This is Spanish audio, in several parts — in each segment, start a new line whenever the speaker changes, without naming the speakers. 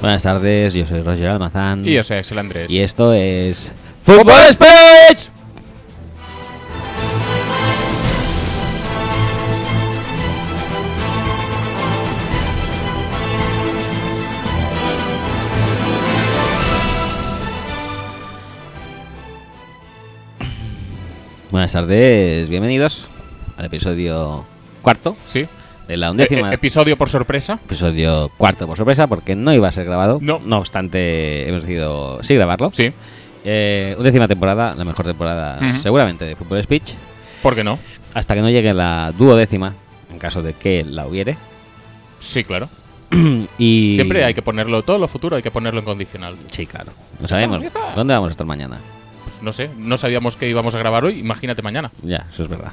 Buenas tardes, yo soy Roger Almazán.
Y yo soy Axel Andrés.
Mm. Y esto es. ¡Fútbol Space! Buenas tardes, bienvenidos al episodio cuarto
Sí.
de la
E-
undécima.
e- episodio por sorpresa.
episodio cuarto por sorpresa porque no iba a ser grabado.
No.
obstante, hemos decidido sí grabarlo.
Sí.
Eh, undécima temporada, la mejor temporada
Ujú.
seguramente de Fútbol Speech.
¿Por qué no?
Hasta que no llegue la duodécima, en caso de que la hubiere.
Sí, claro.
Y...
Siempre hay que ponerlo, todo lo futuro hay que ponerlo en condicional.
Sí, claro. No sabemos
ya está.
dónde vamos a estar mañana.
Pues no sé, no sabíamos que íbamos a grabar hoy, imagínate mañana.
Ya, eso es verdad.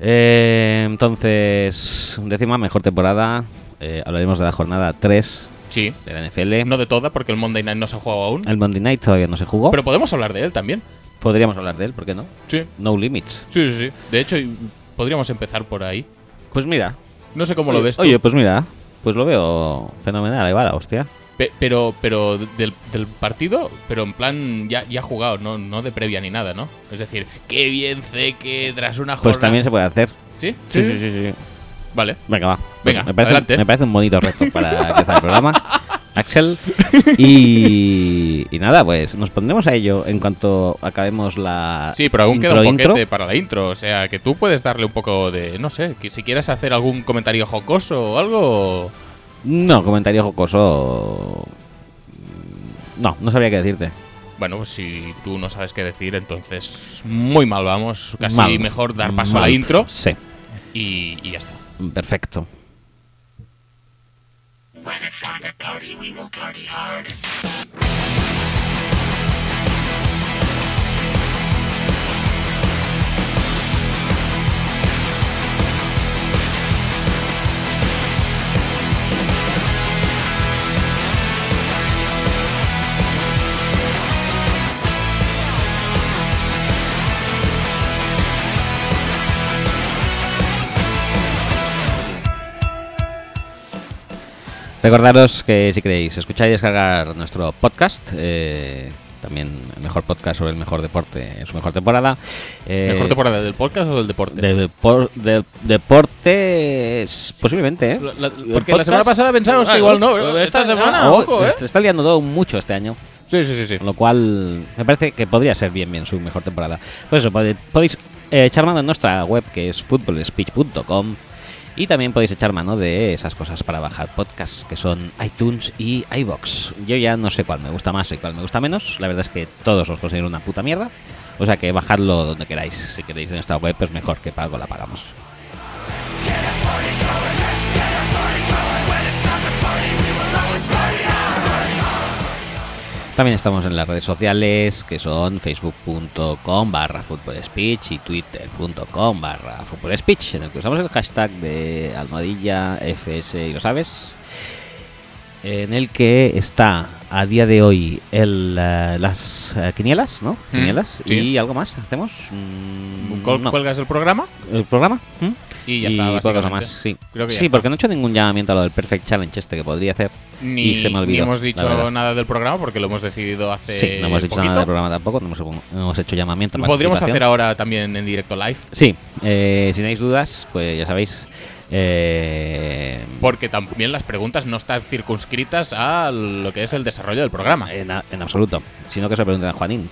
Eh, entonces, undécima, mejor temporada. Eh, hablaremos de la jornada 3
Sí.
de la NFL.
No de toda, porque el Monday Night no se ha jugado aún.
El Monday Night todavía no se jugó.
Pero podemos hablar de él también.
Podríamos hablar de él, ¿por qué no?
Sí.
No Limits.
Sí, sí, sí. De hecho, y- podríamos empezar por ahí.
Pues mira,
No sé cómo lo
Oye,
ves tú,
Oye, pues mira, pues lo veo fenomenal, ahí va la hostia. Pues
pe- pero, pero del, del partido, pero en plan ya, ya jugado, no, no de previa ni nada, ¿no? Es decir, qué bien sé que tras una jornada...
Pues también se puede hacer.
¿Sí?
Sí, sí, sí, sí.
Vale.
Venga, va.
Venga,
me, parece,
adelante.
me parece un bonito reto para empezar el programa. Axel. Y, y nada, pues nos pondremos a ello en cuanto acabemos la.
Ah, Sí, pero aún
intro,
queda un
intro.
poquete para la intro. O sea, que tú puedes darle un poco de. No sé, que si quieres hacer algún comentario jocoso o algo.
No, comentario jocoso. No, no sabría qué decirte.
Bueno, pues si tú no sabes qué decir, entonces muy mal vamos. Casi
Mal.
mejor dar paso a
Mal.
la intro
Sí,
y, y ya está.
perfecto. Recordaros que si queréis escuchar y descargar nuestro podcast, eh, también el mejor podcast sobre el mejor deporte en su mejor temporada. eh,
¿Mejor temporada del podcast o del deporte?
de depor- de- deporte es- posiblemente, ¿eh?
La- la- porque
El
la semana pasada pensamos
Ah,
que igual no, pero esta semana, ojo, ¿eh?
Se está liando todo mucho este año,
Sí, sí, sí. sí.
con lo cual me parece que podría ser bien bien su mejor temporada. Por eso pode- podéis eh, echar mano en nuestra web que es footballspeech.com y también podéis echar mano de esas cosas para bajar podcasts que son iTunes y iBox. Yo ya no sé cuál me gusta más y cuál me gusta menos. La verdad es que todos os considero una puta mierda. O sea que bajadlo donde queráis. Si queréis en nuestra web es mejor que pago la pagamos. También estamos en las redes sociales que son facebook.com barra Fútbol speech y twitter.com barra Fútbol speech en el que usamos el hashtag de almohadilla FS y lo sabes en el que está a día de hoy el, eh, las eh, quinielas, ¿no?
Mm,
Quinielas
sí.
y algo más hacemos Mm,
Col-
no.
Cuelgas el programa
el programa ¿Mm?
y ya está.
poca cosa
básicamente.
más, sí.
Creo que ya
sí,
está.
porque no he hecho ningún llamamiento a lo del Perfect Challenge este que podría hacer.
Ni,
y se me
ni
olvidó,
hemos
la
dicho
verdad.
nada del programa porque lo hemos decidido hace.
sí, no hemos dicho
poquito.
nada del programa tampoco, no hemos, no hemos hecho llamamiento. a
Lo podríamos
participación.
hacer ahora también en directo live.
Sí, eh, si tenéis dudas, pues ya sabéis. eh,
Porque también las preguntas no están circunscritas a lo que es el desarrollo del programa.
en, a- en absoluto, sino que se lo pregunten a Juanín.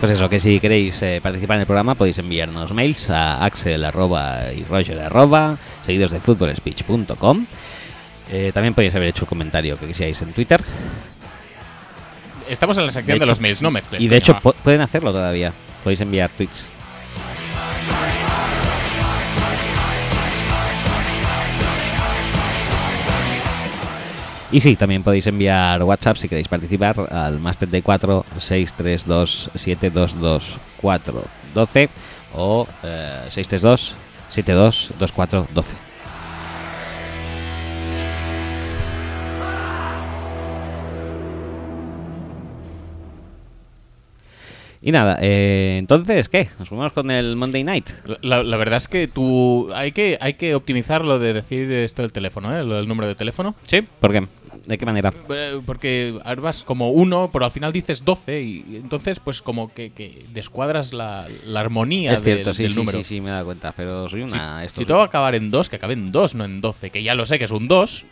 Pues eso, que si queréis eh, participar en el programa podéis enviarnos mails a axel arroba y roger arroba, seguidos de footballspeech.com. Eh, también podéis haber hecho un comentario que quisierais en Twitter.
Estamos en la
De
sección de,
hecho-
los mails, no mezcles.
Y de
coño,
hecho
va.
po- pueden hacerlo todavía. Podéis enviar tweets. Y sí, también podéis enviar WhatsApp si queréis participar al más 34 632 722 412 o eh, 632 72 2412. Y nada, eh, entonces, ¿qué? ¿Nos vamos con el Monday Night?
La, la verdad es que tú. Hay que, hay que optimizar lo de decir esto del teléfono, ¿eh? Lo del número de teléfono.
Sí. ¿Por qué? ¿De qué manera?
Eh, Porque ahora vas como uno, pero al final dices 12 y y entonces pues como que, que descuadras la, la armonía
es cierto,
del,
sí,
del
sí,
número.
sí, sí, me he dado cuenta, pero soy una...
Si,
esto-
si todo va a acabar en 2, que acabe en 2, no en 12, que ya lo sé que es un 2,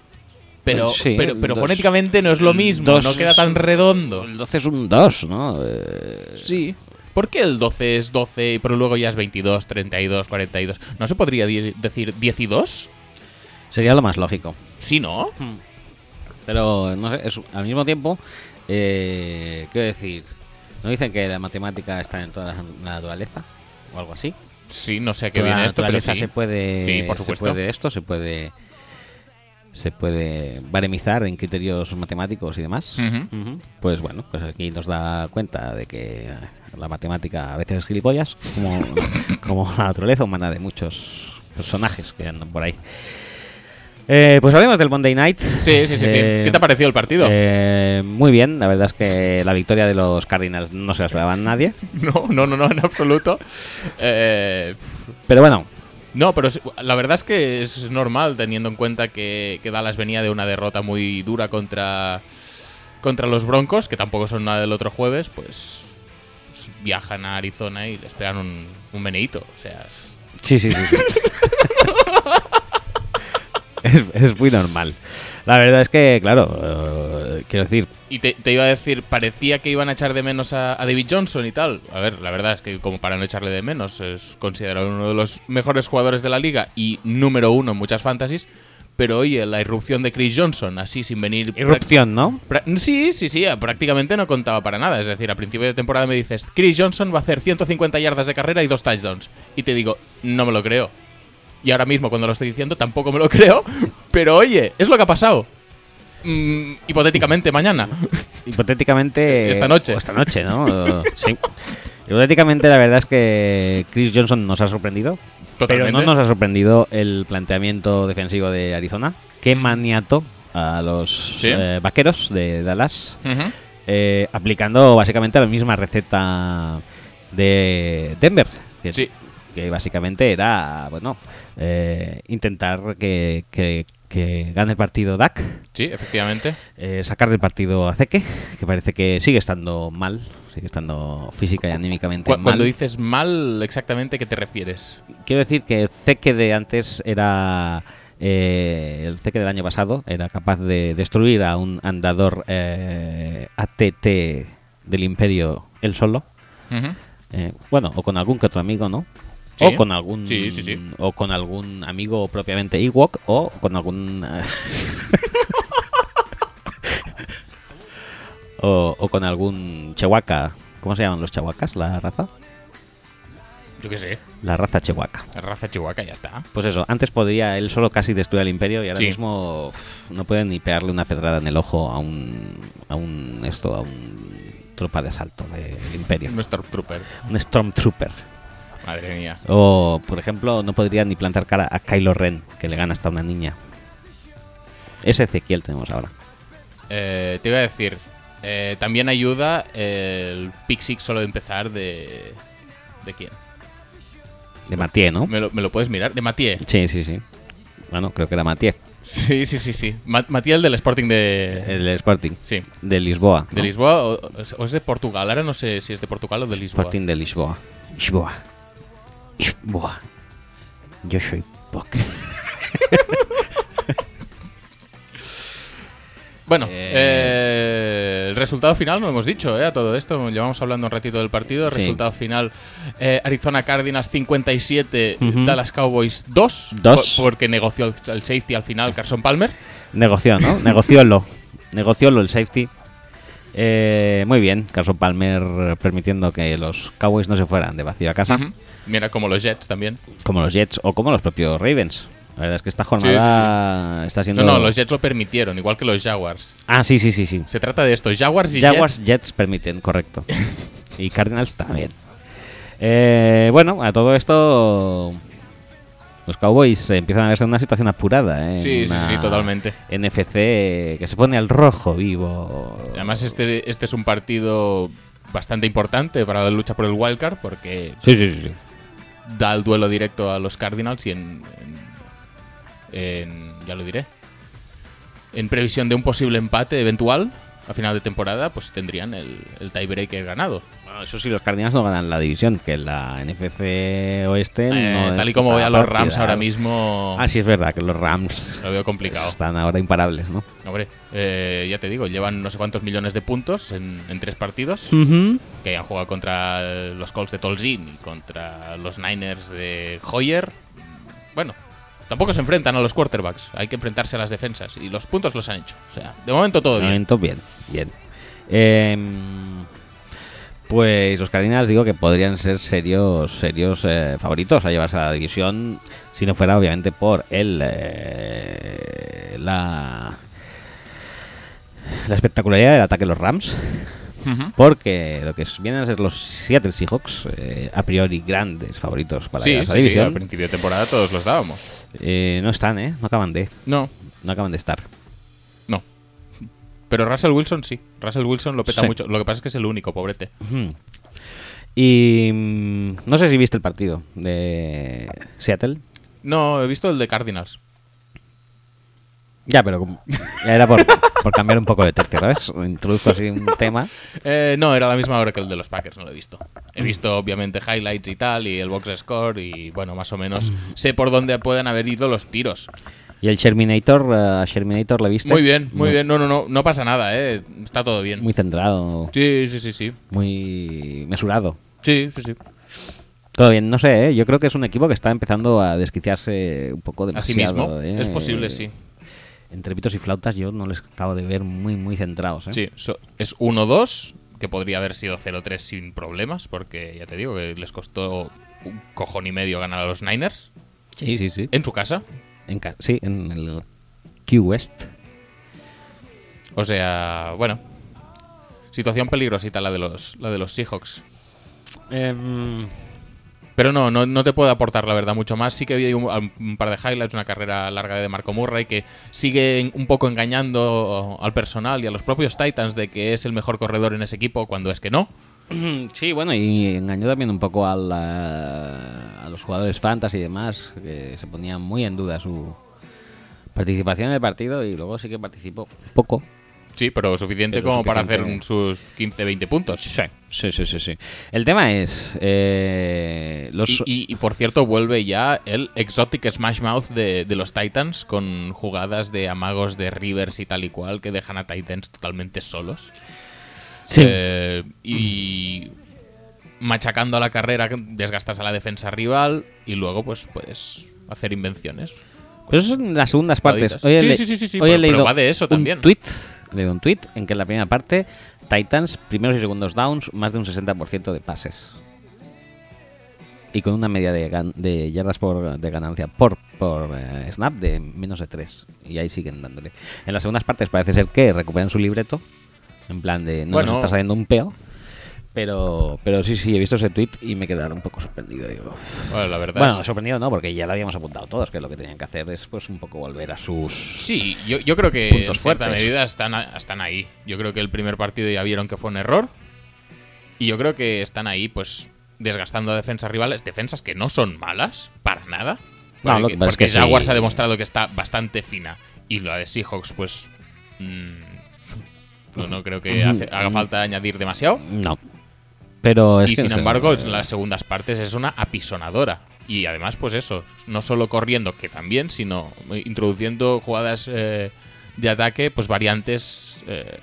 pero,
Pues sí,
pero, pero
dos.
fonéticamente no es lo mismo,
Dos
no queda
es-
tan redondo.
El 12 es un 2, ¿no? Eh,
Sí. ¿Por qué el 12 es 12, pero luego ya es 22, 32, 42? ¿No se podría di- decir 10 y 2?
sería lo más lógico.
Sí, ¿no?
Hmm. Pero no sé, es- al mismo tiempo, eh, quiero decir, ¿no dicen que la matemática está en toda la, la naturaleza? O algo así.
Sí, no sé a qué
Que la
viene esto, pero
naturaleza
sí.
se puede.
Sí, por
se
supuesto.
puede esto, se puede. Se puede baremizar en criterios matemáticos y demás.
Ujú.
Ujú. Pues bueno, pues aquí nos da cuenta de que la matemática a veces es gilipollas, como, como la naturaleza humana de muchos personajes que andan por ahí. Eh, pues hablemos del Monday Night.
Sí, sí, sí, sí.
Eh,
¿Qué te ha parecido el partido?
eh, muy bien, la verdad es que la victoria de los Cardinals no se la esperaba nadie.
No, no, no, no, en absoluto. Eh, pf,
Pero bueno,
no, pero sí, la verdad es que es normal teniendo en cuenta que, que Dallas venía de una derrota muy dura contra, contra los Broncos, que tampoco son nada del otro jueves, pues, pues viajan a Arizona y les pegan un, un meneíto. O sea, es-
Sí, sí, sí. sí. es, es muy normal. La verdad es que, claro, eh, quiero decir,
Y te, te iba a decir, parecía que iban a echar de menos a, a David Johnson y tal. A ver, la verdad es que como para no echarle de menos, es considerado uno de los mejores jugadores de la liga y número uno en muchas fantasies. Pero oye, la irrupción de Chris Johnson, así sin venir...
irrupción, ¿no?
Pra- Sí, sí, sí, prácticamente no contaba para nada. Es decir, a principio de temporada me dices, Chris Johnson va a hacer 150 yardas de carrera y dos touchdowns. Y te digo, no me lo creo. Y ahora mismo cuando lo estoy diciendo tampoco me lo creo. Pero oye, es lo que ha pasado. Mm, hipotéticamente mañana.
Hipotéticamente.
Esta noche.
o Esta noche, ¿no? Eh, sí. Hipotéticamente, la verdad es que Chris Johnson nos ha sorprendido.
Totalmente.
Pero no nos ha sorprendido el planteamiento defensivo de Arizona. Qué maniato a los
Sí.
eh, vaqueros de Dallas.
Ujú.
eh, aplicando básicamente la misma receta de Denver. Que,
Sí.
que básicamente era, bueno, eh, intentar que, que- que gane el partido Dak,
Sí, efectivamente.
eh, sacar del partido a Zeke, que parece que sigue estando mal, sigue estando física y anímicamente
Cu-
mal.
Cuando dices mal, exactamente qué te refieres.
Quiero decir que Zeke de antes era... eh, el Zeke del año pasado era capaz de destruir a un andador eh, ATT del imperio él solo.
Ujú.
Eh, bueno, o con algún que otro amigo, ¿no?
Sí.
O con algún
Sí, sí, sí.
o con algún amigo propiamente Ewok o con algún eh, o, o con algún Chewaka. ¿Cómo se llaman los Chewakas? La raza.
Yo qué sé.
La raza Chewaka.
Raza Chihuahua, ya está.
Pues eso, antes podría él solo casi destruir el imperio y ahora
Sí.
mismo uf, no puede ni pegarle una pedrada en el ojo a un a un esto a un tropa de asalto de- del imperio,
Un Stormtrooper.
un stormtrooper.
Madre mía.
O, por ejemplo, no podría ni plantar cara a Kylo Ren, que le gana hasta una niña. Ese Ezequiel tenemos ahora.
Eh, te iba a decir, eh, también ayuda el pick six solo de empezar de... ¿De quién?
De Matié, ¿no?
¿Me lo, me lo puedes mirar? De Matié.
Sí, sí, sí. Bueno, creo que era Matié,
Sí, sí, sí, sí. Ma- Matié el del Sporting de...
el Sporting.
Sí.
De Lisboa.
Eh. De
¿no?
Lisboa o, o es de Portugal. Ahora no sé si es de Portugal o de Lisboa.
Sporting de Lisboa. Lisboa. Lisboa. Yo soy Poké.
Bueno,
Eh,
eh, el resultado final no lo hemos dicho, ¿eh? A todo esto, llevamos hablando un ratito del partido. El
Sí.
resultado final: eh, Arizona Cardinals 57,
Ujú.
Dallas Cowboys 2.
Dos.
por- porque negoció el, el safety al final Carson Palmer.
Negoció, ¿no? Negociólo. Negociólo el safety. Eh, muy bien, Carson Palmer permitiendo que los Cowboys no se fueran de vacío a casa.
Ujú. Mira, como los Jets también.
como los Jets o como los propios Ravens. La verdad es que esta jornada está siendo.
No, no, los Jets lo permitieron, igual que los Jaguars.
Ah, sí, sí, sí, sí.
Se trata de esto: Jaguars y
Jaguars
Jets.
Jets. permiten, correcto. y Cardinals también. Eh, bueno, a todo esto. Los Cowboys empiezan a verse en una situación apurada, ¿eh?
Sí, sí,
Una
sí, totalmente.
NFC que se pone al rojo vivo.
Además, este, este es un partido bastante importante para la lucha por el wildcard porque
Sí, sí, sí. sí.
da el duelo directo a los Cardinals y en, en- en- ya lo diré. En previsión de un posible empate eventual a final de temporada, pues tendrían el, el tiebreak ganado.
Bueno, eso sí, los Cardinals no ganan la división, que la NFC Oeste.
Eh,
no
tal y
es
como
tan
voy a los
partida. eh.
Rams ahora mismo,
Ah, sí, es verdad que los Rams
lo veo complicado.
están ahora imparables, ¿no?
Hombre, eh, ya te digo, llevan no sé cuántos millones de puntos en, en tres partidos. que han jugado contra los Colts de Tolzin y contra los Niners de Hoyer. Bueno, tampoco se enfrentan a los quarterbacks, hay que enfrentarse a las defensas y los puntos los han hecho. O sea, de momento todo
De
bien.
momento, bien, bien. Eh, pues los Cardinals digo que podrían ser serios, serios eh, favoritos a llevarse a la división, si no fuera obviamente por el eh, la la espectacularidad del ataque de los Rams,
Ujú.
porque lo que es- vienen a ser los Seattle Seahawks, eh, a priori grandes favoritos para
Sí,
llevarse a
sí,
la
sí, al
división,
principio de temporada todos los dábamos.
eh, no están, ¿eh? No acaban de,
No,
no acaban de estar.
no. Pero Russell Wilson sí. Russell Wilson lo peta
Sí.
mucho. Lo que pasa es que es el único, pobrete.
Ujú. Y mm, no sé si viste el partido de Seattle.
No, he visto el de Cardinals.
Ya, pero como- ya era por, por cambiar un poco de tercio, ¿sabes? Introduzco así un tema.
Eh, no, era a la misma hora que el de los Packers, no lo he visto. He visto obviamente highlights y tal, y el box score, y bueno, más o menos sé por dónde pueden haber ido los tiros.
¿Y el Sherminator? eh, ¿A Sherminator le viste?
Muy bien, muy
No,
bien. No, no, no, no pasa nada, eh. Está todo bien.
Muy centrado,
Sí, sí, sí, sí.
muy mesurado.
Sí, sí, sí.
Todo bien, no sé, ¿eh? yo creo que es un equipo que está empezando a desquiciarse un poco
Así
demasiado.
mismo,
¿eh?
es posible, sí.
Entre pitos y flautas yo no les acabo de ver muy, muy centrados. ¿eh?
Sí, so- es 1-2, que podría haber sido 0-3 sin problemas, porque ya te digo que les costó un cojón y medio ganar a los Niners
sí, sí. sí.
en su casa.
En ca- sí, en el Q-West.
O sea, bueno. Situación peligrosita la de los, la de los Seahawks.
Em,
Pero no, no, no te puedo aportar, la verdad, mucho más. Sí que vi un, un par de highlights, una carrera larga de Marco Murray que sigue en- un poco engañando al personal y a los propios Titans de que es el mejor corredor en ese equipo cuando es que no.
Sí, bueno, y engañó también un poco al, eh, a los jugadores fantasy y demás, que se ponían muy en duda su participación en el partido y luego sí que participó poco.
Sí, pero suficiente
Pero
como para hacer
suficiente.
un- sus 15-20 puntos.
sí, sí, sí. sí. El tema es, eh, los...
Y, y- y, por cierto, vuelve ya el Exotic Smash Mouth de, de los Titans con jugadas de amagos de Rivers y tal y cual que dejan a Titans totalmente solos.
Sí.
Eh, y machacando a la carrera, desgastas a la defensa rival y luego pues puedes hacer invenciones.
Pues eso son las segundas partes.
Paditas.
Hoy he
Sí,
le-
sí, sí, sí, sí,
hoy he
pero- pero
leído
va de eso
un
también.
Tweet, he leído un tweet en que en la primera parte Titans, primeros y segundos downs, más de un 60% de pases. Y con una media de, gan- de yardas por, de ganancia por, por eh, snap de menos de 3. Y ahí siguen dándole. En las segundas partes parece ser que recuperan su libreto. En plan de no
Bueno.
nos está saliendo un peo. Pero, pero sí, sí, he visto ese tweet y me quedaron un poco sorprendido. Digo,
Bueno, la verdad
bueno,
es-
sorprendido no, porque ya lo habíamos apuntado todos, que lo que tenían que hacer es pues un poco volver a sus...
Sí, yo, yo creo que
Puntos
en cierta
fuertes.
medida están, a- están ahí. Yo creo que el primer partido ya vieron que fue un error. Y yo creo que están ahí, pues, desgastando a defensas rivales. Defensas que no son malas, para nada.
No,
Porque,
lo que pasa es
porque
que sí.
Jaguars ha demostrado que está bastante fina. Y la de Seahawks, pues. mm, no, no creo que hace- haga falta añadir demasiado.
No. Pero es
Y
que
sin
no sé,
embargo,
eh,
en las segundas partes es una apisonadora. Y además, pues eso, no solo corriendo, que también, sino introduciendo jugadas eh, de ataque, pues variantes eh,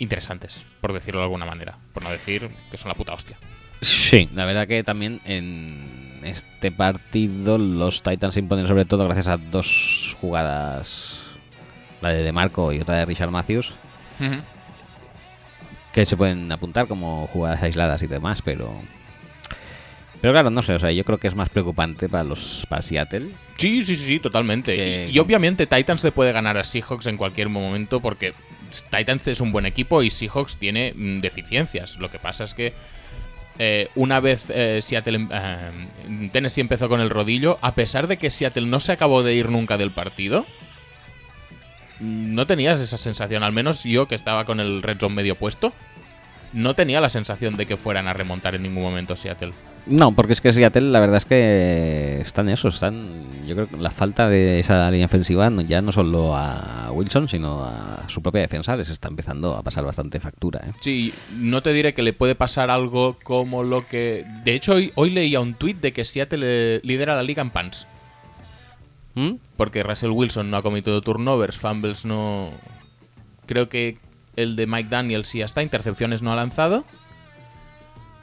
interesantes, por decirlo de alguna manera. Por no decir que son la puta hostia.
Sí, la verdad que también en este partido los Titans se imponen sobre todo gracias a dos jugadas, la de DeMarco y otra de Richard Matthews, que se pueden apuntar como jugadas aisladas y demás, pero... Pero claro, no sé, o sea, yo creo que es más preocupante para los para Seattle.
Sí, sí, sí, sí, totalmente.
Que-
Y, y obviamente Titans le puede ganar a Seahawks en cualquier momento porque Titans es un buen equipo y Seahawks tiene mm, deficiencias. Lo que pasa es que eh, una vez eh, Seattle em- eh, Tennessee empezó con el rodillo, a pesar de que Seattle no se acabó de ir nunca del partido, mm, no tenías esa sensación, al menos yo que estaba con el red zone medio puesto. no tenía la sensación de que fueran a remontar en ningún momento Seattle.
No, porque es que Seattle, la verdad es que están eso, están. Yo creo que la falta de esa línea ofensiva no- ya no solo a Wilson, sino a su propia defensa les está empezando a pasar bastante factura. ¿eh?
Sí, no te diré que le puede pasar algo como lo que... De hecho, hoy, hoy leía un tuit de que Seattle eh, lidera la liga en pants.
¿Mm?
Porque Russell Wilson no ha cometido turnovers, fumbles no... Creo que el de Mike Daniels sí hasta, intercepciones no ha lanzado.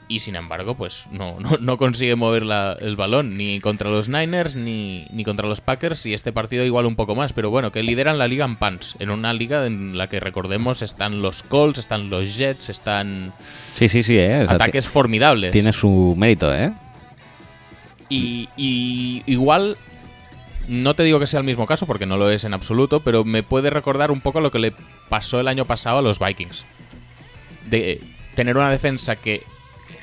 Y sin embargo, pues no, no, no consigue mover la- el balón ni contra los Niners ni, ni contra los Packers. Y este partido igual un poco más. Pero bueno, que lideran la liga en pants. En una liga en la que recordemos están los Colts, están los Jets, están
Sí, sí, sí, ¿eh? O sea, ti-
ataques formidables.
Tiene su mérito, ¿eh?
Y, y igual, no te digo que sea el mismo caso, porque no lo es en absoluto, pero me puede recordar un poco lo que le pasó el año pasado a los Vikings. De eh, tener una defensa que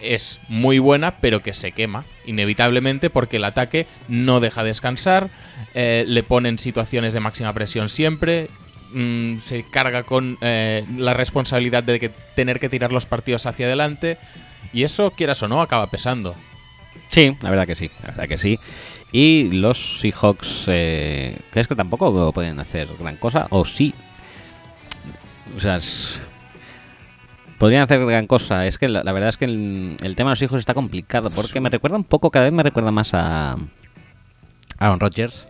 es muy buena, pero que se quema, inevitablemente, porque el ataque no deja descansar, eh, le ponen situaciones de máxima presión siempre. mm, se carga con eh, la responsabilidad de que tener que tirar los partidos hacia adelante y eso quieras o no acaba pesando
Sí, la verdad que sí, la verdad que sí. Y los Seahawks, eh, ¿crees que tampoco pueden hacer gran cosa? ¿O sí? O sea, es- podrían hacer gran cosa. Es que la, la verdad es que el, el tema de los hijos está complicado porque me recuerda un poco, cada vez me recuerda más a Aaron Rodgers.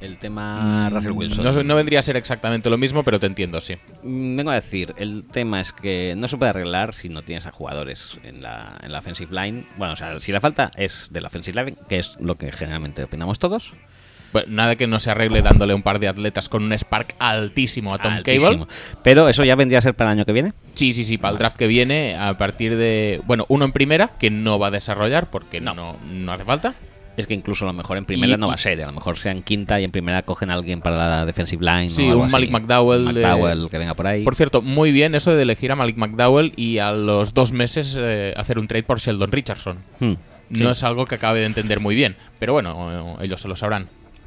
El tema Russell Wilson.
Mm, No, no vendría a ser exactamente lo mismo, pero te entiendo, sí.
Mm, Vengo a decir, el tema es que no se puede arreglar si no tienes a jugadores en la, en la offensive line. Bueno, o sea, si la falta es de la offensive line, que es lo que generalmente opinamos todos.
Bueno, nada que no se arregle dándole un par de atletas con un Spark altísimo a Tom
Altísimo.
Cable.
Pero eso ya vendría a ser para el año que viene.
Sí, sí, sí, para el draft que viene, a partir de. Bueno, uno en primera, que no va a desarrollar porque no, no, hace falta.
Es que incluso a lo mejor en primera
Y-
no va
y-
a ser. A lo mejor sea en quinta y en primera cogen a alguien para la defensive line.
Sí,
o algo
un Malik
así.
McDowell, eh,
McDowell, que venga por ahí.
Por cierto, muy bien eso de elegir a Malik McDowell y a los dos meses eh, hacer un trade por Sheldon Richardson.
Hmm.
No es algo que acabe de entender muy bien, pero bueno, eh, ellos se lo sabrán.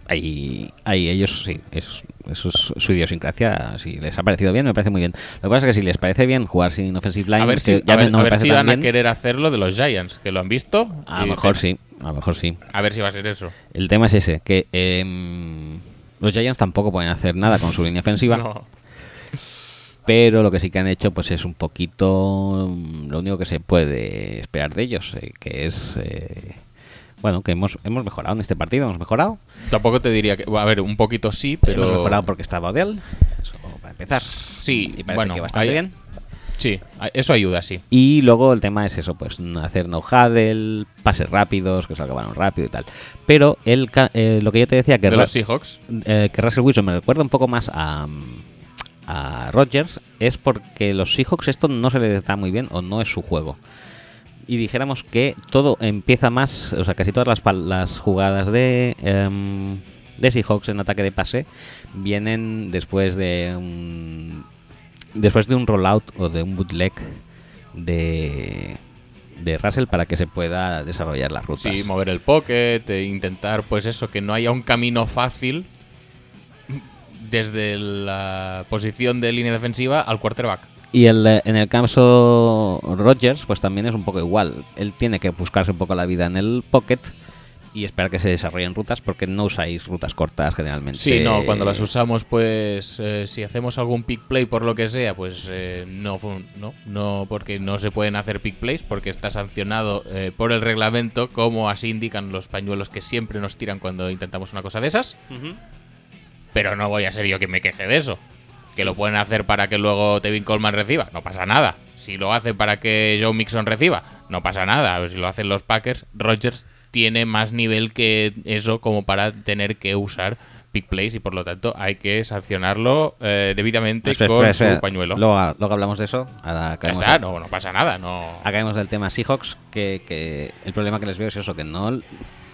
Ahí, ahí ellos sí, es- eso es su idiosincrasia. Si les ha parecido bien, me parece muy bien. Lo que pasa es que si les parece bien jugar sin offensive line,
A ver
que
si,
ya
a
me-
ver-
no
a
me
ver
parece
si
tan
van a
bien.
querer hacer lo de los Giants, que lo han visto.
A
y
lo mejor
dicen,
sí, a lo mejor sí.
A ver si va a ser eso.
El tema es ese, que em, los Giants tampoco pueden hacer nada con su línea ofensiva,
No.
pero lo que sí que han hecho pues es un poquito mm, lo único que se puede esperar de ellos, eh, que es eh, bueno, que hemos hemos mejorado en este partido, hemos mejorado,
Tampoco te diría que. A ver, un poquito sí, pero.
hemos mejorado porque estaba Odell, eso para empezar.
Sí,
y parece
bueno,
que bastante
ahí-
bien.
Sí, a- eso ayuda, sí.
Y luego el tema es eso, pues n- hacer no huddle, pases rápidos, que se acabaron rápido y tal. Pero el ca- eh, lo que yo te decía que
de
ra-
los Seahawks.
eh, que Russell Wilson me recuerda un poco más a, a Rodgers es porque los Seahawks esto no se les da muy bien o no es su juego. Y dijéramos que todo empieza más, o sea, casi todas las, pal- las jugadas de, em, de Seahawks en ataque de pase vienen después de un, después de un rollout o de un bootleg de, de Russell para que se pueda desarrollar Pues las rutas.
Sí, mover el pocket, eh, intentar, pues eso, que no haya un camino fácil desde la posición de línea defensiva al quarterback.
Y el, eh, en el caso Rogers, pues también es un poco igual. Él tiene que buscarse un poco la vida en el pocket y esperar que se desarrollen rutas porque no usáis rutas cortas generalmente.
Sí, no, cuando las usamos, pues eh, si hacemos algún pick play por lo que sea, pues eh, no, fun- no, no, porque no se pueden hacer pick plays porque está sancionado eh, por el reglamento, como así indican los pañuelos que siempre nos tiran cuando intentamos una cosa de esas. Pero no voy a ser yo que me queje de eso. Que lo pueden hacer para que luego Tevin Coleman reciba, no pasa nada. Si lo hacen para que Joe Mixon reciba, no pasa nada. Si lo hacen los Packers, Rodgers tiene más nivel que eso como para tener que usar pick plays y por lo tanto hay que sancionarlo eh, debidamente
Espera,
con
espera, espera.
su pañuelo.
eh, Luego, luego hablamos de eso. Ahora
ya
caemos,
está, no, no pasa nada. No.
ahora caemos del tema Seahawks, que, que el problema que les veo es eso, que no...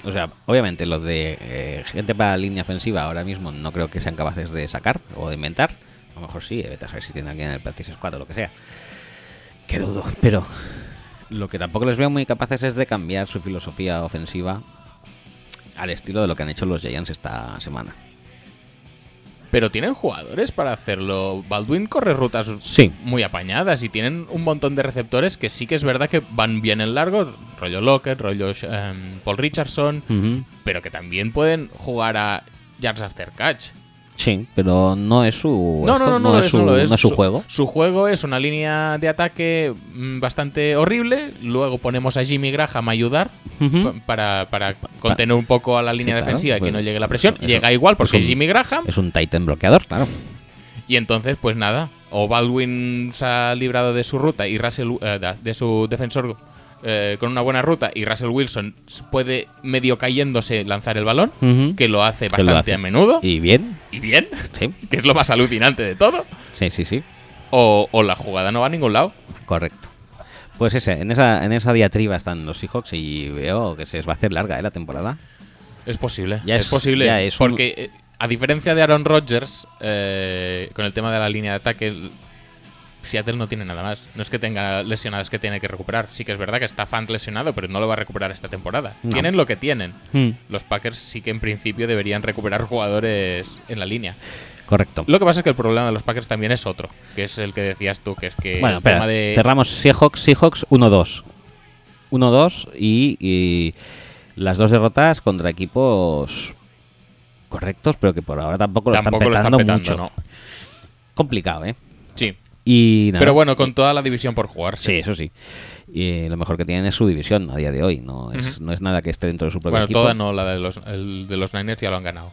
O sea, obviamente los de eh, gente para línea ofensiva ahora mismo no creo que sean capaces de sacar o de inventar. A lo mejor sí, eh, vete a saber si tienen alguien en el practice squad o lo que sea. Que dudo, pero lo que tampoco les veo muy capaces es de cambiar su filosofía ofensiva al estilo de lo que han hecho los Giants esta semana.
Pero tienen jugadores para hacerlo. Baldwin corre rutas
Sí.
muy apañadas y tienen un montón de receptores que sí que es verdad que van bien en largo. Rollo Lockett, rollo em, Paul Richardson,
Ujú.
pero que también pueden jugar a yards after catch.
Sí, pero no es su.
No,
esto
no, no, no, lo
es su,
no lo
no es su juego.
Su juego es una línea de ataque mm, bastante horrible. Luego ponemos a Jimmy Graham a ayudar
Ujú.
pa- para, para contener un poco a la
Mm.
línea
claro,
defensiva y que
bueno,
no llegue la presión.
eso-
Llega igual porque
es un-
Jimmy Graham.
Es un Titan bloqueador, claro.
Y entonces, pues nada, o Baldwin se ha librado de su ruta y Russell, eh, da- de su defensor eh, con una buena ruta y Russell Wilson puede medio cayéndose lanzar el balón,
Ujú.
que lo hace
Que lo
bastante
hace.
a menudo y,
Y bien,
bien,
sí.
que es lo más alucinante de todo,
Sí, sí, sí.
o, o la jugada no va a ningún lado.
Correcto. Pues ese, en esa, en esa diatriba están los Seahawks y veo que se les va a hacer larga ¿eh? la temporada.
Es posible,
Ya
es,
es-
posible,
ya es un-
porque eh, a diferencia de Aaron Rodgers, eh, con el tema de la línea de ataque, el- Seattle no tiene nada más. No es que tenga lesionadas que tiene que recuperar. Sí que es verdad que está fan lesionado, pero no lo va a recuperar esta temporada.
No.
Tienen lo que tienen. Los Packers sí que en principio deberían recuperar jugadores en la línea.
Correcto.
Lo que pasa es que el problema de los Packers también es otro, que es el que decías tú, que es que
bueno,
el
espera,
tema de
cerramos Seahawks, Seahawks 1-2. 1-2 y, y las dos derrotas contra equipos correctos, pero que por ahora tampoco lo
tampoco
están
lo
petando
están petando,
mucho.
¿no?
Complicado, ¿eh?
Sí.
Y nada.
Pero bueno, con toda la división por jugarse.
Sí, eso sí. Y lo mejor que tienen es su división a día de hoy. No es, no es nada que esté dentro de su propio
Bueno,
equipo.
toda no, la de los, el de los Niners ya lo han ganado.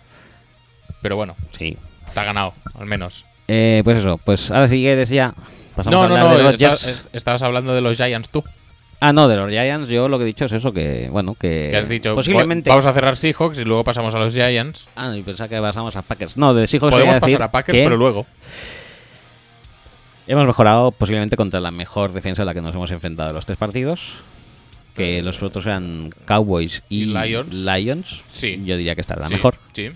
Pero bueno,
Sí.
está ganado, al menos.
Eh, pues eso, pues ahora si quieres ya. Pasamos
No,
a
no,
hablar
no,
de
esta-
Rodgers.
es- estabas hablando de los Giants tú,
Ah, no, de los Giants. Yo lo que he dicho es eso, que bueno, que.
que has dicho,
Eh, Posiblemente.
"Va- vamos a cerrar Seahawks y luego pasamos a los Giants.
Ah, y pensaba que pasamos a Packers. No, de Seahawks quería
Podemos
decir
pasar a Packers,
que
pero luego.
Hemos mejorado posiblemente contra la mejor defensa a la que nos hemos enfrentado en los tres partidos. Que los otros eran Cowboys y,
Eh, Y Lions.
Lions.
Sí.
Yo diría que esta era la
Sí,
mejor.
Sí.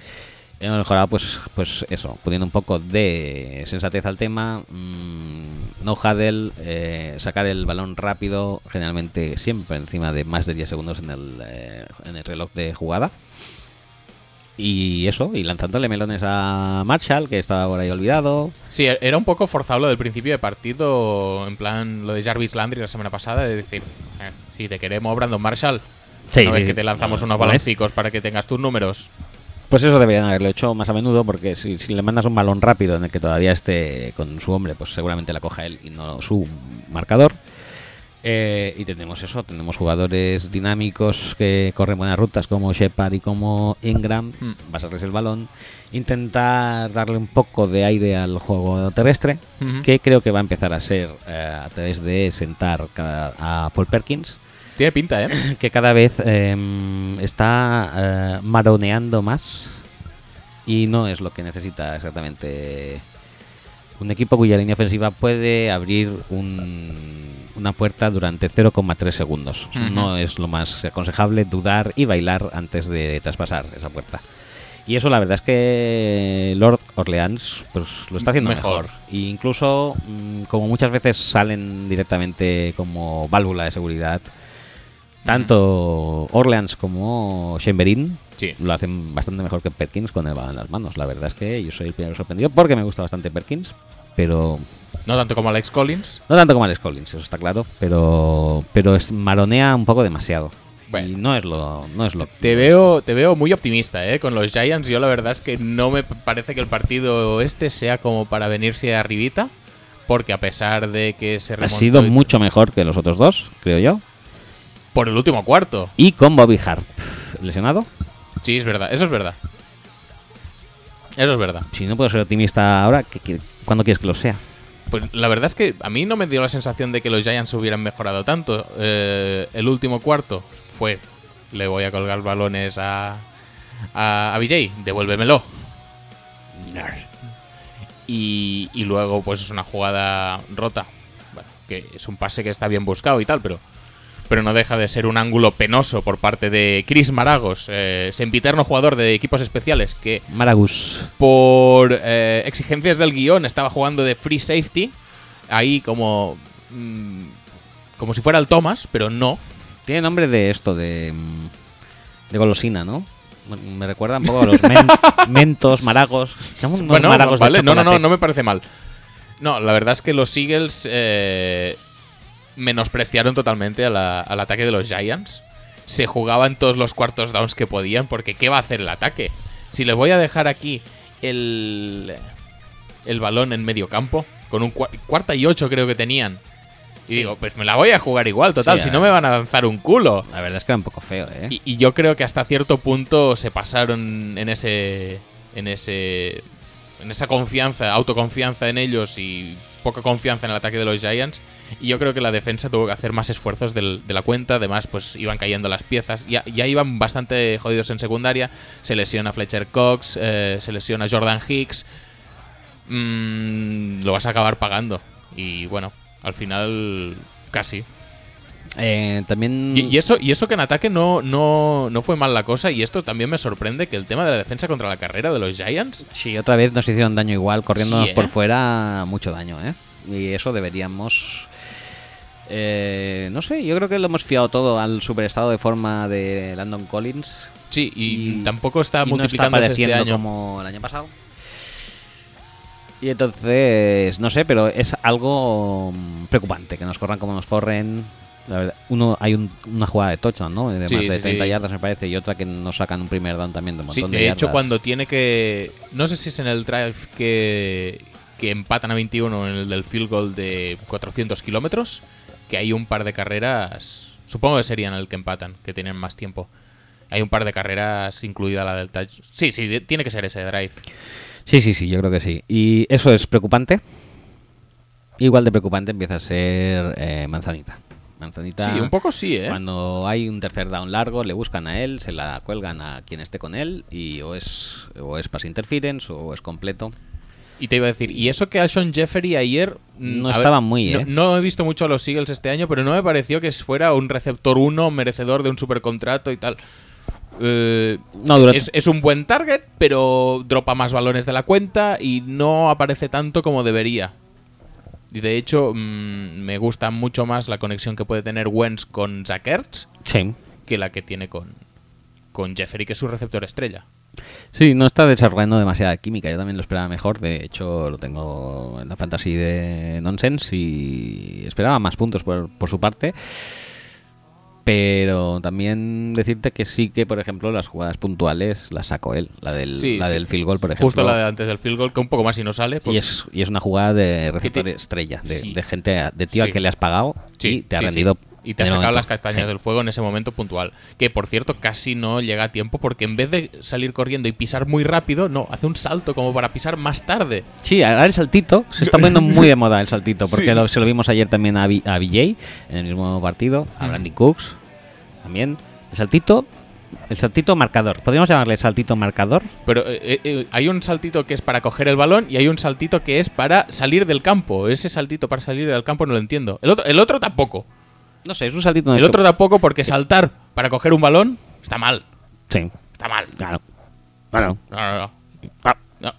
Hemos mejorado, pues, pues eso, poniendo un poco de sensatez al tema. mm, no huddle, eh, sacar el balón rápido, generalmente siempre encima de más de 10 segundos en el, eh, en el reloj de jugada. Y eso, y lanzándole melones a Marshall, que estaba por ahí olvidado.
Sí, era un poco forzado lo del principio de partido, en plan lo de Jarvis Landry la semana pasada, de decir, "Eh, si te queremos, Brandon Marshall,
Sí,
a ver
sí,
que
sí.
te lanzamos
No,
unos
no es.
baloncicos para que tengas tus números.
Pues eso deberían haberlo hecho más a menudo, porque si, si le mandas un balón rápido en el que todavía esté con su hombre, pues seguramente la coja él y no su marcador. Eh, y tenemos eso, tenemos jugadores dinámicos que corren buenas rutas como Shepard y como Ingram,
Mm.
pasarles el balón, intentar darle un poco de aire al juego terrestre,
Ujú.
que creo que va a empezar a ser eh, a través de sentar cada- a Paul Perkins,
Tiene pinta, ¿eh?
que cada vez em, está eh, maroneando más y no es lo que necesita exactamente un equipo cuya línea ofensiva puede abrir un- una puerta durante 0,3 segundos.
Ujú.
No es lo más aconsejable dudar y bailar antes de traspasar esa puerta. Y eso la verdad es que Lord Orleans pues, lo está haciendo
Mejor.
mejor. E incluso mm, como muchas veces salen directamente como válvula de seguridad, tanto Orleans como Chamberín
Sí.
lo hacen bastante mejor que Perkins con el balón en las manos. La verdad es que yo soy el primero sorprendido porque me gusta bastante Perkins, pero
No tanto como Alex Collins.
no tanto como Alex Collins, eso está claro, pero pero es, maronea un poco demasiado.
Bueno.
Y no es lo no es lo
Te veo, te veo muy optimista, ¿eh? Con los Giants, yo la verdad es que no me parece que el partido este sea como para venirse arribita, porque a pesar de que se
ha
remontó
sido mucho mejor que los otros dos, creo yo.
por el último cuarto.
Y con Bobby Hart lesionado.
Sí, es verdad, eso es verdad. Eso es verdad.
Si no puedo ser optimista ahora, ¿qué- qué- ¿cuándo quieres que lo sea?
Pues la verdad es que a mí no me dio la sensación de que los Giants hubieran mejorado tanto. Eh, el último cuarto fue, le voy a colgar balones a, a, a BJ, devuélvemelo. Y, y luego pues es una jugada rota, Bueno, que es un pase que está bien buscado y tal, pero, pero no deja de ser un ángulo penoso por parte de Chris Maragos, eh, sempiterno jugador de equipos especiales que
Maragus.
por eh, exigencias del guión estaba jugando de free safety ahí como mm, como si fuera el Thomas pero no
Tiene nombre de esto, de, mm, de golosina, ¿no? Me- Me recuerda un poco a los men- mentos, maragos. Son unos
Bueno,
maragos de
vale, no, no, no,
chocolate.
no me parece mal. No, la verdad es que los Eagles eh, menospreciaron totalmente a la- al ataque de los Giants. Se jugaban todos los cuartos downs que podían, porque ¿qué va a hacer el ataque? Si les voy a dejar aquí el, el balón en medio campo, con un cua- cuarta y ocho creo que tenían. Y digo, pues me la voy a jugar igual, total,
Sí,
si
a
no
ver.
me van a lanzar un culo.
La verdad es que era un poco feo, ¿eh?
Y, y yo creo que hasta cierto punto se pasaron en ese. en ese. en esa confianza, autoconfianza en ellos y poca confianza en el ataque de los Giants. Y yo creo que la defensa tuvo que hacer más esfuerzos del- de la cuenta. Además, pues iban cayendo las piezas. Ya, ya iban bastante jodidos en secundaria. Se lesiona Fletcher Cox, eh, se lesiona Jordan Hicks. Mm, lo vas a acabar pagando. Y bueno, al final casi.
Eh, también...
Y, y eso, y eso que en ataque no, no, no fue mal la cosa, y esto también me sorprende que el tema de la defensa contra la carrera de los Giants.
Sí, otra vez nos hicieron daño igual, corriéndonos
Sí, ¿eh?
por fuera, mucho daño, ¿eh? Y eso deberíamos... eh, no sé, yo creo que lo hemos fiado todo al superestado de forma de Landon Collins.
Sí, y,
Y-
tampoco está
y no está
multiplicándose este
apareciendo
año.
como el año pasado. Y entonces, no sé, pero es algo mm, preocupante que nos corran como nos corren. La verdad, uno, hay un- una jugada de touchdown, ¿no? De
Sí,
más
sí,
de
sí.
30 yardas, me parece, y otra que nos sacan un primer down también de un
Sí,
montón
de,
de
hecho,
yardas.
cuando tiene que. No sé si es en el drive que, que empatan a 21 o en el del field goal de 400 kilómetros, que hay un par de carreras. Supongo que serían el que empatan, que tienen más tiempo. Hay un par de carreras, incluida la del touch. Sí, sí, de- tiene que ser ese drive.
Sí, sí, sí, yo creo que sí. Y eso es preocupante. Igual de preocupante empieza a ser eh, Manzanita. Manzanita.
Sí, un poco sí, ¿eh?
Cuando hay un tercer down largo, le buscan a él, se la cuelgan a quien esté con él y o es, o es pass interference o es completo.
Y te iba a decir, y eso que Alshon Jeffery ayer. mm,
No
a ver,
estaba muy,
no,
¿eh?
no he visto mucho a los Eagles este año, pero no me pareció que fuera un receptor uno merecedor de un supercontrato y tal. Eh,
No, durante-
es, es un buen target, pero dropa más balones de la cuenta y no aparece tanto como debería. Y de hecho, mm, me gusta mucho más la conexión que puede tener Wentz con Zach Ertz
Sí.
que la que tiene con, con Jeffery, que es su receptor estrella.
Sí, no está desarrollando demasiada química. Yo también lo esperaba mejor. De hecho, lo tengo en la fantasy de Nonsense y esperaba más puntos por, por su parte. Pero también decirte que sí que, por ejemplo, las jugadas puntuales las sacó él. La del,
Sí,
la
sí.
del field goal, por ejemplo.
Justo la de antes del field goal, que un poco más y no sale.
y,
porque-
es, y es una jugada de receptor
te-
estrella, de,
Sí.
de gente, a- de tío
Sí.
al que le has pagado y te ha
sí, sí.
rendido.
Y te
en
ha
el
sacado
momento.
las castañas
Sí.
del fuego en ese momento puntual. Que por cierto, casi no llega a tiempo porque en vez de salir corriendo y pisar muy rápido, no, hace un salto como para pisar más tarde.
Sí, ahora el saltito. Se está poniendo muy de moda el saltito, porque
Sí.
lo- se lo vimos ayer también a, Vi- a BJ en el mismo partido, a
Ujú.
Brandy Cooks también. El saltito, el saltito marcador. ¿Podríamos llamarle saltito marcador?
Pero eh, eh, hay un saltito que es para coger el balón y hay un saltito que es para salir del campo. Ese saltito para salir del campo no lo entiendo. El otro, el otro tampoco.
No eh, sé, es un saltito. en
El
que-
otro tampoco porque saltar para coger un balón está mal.
Sí,
Está mal.
claro. Claro.
No, no, no.
Ah,
No.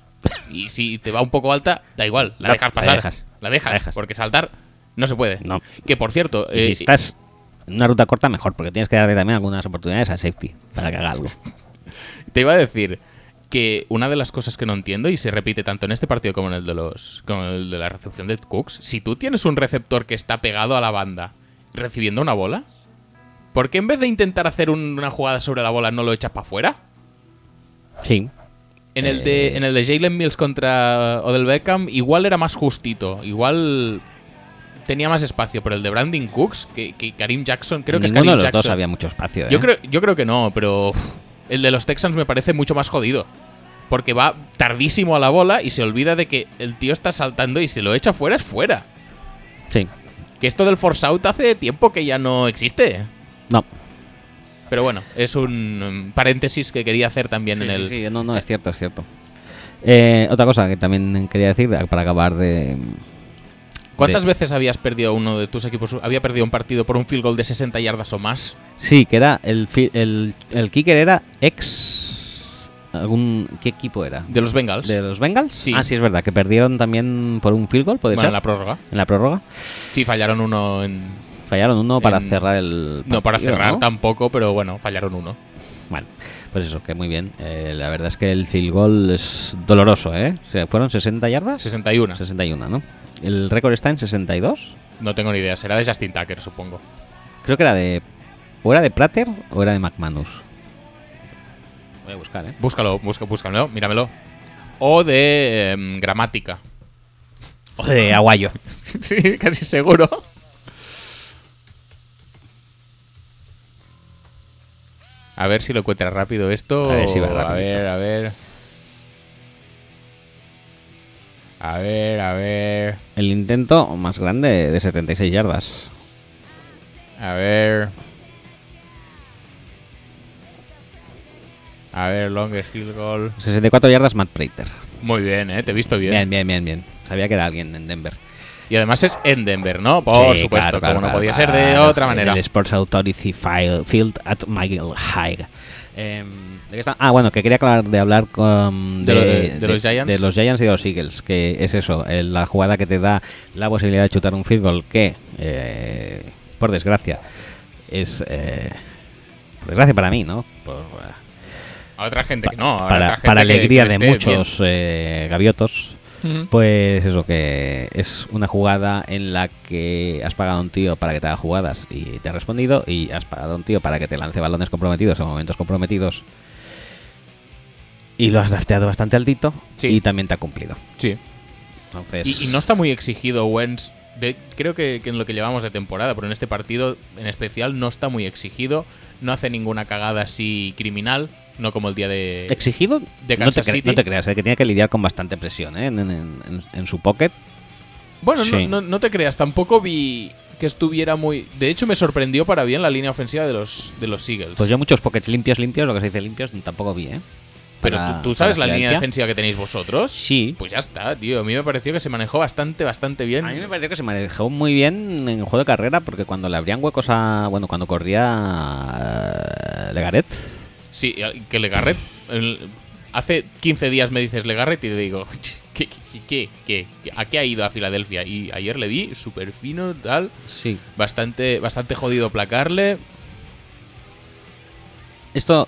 Y si te va un poco alta, da igual, la
No,
dejas
la
pasar. La dejas,
dejas. La dejas.
porque saltar no se puede.
No.
Que por cierto,
y si
eh,
estás en una ruta corta, mejor, porque tienes que darle también algunas oportunidades a safety para que haga algo.
te iba a decir que una de las cosas que no entiendo y se repite tanto en este partido como en el de los como en el de la recepción de Cooks, si tú tienes un receptor que está pegado a la banda recibiendo una bola, ¿por qué en vez de intentar hacer un- una jugada sobre la bola no lo echas para afuera?
Sí.
En el
Eh.
de, en el de Jalen Mills contra Odell Beckham, igual era más justito, igual tenía más espacio, pero el de Brandon Cooks, que, que Karim Jackson, creo que es
Ninguno
Karim
de los
Jackson.
dos había mucho espacio.
yo,
¿eh?
creo, yo creo que no, pero uf, el de los Texans me parece mucho más jodido. Porque va tardísimo a la bola y se olvida de que el tío está saltando y si lo echa fuera es fuera.
Sí.
Que esto del force out hace tiempo que ya no existe.
No.
Pero bueno, es un um, paréntesis que quería hacer también en
Sí,
el...
sí, sí, no, no, es cierto, es cierto. Eh, otra cosa que también quería decir para acabar de.
¿Cuántas
de-
veces habías perdido uno de tus equipos? Había perdido un partido por un field goal de 60 yardas o más.
Sí, que era el, fi- el, el kicker era ex. algún ¿Qué equipo era?
De los Bengals.
¿De los Bengals?
Sí.
Ah, sí, es verdad, que perdieron también por un field goal, puede
bueno,
ser.
en la prórroga.
En la prórroga.
Sí, fallaron uno en.
Fallaron uno para
En-
cerrar el.
No, para
partido,
cerrar
¿no?
tampoco, pero bueno, fallaron uno.
Bueno, Pues eso, que muy bien. Eh, la verdad es que el field goal es doloroso, ¿eh? O sea, ¿Fueron 60 yardas? Ah.
61.
61, ¿no? El récord está en 62.
No tengo ni idea. Será de Justin Tucker, supongo.
Creo que era de. ¿O era de Prater o era de McManus? Voy a buscar, ¿eh?
Búscalo, busca, búscalo, míramelo. O de em, gramática.
O de Aguayo.
sí, casi seguro. A ver si lo encuentra rápido esto.
A ver si va
A
rapidito.
ver, a ver. A ver, a ver.
El intento más grande de 76 yardas.
A ver. A ver, longest field goal.
64 yardas Matt Prater.
Muy bien, ¿eh? Te he visto bien.
Bien, bien, bien, bien. Sabía que era alguien en Denver.
Y además es en Denver, ¿no? Por
Sí, claro,
supuesto, como
claro,
no
claro,
podía
claro.
ser de otra manera.
En el Sports Authority File- Field at Michael Hyde. Em, ¿de qué está? Ah, bueno, que quería acabar de hablar con,
De lo- de- de los Giants.
de los Giants y de los Eagles, que es eso, eh, la jugada que te da la posibilidad de chutar un field goal que, eh, por desgracia, es... eh, por desgracia para mí, ¿no? Por, eh,
A otra gente
pa-
que no. a otra
para,
gente
para
que-
alegría
que
de
esté
muchos eh, gaviotos,
bien. Ujú.
pues eso, que es una jugada en la que has pagado a un tío para que te haga jugadas y te ha respondido, y has pagado a un tío para que te lance balones comprometidos en momentos comprometidos. Y lo has drafteado bastante altito
Sí.
y también te ha cumplido.
Sí.
Entonces,
Y, y no está muy exigido Wentz. de- creo que, que en lo que llevamos de temporada, pero en este partido en especial no está muy exigido. No hace ninguna cagada así criminal. No como el día de.
exigido
de
no, te
Kansas
cre-
City.
no te creas, eh, que tenía que lidiar con bastante presión eh, en, en- en- en su pocket.
Bueno, no-
Sí.
no, no te creas, tampoco vi que estuviera muy. De hecho, me sorprendió para bien la línea ofensiva de los, de los Eagles.
Pues yo muchos pockets limpios, limpios, lo que se dice limpios, tampoco vi, ¿eh?
Pero
Para-
tú, tú sabes la
para
línea
Filadelfia.
defensiva que tenéis vosotros.
Sí.
Pues ya está, tío. A mí me pareció que se manejó bastante, bastante bien.
A mí me pareció que se manejó muy bien en juego de carrera porque cuando le abrían huecos a. Bueno, cuando corría. eh, Legaret.
Sí, que Legarret. el- hace 15 días me dices Legarret y te digo, ¿qué, qué, qué, qué, qué? a qué ha ido a Filadelfia? Y ayer le vi súper fino, tal.
Sí.
Bastante, bastante jodido placarle.
Esto.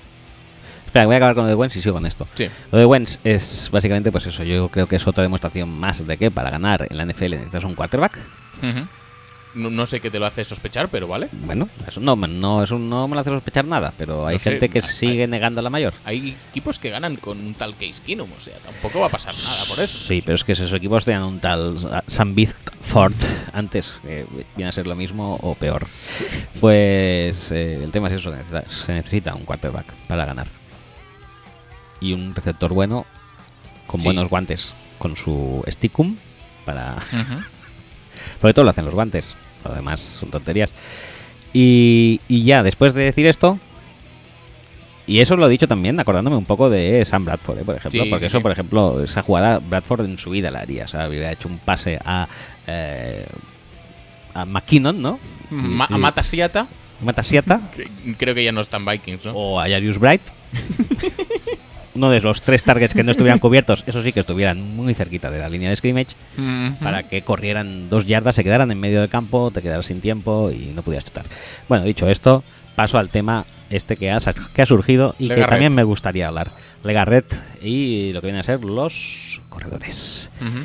Espera, voy a acabar con lo de Wentz y sigo con esto.
Sí.
Lo de Wentz es básicamente, pues eso. Yo creo que es otra demostración más de que para ganar en la NFL necesitas un quarterback.
Ujú. no, no sé qué te lo hace sospechar, pero vale.
Bueno, eso no, me- no, eso no me lo hace sospechar nada, pero hay
No sé,
gente que
hay-
sigue negando la mayor.
Hay equipos que ganan con un tal Case Keenum, o sea, tampoco va a pasar nada por eso.
Sí, pero es que esos equipos tenían un tal Sa- Sam Ford antes, que viene a ser lo mismo o peor. Pues eh, el tema es eso, necesita- se necesita un quarterback para ganar. Y un receptor bueno, con
Sí.
buenos guantes, con su stickum, para...
Ujú.
Sobre todo lo hacen los guantes, lo demás son tonterías. Y, y ya, después de decir esto... Y eso lo he dicho también acordándome un poco de Sam Bradford, eh, por ejemplo.
Sí,
porque
sí,
eso,
sí.
por ejemplo, esa jugada Bradford en su vida la haría. O sea, habría hecho un pase a, eh, a McKinnon, ¿no?
Ma-
Mm, Y-
a
y-
Mata Siata,
Matasiata
que creo que ya no están Vikings, ¿no?
o a Jarius Bright. Uno de los tres targets que no estuvieran cubiertos, eso sí que estuvieran muy cerquita de la línea de scrimmage,
Ujú.
para que corrieran dos yardas, se quedaran en medio del campo, te quedaras sin tiempo y no pudieras chutar. Bueno, dicho esto, paso al tema este que ha, sa- que ha surgido y que
Legarrette.
también me gustaría hablar. Legarret y lo que vienen a ser los corredores.
Ujú.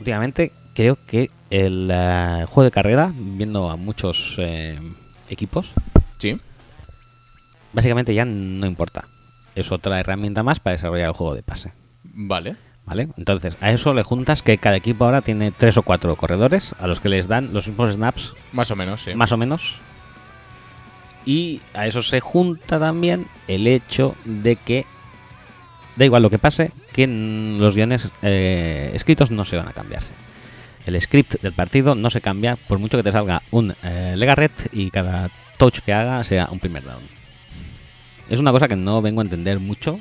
Últimamente creo que el eh, juego de carrera, viendo a muchos eh, equipos,
Sí.
básicamente ya no importa. Es otra herramienta más para desarrollar el juego de pase.
Vale.
¿Vale? Entonces, a eso le juntas que cada equipo ahora tiene tres o cuatro corredores a los que les dan los mismos snaps,
Más o menos, sí.
más o menos. Y a eso se junta también el hecho de que, da igual lo que pase, que n- los guiones eh, escritos no se van a cambiar. El script del partido no se cambia, por mucho que te salga un eh, Legarret y cada touch que haga sea un primer down. Es una cosa que no vengo a entender mucho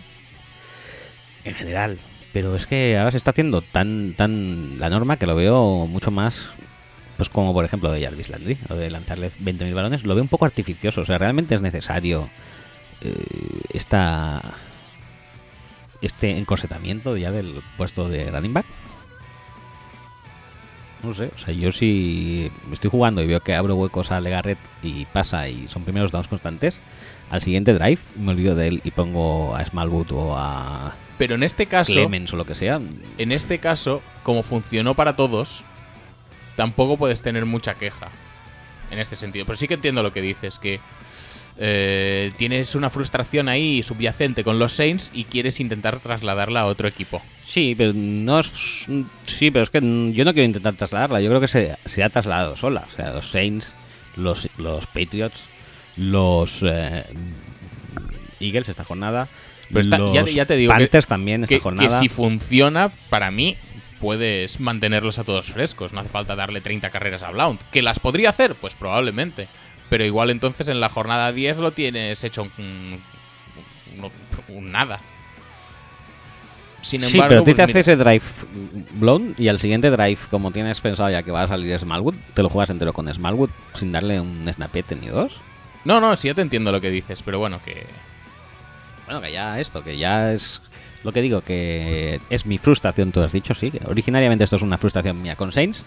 en general, pero es que ahora se está haciendo tan tan la norma que lo veo mucho más pues como por ejemplo de Jarvis Landry, o de lanzarle 20.000 balones, lo veo un poco artificioso, o sea, realmente es necesario eh, esta este encorsetamiento ya del puesto de running back. No sé, o sea, yo si estoy jugando y veo que abro huecos a Legarret y pasa y son primeros downs constantes, al siguiente drive me olvido de él y pongo a Smallwood o a
Pero en este caso,
Clemens o lo que sea.
en este caso, como funcionó para todos, tampoco puedes tener mucha queja en este sentido. Pero sí que entiendo lo que dices, que eh, tienes una frustración ahí subyacente con los Saints y quieres intentar trasladarla a otro equipo.
Sí, pero no es- Sí, pero es que mm, yo no quiero intentar trasladarla. Yo creo que se, se ha trasladado sola. O sea, los Saints, los, los Patriots, los eh, Eagles esta jornada.
Pero está-
los
ya te- ya te digo que-
Panthers también esta
Que, que
jornada.
si funciona, para mí, puedes mantenerlos a todos frescos. No hace falta darle 30 carreras a Blount. ¿Que las podría hacer? Pues probablemente. Pero igual entonces en la jornada 10 lo tienes hecho un, un- un nada. Sin
sí, pero
embargo,
tú te
pues
haces
mira,
ese drive blown y al siguiente drive, como tienes pensado ya que va a salir Smallwood, te lo juegas entero con Smallwood sin darle un snapete ni dos.
No, no, sí, ya te entiendo lo que dices, pero bueno, que...
Bueno, que ya esto, que ya es lo que digo, que es mi frustración, tú has dicho, sí. que Originariamente esto es una frustración mía con Saints,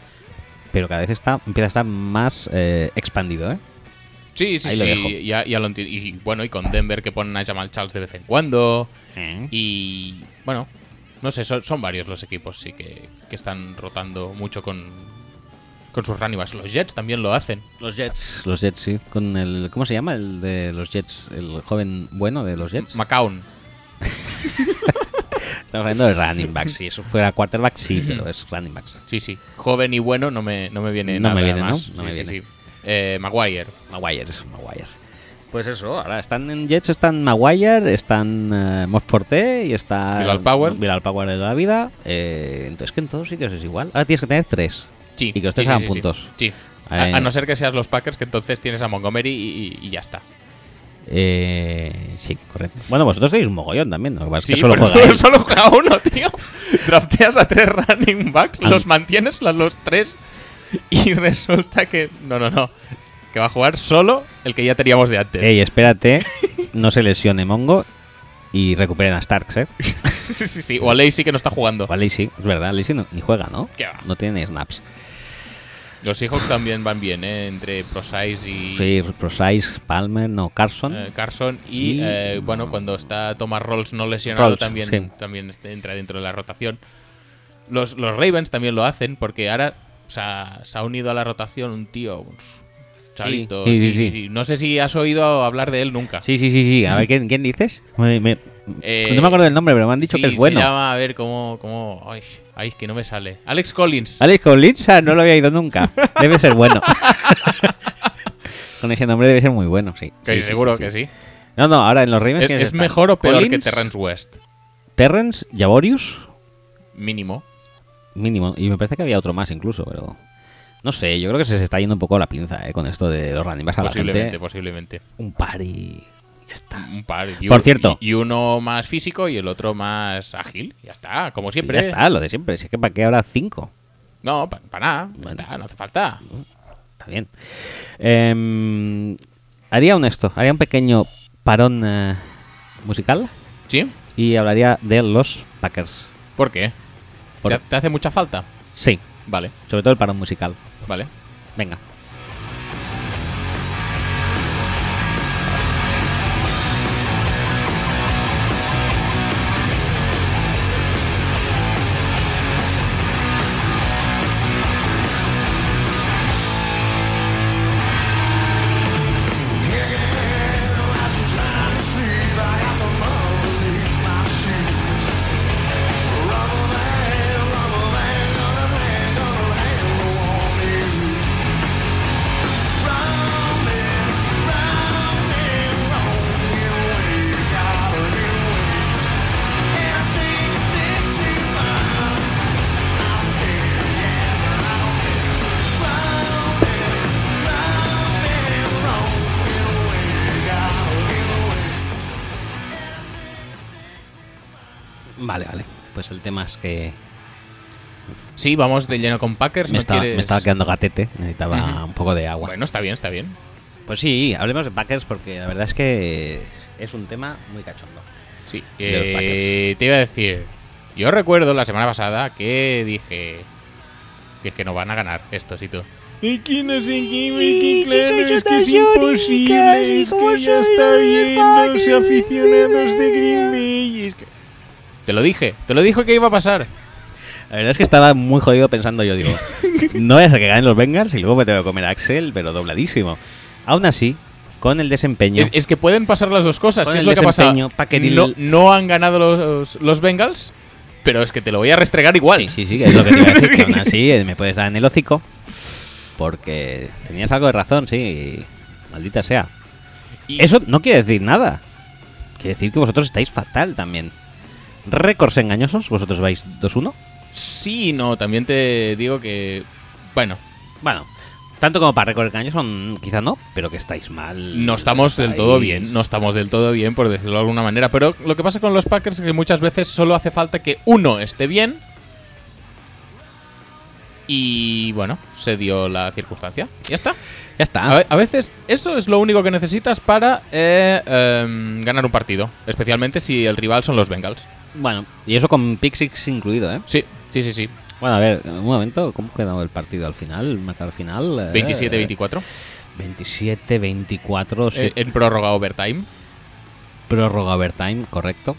pero cada vez está, empieza a estar más eh, expandido, ¿eh?
Sí, sí,
Ahí lo dejo.
sí, ya, ya lo entiendo. Y bueno, y con Denver que ponen a Jamal Charles de vez en cuando. Mm. Y bueno, no sé, son, son varios los equipos sí que, que están rotando mucho con, con sus running backs. Los Jets también lo hacen.
Los Jets. Los Jets, sí. Con el, ¿Cómo se llama el de los Jets? El joven bueno de los Jets.
McCown.
Estamos hablando de running backs. Si eso fuera quarterback, sí, pero es running backs.
Sí, sí. Joven y bueno, no me, no me viene
No me
nada
viene,
más.
¿no? No me
Sí, sí,
viene.
sí. Eh, Maguire.
Maguire, es Maguire. Pues eso, ahora están en Jets, están Maguire, están eh, Moss Forte y está...
Bilal Powell.
Bilal Powell de la vida. eh, entonces que en todos sitios es igual. Ahora tienes que tener tres.
Sí.
Y que los
sí,
tres
sí,
hagan
sí, sí.
puntos.
Sí.
Eh,
A, a no ser que seas los Packers, que entonces tienes a Montgomery y, y- y ya está.
Eh, sí, correcto. Bueno, vosotros tenéis un mogollón también, ¿no? Lo que pasa es que
Sí,
solo
pero
juegáis.
solo juega uno, tío. Drafteas a tres running backs,
Ah.
los mantienes a los tres y resulta que. No, no, no. Que va a jugar solo el que ya teníamos de antes.
Ey, espérate, no se lesione Mongo y recuperen a Starks, ¿eh?
sí, sí, sí. O a Lacey que no está jugando.
O a Lacey, es verdad, Lacey no- ni juega, ¿no?
Qué va.
No tiene ni snaps.
Los Seahawks también van bien, ¿eh? Entre Prosais y
Sí, Procise, Palmer, no, Carson.
eh, Carson. Y,
Y-
eh, bueno, cuando está Thomas Rolls no lesionado,
Rolls,
también,
sí.
también este- entra dentro de la rotación. Los, los Ravens también lo hacen porque ahora se ha, se ha unido a la rotación un tío, un chavito.
sí, sí, sí.
No sé si has oído hablar de él nunca.
Sí, sí, sí, sí. A ver, ¿quién, quién dices? Me- me-
Eh,
no me acuerdo del nombre, pero me han dicho
Sí,
que es bueno.
Se llama, a ver, cómo. cómo ay, ay, que no me sale. Alex Collins.
Alex Collins, ah, no lo había ido nunca. Debe ser bueno. Con ese nombre debe ser muy bueno, sí.
que
Sí, sí,
seguro
sí,
que
sí.
sí.
No, no, ahora en los Ravens.
Es,
¿quiénes
es
están?
mejor o peor que
Collins,
Terrence West.
Terrence, Javorius,
Mínimo.
mínimo. Y me parece que había otro más incluso, pero. No sé, yo creo que se, se está yendo un poco la pinza eh, con esto de los running backs a la
Posiblemente, pues. Mm,
gente.
posiblemente.
Un par y. Ya está.
Un par. Y
Por
un-
cierto.
Y uno más físico y el otro más ágil. Ya está, como siempre.
Ya está, lo de siempre. Si es que para qué ahora cinco.
No, para nada. Ya
Bueno.
está, no hace falta.
Está bien. Em, haría un esto, haría un pequeño parón eh, musical
¿Sí?
y hablaría de los Packers.
¿Por qué?
Por-
¿Te, te hace mucha falta?
Sí,
Vale,
sobre todo el parón musical.
vale.
Venga. Vale, vale. Pues el tema es que
Sí, vamos de lleno con Packers.
me,
¿no
estaba, me
quieres-
estaba quedando gatete, necesitaba
Ujú.
un poco de agua.
Bueno, está bien, está bien.
Pues sí, hablemos de Packers porque la verdad es que es un tema muy cachondo.
Sí.
De los
eh,
Packers.
te iba a decir. Yo recuerdo la semana pasada que dije. Que es que no van a ganar estos y tú.
Es que no sé qué, porque
Sí,
claro,
soy
es que es
ayudacionista, y
imposible, es
como
que ya
soy
está
de
bien,
Packers,
los aficionados de
de
Green Bay, es que...
Te lo dije, te lo dijo que iba a pasar.
La verdad es que estaba muy jodido pensando, yo digo, no es que ganen los Bengals y luego me tengo que comer a Axel, pero dobladísimo. Aún así, con el desempeño,
Es, es que pueden pasar las dos cosas,
Con
que es
el
lo que ha pasado.
desempeño, Paqueril-
No, no han ganado los, los Bengals, pero es que te lo voy a restregar igual.
sí, sí, sí, es lo que te iba a decir, que aún así eh, me puedes dar en el hocico, porque tenías algo de razón, sí, y maldita sea.
Y-
Eso no quiere decir nada, quiere decir que vosotros estáis fatal también. Récords engañosos, vosotros vais 2-1.
Sí, no, también te digo que. Bueno,
Bueno, tanto como para récords engañosos, mm, quizá no, pero que estáis mal.
no estamos del todo
estáis-
bien, no estamos del todo bien, por decirlo de alguna manera. Pero lo que pasa con los Packers es que muchas veces solo hace falta que uno esté bien. Y bueno, se dio la circunstancia. Ya está.
Ya está.
A, ve- a veces eso es lo único que necesitas para eh, em, ganar un partido. Especialmente si el rival son los Bengals.
Bueno, y eso con Pick Six incluido, ¿eh?
Sí, sí, sí, sí.
Bueno, a ver, un momento, ¿cómo quedó el partido al final? ¿El marcador final? eh,
27-24.
27-24, Oh, sí, Mm,
eh, En prórroga overtime.
prórroga overtime, correcto.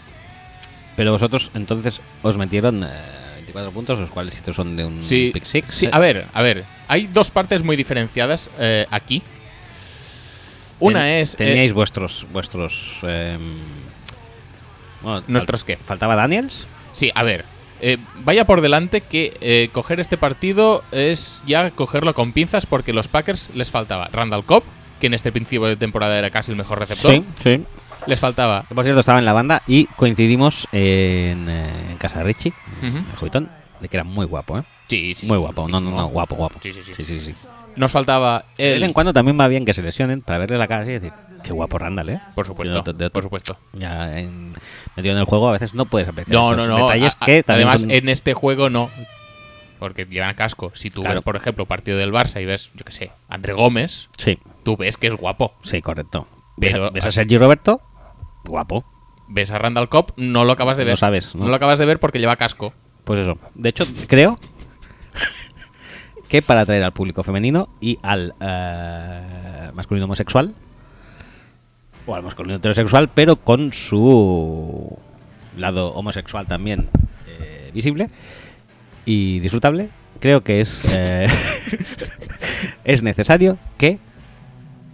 Pero vosotros entonces os metieron eh, 24 puntos, los cuales 7 son de un
Sí,
Pick Six.
sí,
eh,
a ver, a ver. Hay dos partes muy diferenciadas eh, aquí. Una
ten-
es. eh,
Teníais vuestros. vuestros eh, bueno, fal-
¿Nuestros qué?
¿Faltaba Daniels?
sí, a ver. eh, vaya por delante que eh, coger este partido es ya cogerlo con pinzas porque los Packers les faltaba Randall Cobb, que en este principio de temporada era casi el mejor receptor.
sí.
Les faltaba.
Por cierto, estaba en la banda y coincidimos en, eh, en casa de Richie,
Ujú.
en el Jovitón, de que era muy guapo, ¿eh?
Sí, sí,
Muy
sí,
guapo, no, no, no,
muchísimo.
guapo, guapo.
Sí, sí, sí.
sí, sí.
Nos faltaba
De vez en
él.
cuando también va bien que se lesionen para verle la cara y decir, qué guapo Randall, ¿eh?
Por
De
supuesto,
otro- de otro-
por supuesto.
Ya en- metido en el juego a veces no puedes apreciar
No, no,
estos
no.
detalles
a- a-
que también
además,
son-
en este juego no. Porque llevan casco. Si tú
Claro.
ves, por ejemplo, partido del Barça y ves, yo qué sé, André Gómez,
Sí,
tú ves que es guapo.
sí, correcto. ves, a,
Pero-
ves a Sergio Roberto, guapo.
Ves a Randall Cobb, no lo acabas de
No
ver.
sabes, ¿no?
lo acabas de ver porque lleva casco.
Pues eso. De hecho, creo que para atraer al público femenino y al eh, masculino homosexual, o al masculino heterosexual, pero con su lado homosexual también eh, visible y disfrutable, creo que es, eh, es necesario que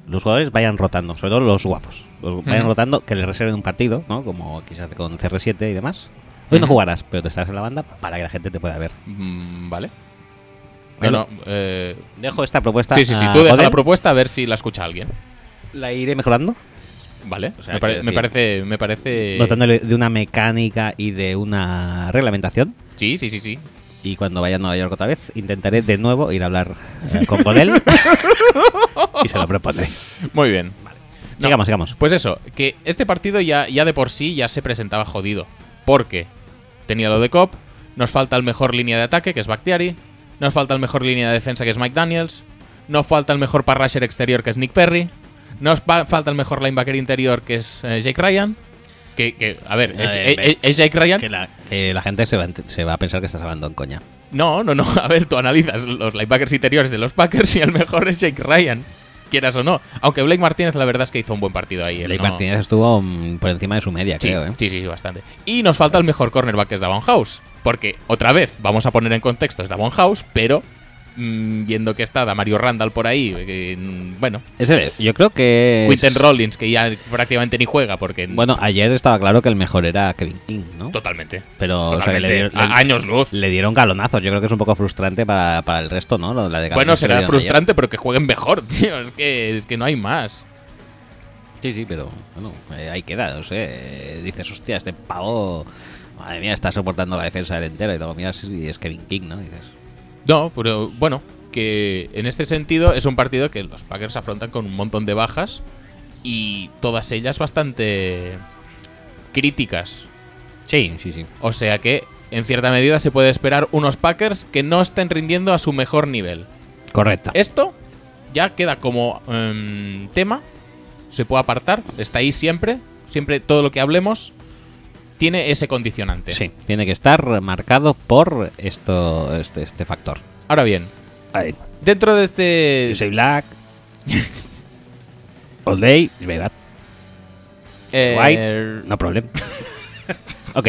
los jugadores vayan rotando, sobre todo los guapos. Los vayan
Ujú.
rotando, que les reserven un partido, ¿no? Como aquí se hace con CR7 y demás. Hoy no
Ujú.
jugarás, pero te estarás en la banda para que la gente te pueda ver.
Mm, vale. No,
Bueno. Ah,
no. eh,
Dejo esta propuesta.
sí, sí, sí.
a
Tú deja
Godel,
la propuesta a ver si la escucha alguien.
la iré mejorando,
Vale.
O sea,
me, pare-
quiero
me
decir-
parece. Me parece.
dotándole de una mecánica y de una reglamentación.
Sí, sí, sí, sí.
Y cuando vaya a Nueva York otra vez, intentaré de nuevo ir a hablar eh, con Godel y se lo propondré.
Muy bien. No.
Sigamos, sigamos.
Pues eso, que este partido ya, ya de por sí ya se presentaba jodido. Porque tenía lo de Cop, nos falta el mejor línea de ataque, que es Bakhtiari, nos falta el mejor línea de defensa, que es Mike Daniels, nos falta el mejor parrasher exterior, que es Nick Perry, nos pa- falta el mejor linebacker interior, que es eh, Jake Ryan. Que, que, a ver,
A
es,
ver,
es-
ve.
es Jake Ryan.
Que la, que la gente se va, a ent- se va a pensar que estás hablando en coña.
No, no, no. A ver, tú analizas los linebackers interiores de los Packers y el mejor es Jake Ryan. Quieras o no. Aunque Blake Martínez, la verdad es que hizo un buen partido ahí. él
Blake
no-
Martínez estuvo mm, por encima de su media,
Sí,
creo, ¿eh?
sí, sí, bastante. Y nos falta el mejor cornerback que es Davon House. Porque, otra vez, vamos a poner en contexto es Davon House, pero mm, viendo que está Mario Randall por ahí, que, mm, bueno,
Ese- yo creo que. es-
Quinten Rollins, que ya prácticamente ni juega porque...
Bueno, ayer estaba claro que el mejor era Kevin King, ¿no?
totalmente.
Pero o sea, que
totalmente.
le, dieron,
a
le,
años luz.
le dieron galonazos. Yo creo que es un poco frustrante para, para el resto, ¿no? Lo- la de
Bueno,
galonazos que
será
dieron ayer.
frustrante, pero que jueguen mejor, tío. Es que, es que no hay más.
Sí, sí, pero bueno, eh, ahí queda, no sé. eh, Dices, hostia, este pavo, madre mía, está soportando la defensa del entero. Y luego miras y es Kevin King, ¿no? Y dices,
No, pero bueno, que en este sentido es un partido que los Packers afrontan con un montón de bajas y todas ellas bastante críticas.
sí, sí, sí.
O sea que, en cierta medida, se puede esperar unos Packers que no estén rindiendo a su mejor nivel.
Correcta.
Esto ya queda como em, tema, se puede apartar, está ahí siempre, siempre todo lo que hablemos tiene ese condicionante.
Sí, tiene que estar marcado por esto, este, este factor.
Ahora bien,
Ay,
dentro de
yo
este.
soy Black. All day, es verdad.
eh,
White, no problem. ok,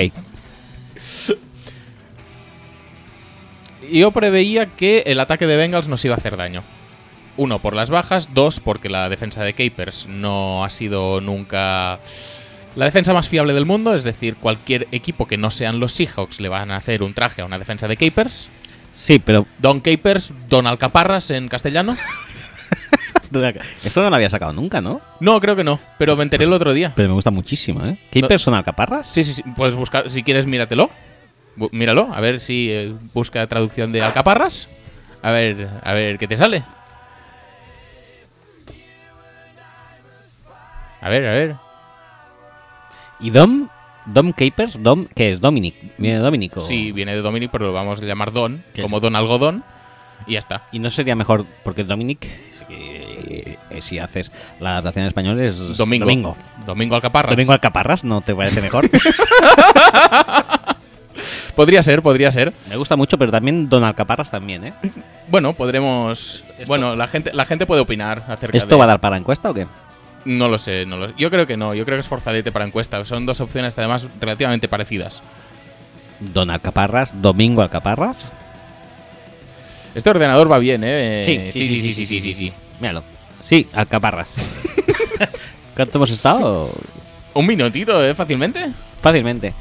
Yo preveía que el ataque de Bengals nos iba a hacer daño. Uno, por las bajas. Dos, porque la defensa de Capers no ha sido nunca la defensa más fiable del mundo. Es decir, cualquier equipo que no sean los Seahawks le van a hacer un traje a una defensa de Capers.
sí, pero
Don Capers, Don Alcaparras en castellano.
esto no lo había sacado nunca, ¿no?
No, creo que no, pero me enteré el otro día.
Pero me gusta muchísimo, ¿eh? ¿Qué
No.
personal caparras?
Sí, sí, sí, puedes buscar, si quieres, míratelo. Bu- Míralo, a ver si eh, busca traducción de alcaparras. A ver, a ver qué te sale. A ver, a ver.
¿Y Dom? ¿Dom Capers? ¿Dom? ¿Qué es? ¿Dominic? ¿Viene de Dominico?
Sí, viene de Dominic, pero lo vamos a llamar Don,
¿Qué
como Don Algodón. Y ya está.
¿Y no sería mejor, porque Dominic, eh, eh, si haces la adaptación en español, es
Domingo.
Pues Domingo.
Domingo Alcaparras.
Domingo Alcaparras, ¿no te parece mejor?
Podría ser, podría ser.
me gusta mucho, pero también Don Alcaparras también, ¿eh?
Bueno, podremos. Bueno, la gente, la gente puede opinar acerca de.
¿Esto va a dar para encuesta o qué?
No lo sé, no lo Yo creo que no, yo creo que es forzadete para encuesta. Son dos opciones además relativamente parecidas.
Don Alcaparras, Domingo Alcaparras.
Este ordenador va bien, ¿eh?
Míralo. Sí, Alcaparras. ¿Cuánto hemos estado?
Un minutito, ¿eh? Fácilmente.
Fácilmente.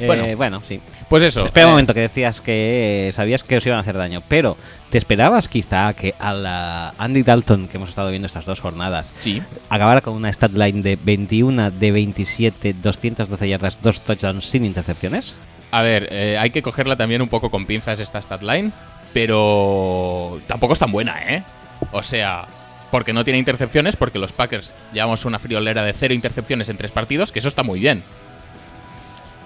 Eh,
Bueno.
bueno, sí.
Pues eso.
Espera
eh,
un momento, que decías que eh, sabías que os iban a hacer daño, pero ¿te esperabas quizá que a la Andy Dalton, que hemos estado viendo estas dos jornadas,
Sí.
acabara con una stat line de 21 de 27, 212 yardas, dos touchdowns sin intercepciones?
A ver, eh, hay que cogerla también un poco con pinzas esta statline, pero tampoco es tan buena, ¿eh? O sea, porque no tiene intercepciones, porque los Packers llevamos una friolera de cero intercepciones en tres partidos, que eso está muy bien.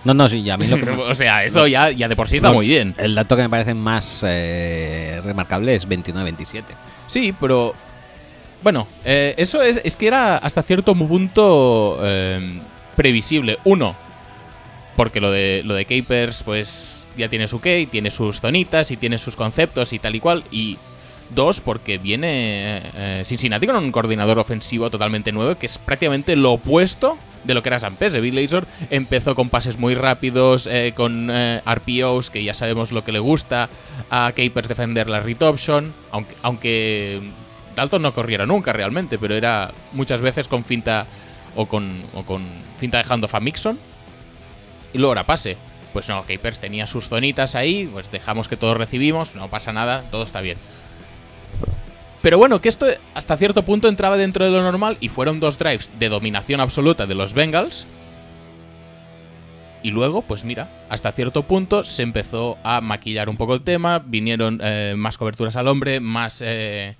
No, no, sí, ya a mí lo que...
o sea, eso ya, ya de por sí está
lo-
muy bien.
El dato que me parece más eh, remarcable es 21-27.
Sí, pero. Bueno, eh, eso es, es que era hasta cierto punto eh, previsible. Uno, porque lo de, lo de Capers, pues ya tiene su qué, y tiene sus zonitas, y tiene sus conceptos y tal y cual. Y dos, porque viene eh, Cincinnati con un coordinador ofensivo totalmente nuevo, que es prácticamente lo opuesto de lo que era San Pes. Bill Lazor empezó con pases muy rápidos, eh, con eh, RPOs, que ya sabemos lo que le gusta a Capers defender la read option, aunque, aunque Dalton no corriera nunca realmente, pero era muchas veces con finta o con, o con finta de handoff a Mixon y luego era pase. Pues no, Capers tenía sus zonitas ahí, pues dejamos que todos recibimos, no pasa nada, todo está bien. Pero bueno, que esto hasta cierto punto entraba dentro de lo normal y fueron dos drives de dominación absoluta de los Bengals. Y luego, pues mira, hasta cierto punto se empezó a maquillar un poco el tema, vinieron eh, más coberturas al hombre, más eh,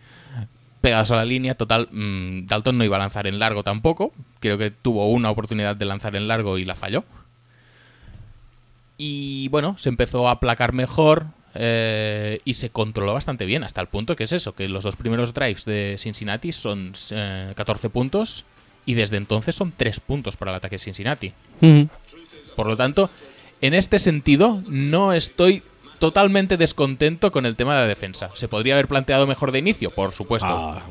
pegados a la línea. Total, mm, Dalton no iba a lanzar en largo tampoco. Creo que tuvo una oportunidad de lanzar en largo y la falló. Y bueno, se empezó a aplacar mejor eh, y se controló bastante bien, hasta el punto que es eso, que los dos primeros drives de Cincinnati son eh, 14 puntos y desde entonces son 3 puntos para el ataque de Cincinnati. Por lo tanto, en este sentido, no estoy totalmente descontento con el tema de la defensa. Se podría haber planteado mejor de inicio, por supuesto.
Ah,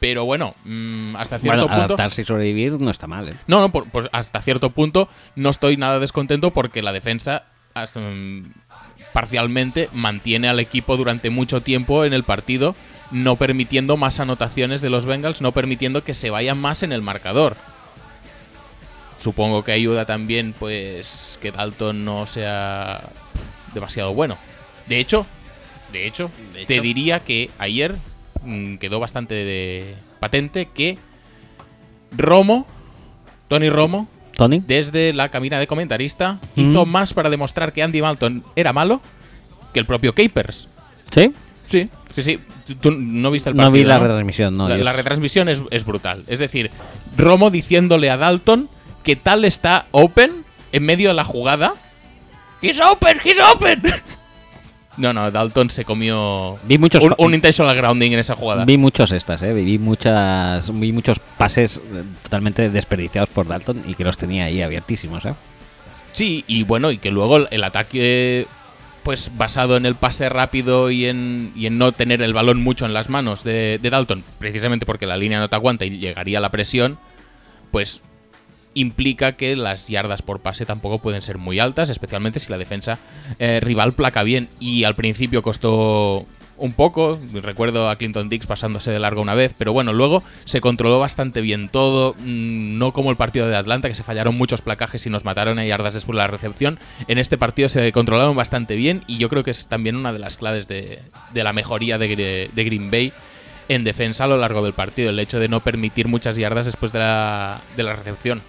Pero bueno, mm, hasta cierto
bueno,
punto...
adaptarse y sobrevivir no está mal, ¿eh?
No, no, por- pues hasta cierto punto no estoy nada descontento porque la defensa hasta, mm, parcialmente mantiene al equipo durante mucho tiempo en el partido, no permitiendo más anotaciones de los Bengals, no permitiendo que se vayan más en el marcador. Supongo que ayuda también pues que Dalton no sea pff, demasiado bueno. De hecho, de hecho,
De
te
hecho.
diría que ayer mm, quedó bastante de- patente que Romo, Tony Romo,
Tony.
desde la cabina de comentarista,
Mm.
hizo más para demostrar que Andy Dalton era malo que el propio Capers.
¿Sí?
Sí, sí, sí. Tú- Tú no viste el partido.
No vi la
¿no?
retransmisión, no.
La-
Dios.
la retransmisión es, es brutal. Es decir, Romo diciéndole a Dalton que tal está Open en medio de la jugada. ¡He's open! ¡He's open! No, no, Dalton se comió
Vi muchos
un,
fa-
un intentional grounding en esa jugada.
Vi muchos estas, ¿eh? vi muchas, vi muchos pases eh, totalmente desperdiciados por Dalton y que los tenía ahí abiertísimos. ¿eh?
Sí, y bueno, y que luego el- el ataque pues basado en el pase rápido y en, y en no tener el balón mucho en las manos de, de Dalton, precisamente porque la línea no te aguanta y llegaría la presión, pues implica que las yardas por pase tampoco pueden ser muy altas, especialmente si la defensa eh, rival placa bien. Y al principio costó un poco, recuerdo a Clinton Dix pasándose de largo una vez, pero bueno, luego se controló bastante bien todo, mm, no como el partido de Atlanta, que se fallaron muchos placajes y nos mataron a yardas después de la recepción. En este partido se controlaron bastante bien y yo creo que es también una de las claves de, de la mejoría de Gre- de Green Bay en defensa a lo largo del partido, el hecho de no permitir muchas yardas después de la, de la recepción.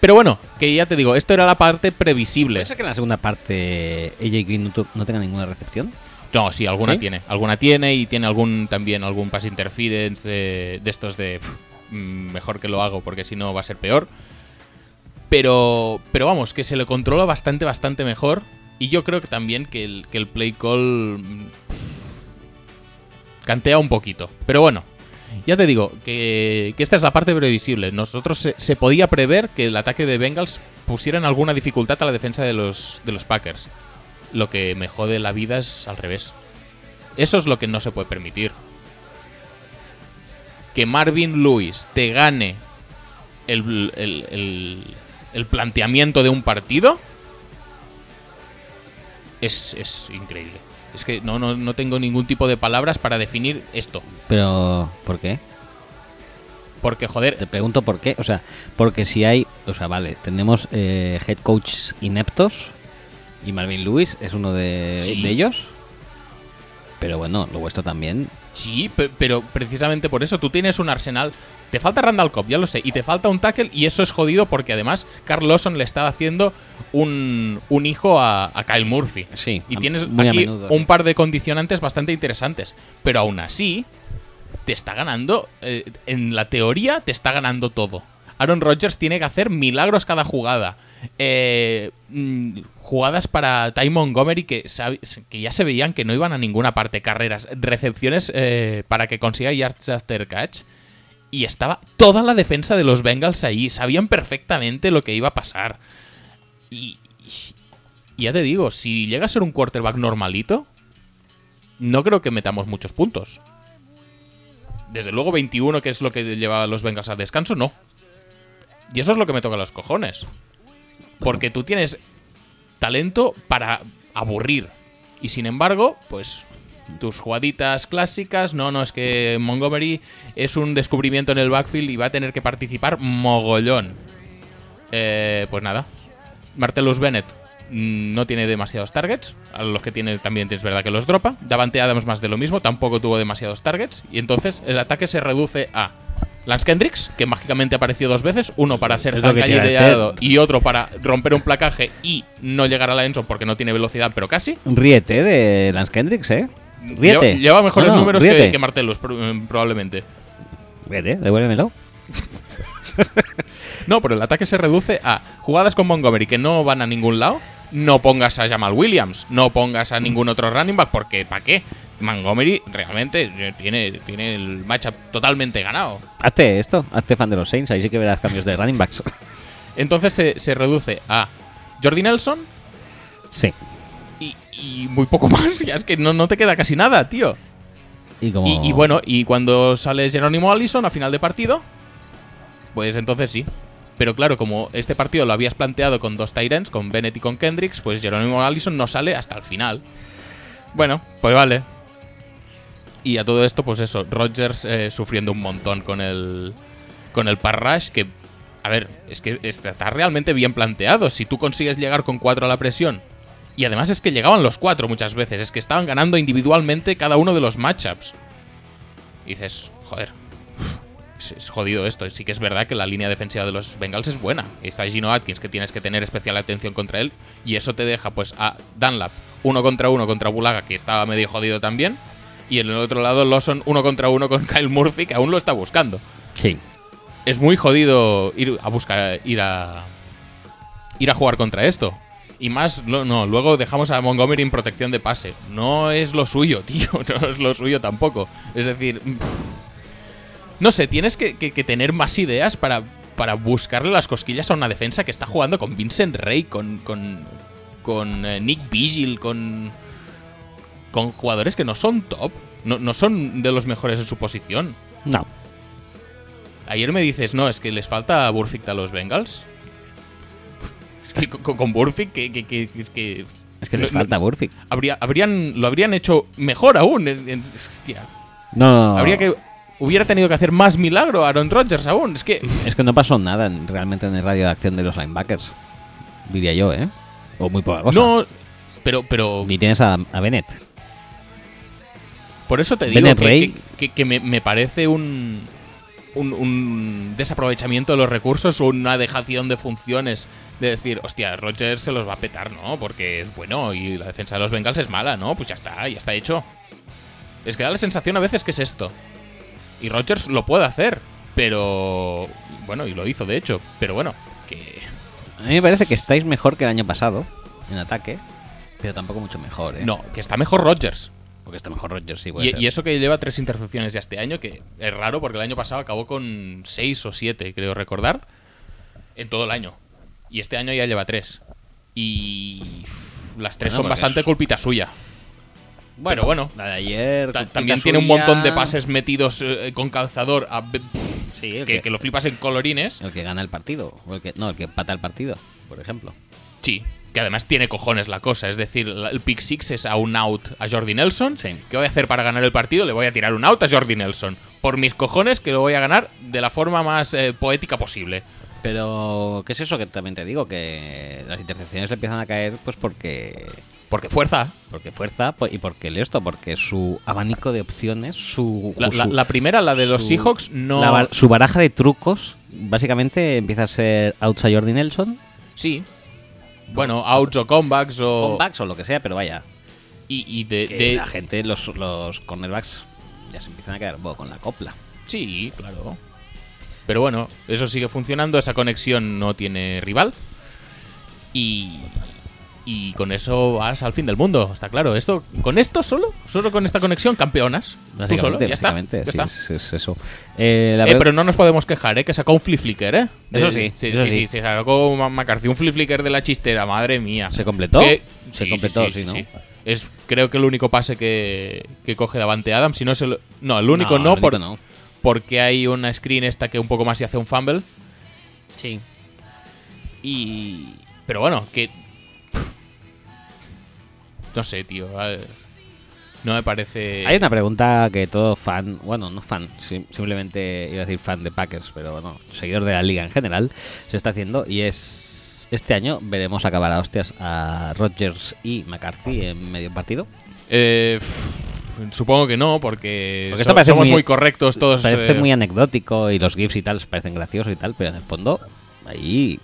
Pero bueno, que ya te digo, esto era la parte previsible.
¿Piensa que en la segunda parte AJ Green no, tu- no tenga ninguna recepción?
No, sí, alguna
¿Sí?
tiene. Alguna tiene y tiene algún también algún pass interference de, de estos de "Pf, mm, mejor que lo hago porque si no va a ser peor. Pero, pero vamos, que se le controla bastante, bastante mejor. Y yo creo que también que el, que el play call mm, cantea un poquito. Pero bueno, ya te digo que, que esta es la parte previsible. Nosotros se, se podía prever que el ataque de Bengals pusieran alguna dificultad a la defensa de los, de los Packers. Lo que me jode la vida es al revés. Eso es lo que no se puede permitir. Que Marvin Lewis te gane el, el- el- el planteamiento de un partido es, es increíble. Es que no, no, no tengo ningún tipo de palabras para definir esto.
Pero, ¿por qué?
Porque, joder,
Te pregunto por qué. O sea, porque si hay. O sea, vale, tenemos eh, head coaches ineptos. Y Marvin Lewis es uno de,
Sí.
de ellos. Pero bueno, lo vuestro también.
Sí, pe- pero precisamente por eso tú tienes un arsenal. Te falta Randall Cobb, ya lo sé, y te falta un tackle, y eso es jodido porque además Carl Lawson le estaba haciendo un, un hijo a, a Kyle Murphy.
Sí,
Y
a-
tienes
muy a
aquí
menudo,
un
sí.
par de condicionantes bastante interesantes. Pero aún así, te está ganando. eh, en la teoría, te está ganando todo. Aaron Rodgers tiene que hacer milagros cada jugada. Eh, mm, jugadas para Ty Montgomery que, sabe- que ya se veían que no iban a ninguna parte. Carreras, recepciones eh, para que consiga yards after catch. Y estaba toda la defensa de los Bengals ahí. Sabían perfectamente lo que iba a pasar. Y, y ya te digo, si llega a ser un quarterback normalito, no creo que metamos muchos puntos. Desde luego 21, que es lo que lleva a los Bengals al descanso, no. Y eso es lo que me toca los cojones. Porque tú tienes talento para aburrir. Y sin embargo, pues tus jugaditas clásicas, no, no, es que Montgomery es un descubrimiento en el backfield y va a tener que participar mogollón. Eh, pues nada, Martellus Bennett mm, no tiene demasiados targets. A los que tiene también es verdad que los dropa. Davante Adams más de lo mismo, tampoco tuvo demasiados targets. Y entonces el ataque se reduce a Lance Kendricks, que mágicamente apareció dos veces: uno para ser
Es lo que te iba a
zancadillado
decir.
y otro para romper un placaje y no llegar a la Enzo porque no tiene velocidad, pero casi.
Ríete de Lance Kendricks, ¿eh? Ríete.
Lleva, lleva mejores
No, no,
números
ríete.
que, que Martellus, pro- eh, probablemente.
Ríete, devuélvemelo.
No, pero el ataque se reduce a jugadas con Montgomery que no van a ningún lado. No pongas a Jamal Williams, no pongas a ningún otro running back, porque ¿para qué? Montgomery realmente eh, tiene, tiene el matchup totalmente ganado.
Hazte esto, hazte fan de los Saints, ahí sí que verás cambios de running backs.
Entonces se, se reduce a Jordi Nelson
sí.
y, y muy poco más. Ya es que no, no te queda casi nada, tío.
Y como
Y, y bueno, y cuando sale Jerónimo Allison a final de partido, pues entonces sí. Pero claro, como este partido lo habías planteado con dos Tyrants, con Bennett y con Kendricks, pues Jerónimo Allison no sale hasta el final. Bueno, pues vale. Y a todo esto, pues eso, Rodgers eh, sufriendo un montón con el. con el Parrash, que. A ver, es que está está realmente bien planteado. Si tú consigues llegar con cuatro a la presión. Y además es que llegaban los cuatro muchas veces, es que estaban ganando individualmente cada uno de los matchups. Y dices, joder, es, es jodido esto. Sí que es verdad que la línea defensiva de los Bengals es buena. Está Gino Atkins, que tienes que tener especial atención contra él. Y eso te deja, pues, a Dunlap uno contra uno contra Bulaga, que estaba medio jodido también. Y en el otro lado, Lawson uno contra uno con Kyle Murphy, que aún lo está buscando.
Sí.
Es muy jodido ir a buscar, ir a, ir a jugar contra esto. Y más, no, no, luego dejamos a Montgomery en protección de pase. No es lo suyo, tío. No es lo suyo tampoco. Es decir, no sé, tienes que, que- que tener más ideas para, para buscarle las cosquillas a una defensa que está jugando con Vincent Rey, con, con, con eh, Nick Vigil, con, con jugadores que no son top, no, no son de los mejores en su posición.
No.
Ayer me dices, no, es que les falta Burfict a los Bengals. Es que con, con Burfict, que, que- que- es que.
Es que les
no- no-
falta Burfict.
habría- habrían, lo habrían hecho mejor aún. Es- es- Hostia.
No.
Habría que. Hubiera tenido que hacer más milagro Aaron Rodgers aún. Es que.
Es que no pasó nada en- realmente en el radio de acción de los linebackers. Diría yo, ¿eh? O muy poca cosa.
No. Pero, pero.
Ni tienes a, a Bennett.
Por eso te digo
Bennett
que,
Rey.
que- que- que me, me parece un, un, un desaprovechamiento de los recursos o una dejación de funciones. De decir, hostia, Rodgers se los va a petar, ¿no? Porque es bueno y la defensa de los Bengals es mala, ¿no? Pues ya está, ya está hecho. Es que da la sensación a veces que es esto. Y Rodgers lo puede hacer, pero. Bueno, y lo hizo de hecho, pero bueno, que.
A mí me parece que estáis mejor que el año pasado en ataque, pero tampoco mucho mejor, ¿eh?
No, que está mejor Rodgers.
Porque está mejor Rodgers, sí, puede
Y,
ser.
y eso que lleva tres intercepciones ya este año, que es raro porque el año pasado acabó con seis o siete, creo recordar, en todo el año. Y este año ya lleva tres. Y uf, las tres
Bueno, porque
son
Ah,
bastante
es-
culpita suya. Bueno, bueno.
La de ayer.
Ta-
culpita
también tiene un
suya.
montón de pases metidos eh, con calzador a be-
Sí, el
que,
que,
que lo flipas en colorines.
el que gana el partido. O el que, no, el que empata el partido, por ejemplo.
Sí, que además tiene cojones la cosa. Es decir, la- el pick six es a un out a Jordi Nelson.
Sí.
¿Qué voy a hacer para ganar el partido? Le voy a tirar un out a Jordi Nelson. Por mis cojones que lo voy a ganar de la forma más eh, poética posible.
Pero, ¿qué es eso que también te digo? Que las intercepciones le empiezan a caer, pues porque.
Porque fuerza.
Porque fuerza po- y porque el esto, porque su abanico de opciones, su.
La, la-
su-
la primera, la de los
su-
Seahawks, no.
la bar- su baraja de trucos, básicamente, empieza a ser outside Jordi Nelson,
Sí. Bueno, outs o comebacks o.
comebacks o lo que sea, pero vaya.
Y, y de.
que
de-
la gente, los, los cornerbacks, ya se empiezan a quedar un poco con la copla.
Sí, claro. Pero bueno, eso sigue funcionando, esa conexión no tiene rival. Y. Y con eso vas al fin del mundo, está claro. Esto, con esto solo, solo con esta conexión, campeonas. Tú
Básicamente,
solo, ya está.
básicamente,
ya
sí,
está.
Es, es eso. Eh, la
Eh,
veo-
pero no nos podemos quejar, ¿eh? Que sacó un flip flicker, ¿eh?
Eso
De-
sí,
sí,
eso
sí,
sí.
sí, sí, sacó Ma- McCarthy un flip flicker de la chistera, madre mía.
¿Se completó?
Que-
Se
sí,
completó,
sí, sí,
sí, ¿no?
sí, sí. Es, creo que el único pase que, que coge Davante Adams, si no es el... No, el único
el
no,
único
por-
no.
porque hay una screen esta que un poco más se hace un fumble.
Sí.
Y. Pero bueno, que. No sé, tío. a ver, No me parece.
Hay una pregunta que todo fan, bueno, no fan, sim- simplemente iba a decir fan de Packers, pero bueno, seguidor de la liga en general, se está haciendo y es este año veremos acabar a hostias a Rodgers y McCarthy en medio partido.
Eh, pff, supongo que no, porque,
Porque
so-
esto parece
somos
muy-
muy, correctos todos.
Parece
eh,
muy anecdótico y los gifs y tal parecen graciosos y tal, pero en el fondo ahí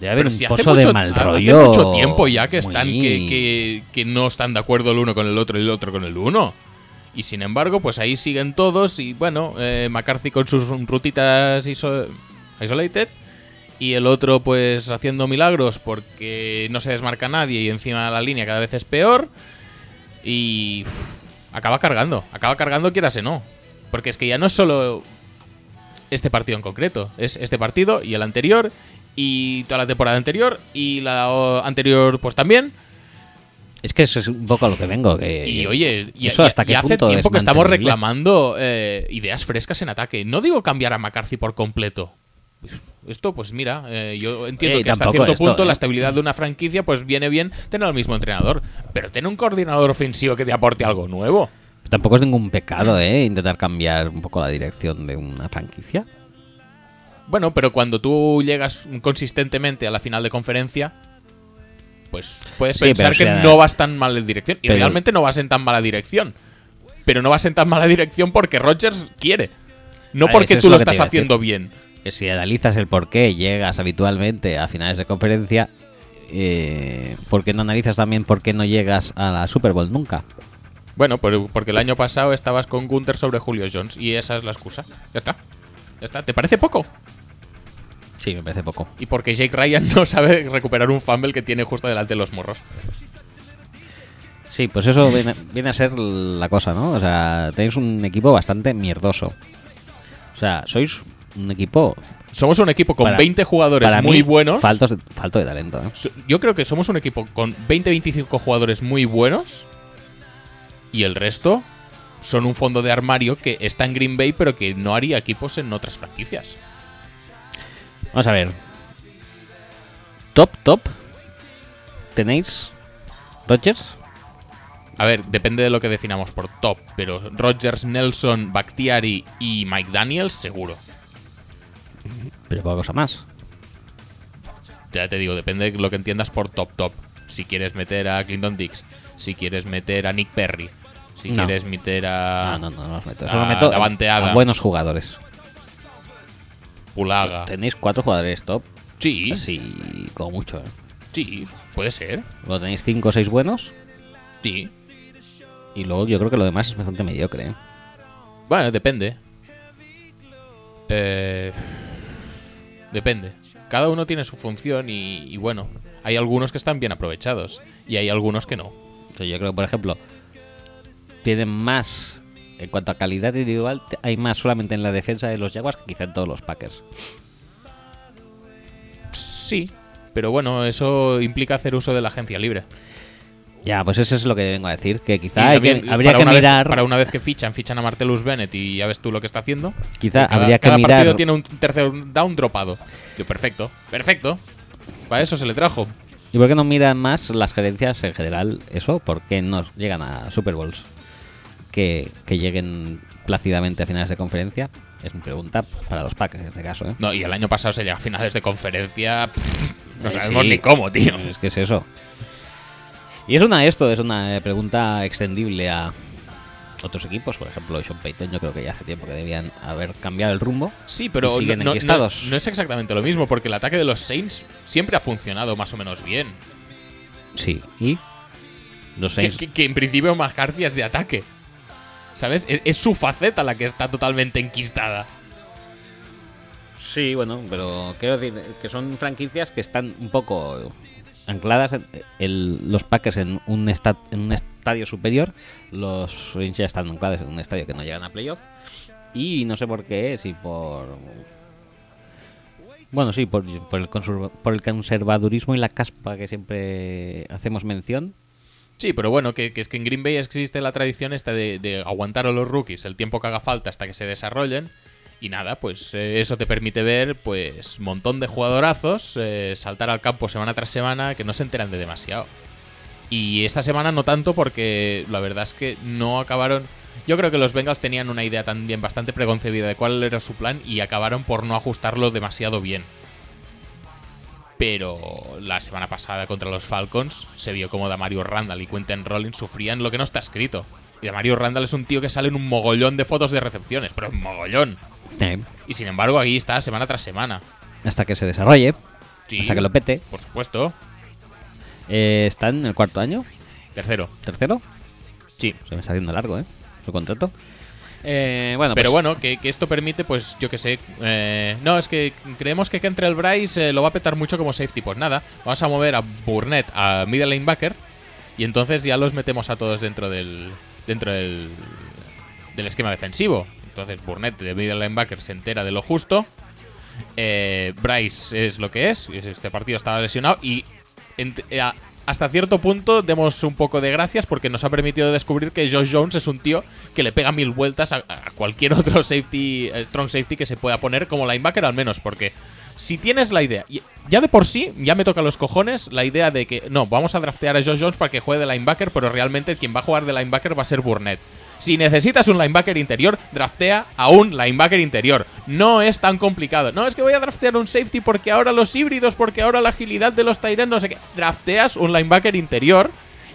debe haber
pero
un
si hace
pozo de
mucho,
mal
hace
rollo.
mucho tiempo ya que están
muy-
que, que- que no están de acuerdo el uno con el otro y el otro con el uno. Y sin embargo, pues ahí siguen todos y bueno, eh, McCarthy con sus rutitas iso- isolated y el otro pues haciendo milagros porque no se desmarca nadie y encima la línea cada vez es peor y uf, acaba cargando, acaba cargando quieras o no. Porque es que ya no es solo este partido en concreto. Es este partido y el anterior y toda la temporada anterior y la o, anterior pues también.
Es que eso es un poco a lo que vengo. Que
Y oye, y,
Eh, eso
y-
hasta
y
qué
hace
punto
tiempo
es
que estamos
mantenible.
reclamando eh, ideas frescas en ataque. No digo cambiar a McCarthy por completo. Esto, pues mira, eh, yo entiendo
Oye, y
que hasta
tampoco
cierto
esto,
punto
¿eh?
la estabilidad de una franquicia pues viene bien tener al mismo entrenador. Pero tener un coordinador ofensivo que te aporte algo nuevo.
Tampoco es ningún
mm.
pecado, ¿eh? Intentar cambiar un poco la dirección de una franquicia.
Bueno, pero cuando tú llegas consistentemente a la final de conferencia, pues puedes
Sí,
pensar
pero si
que
a-
no vas tan mal en dirección. Y
Pero-
realmente no vas en tan mala dirección. Pero no vas en tan mala dirección porque Rogers quiere. No
Ah,
porque
eso es
tú
lo
lo
que te
estás
iba a decir.
haciendo bien.
Que si analizas el por qué llegas habitualmente a finales de conferencia, eh, ¿por qué no analizas también por qué no llegas a la Super Bowl nunca?
Bueno, pero porque el año pasado estabas con Gunther sobre Julio Jones y esa es la excusa. Ya está. Ya está. ¿Te parece poco?
Sí, me parece poco.
Y porque Jake Ryan no sabe recuperar un fumble que tiene justo delante de los morros.
Sí, pues eso viene, viene a ser la cosa, ¿no? O sea, tenéis un equipo bastante mierdoso. O sea, sois un equipo
Somos un equipo con
Para-
20 jugadores
para
muy
mí,
buenos.
Faltos de- falto de talento, ¿eh?
So- Yo creo que somos un equipo con 20-25 jugadores muy buenos. Y el resto son un fondo de armario que está en Green Bay, pero que no haría equipos en otras franquicias.
Vamos a ver. Top, top. ¿Tenéis Rodgers?
A ver, depende de lo que definamos por top, pero Rogers, Nelson, Bakhtiari y Mike Daniels, seguro.
Pero poca cosa más.
Ya te digo, depende de lo que entiendas por top top. Si quieres meter a Clinton Dix, si quieres meter a Nick Perry, si
No.
quieres meter a
no, no, no, no los meto.
ah,
Solo meto
Davante
a- a
Adams.
buenos jugadores.
Pulaga.
Tenéis cuatro jugadores top.
Sí,
Así, como mucho, ¿eh?
sí, puede ser.
Luego tenéis cinco o seis buenos.
Sí.
Y luego yo creo que lo demás es bastante mediocre, ¿eh?
Bueno, depende. Eh, depende. Cada uno tiene su función y, y bueno, hay algunos que están bien aprovechados y hay algunos que no.
O sea, yo creo que, por ejemplo, tienen más. En cuanto a calidad individual, te- hay más solamente en la defensa de los Jaguars que quizá en todos los Packers.
Sí, pero bueno, eso implica hacer uso de la agencia libre.
Ya, pues eso es lo que vengo a decir. Que
Y
quizá hay que-
también,
habría
para
que
una vez-
mirar.
para una vez que fichan, fichan a Martellus Bennett y ya ves tú lo que está haciendo.
Quizá
Cada-
habría que
cada partido
mirar.
tiene un tercer down dropado. Yo, perfecto, perfecto. Para eso se le trajo.
¿Y por qué no miran más las gerencias en general? Eso, porque no llegan a Super Bowls? Que, que lleguen plácidamente a finales de conferencia. Es mi pregunta para los Packers en este caso. ¿eh?
No, y el año pasado se llega a finales de conferencia. pff, no
Eh,
sabemos
sí.
ni cómo, tío.
Es que es eso. Y es una esto, es una eh, pregunta extendible a otros equipos. Por ejemplo, Sean Payton, yo creo que ya hace tiempo que debían haber cambiado el rumbo.
Sí, pero
Y
no,
siguen
no- no-
enquistados.
no es exactamente lo mismo, porque el ataque de los Saints siempre ha funcionado más o menos bien.
Sí. Y los
Que,
Saints.
que- que en principio McCarthy es de ataque. ¿Sabes? E, Es, es su faceta la que está totalmente enquistada.
Sí, bueno, pero quiero decir que son franquicias que están un poco ancladas en el- los Packers en un, esta- en un estadio superior, los Saints ya están anclados en un estadio que no llegan a playoff y no sé por qué, si por bueno, sí, por, por el, conserva- por el conservadurismo y la caspa que siempre hacemos mención.
Sí, pero bueno, que, que es que en Green Bay existe la tradición esta de, de aguantar a los rookies el tiempo que haga falta hasta que se desarrollen. Y nada, pues eh, eso te permite ver pues montón de jugadorazos eh, saltar al campo semana tras semana que no se enteran de demasiado. Y esta semana no tanto porque la verdad es que no acabaron... Yo creo que los Bengals tenían una idea también bastante preconcebida de cuál era su plan y acabaron por no ajustarlo demasiado bien. Pero la semana pasada contra los Falcons se vio como Damario Randall y Quentin Rollins sufrían lo que no está escrito. Y Damario Randall es un tío que sale en un mogollón de fotos de recepciones, pero un mogollón.
Eh,
Y sin embargo aquí está semana tras semana.
hasta que se desarrolle,
Sí,
hasta que lo pete.
Por supuesto.
Eh, ¿Están en el cuarto año?
Tercero.
¿Tercero?
Sí.
Se me está haciendo largo, ¿eh? Su contrato. Eh, bueno,
Pero
pues-
bueno, que, que esto permite, pues yo que sé. eh, no, es que creemos que Kentrell Bryce eh, lo va a petar mucho como safety. Pues nada, vamos a mover a Burnett a middle linebacker. Y entonces ya los metemos a todos dentro del. dentro del. del esquema defensivo. Entonces Burnett de middle linebacker se entera de lo justo. Eh, Bryce es lo que es. Este partido estaba lesionado. Y ent- eh, a- hasta cierto punto demos un poco de gracias porque nos ha permitido descubrir que Josh Jones es un tío que le pega mil vueltas a, a cualquier otro safety, eh, strong safety que se pueda poner como linebacker al menos. Porque si tienes la idea, y- ya de por sí, ya me toca los cojones la idea de que no, vamos a draftear a Josh Jones para que juegue de linebacker, pero realmente quien va a jugar de linebacker va a ser Burnett. Si necesitas un linebacker interior, draftea a un linebacker interior. No es tan complicado. No, es que voy a draftear un safety porque ahora los híbridos, porque ahora la agilidad de los Tyrants, no sé qué. Drafteas un linebacker interior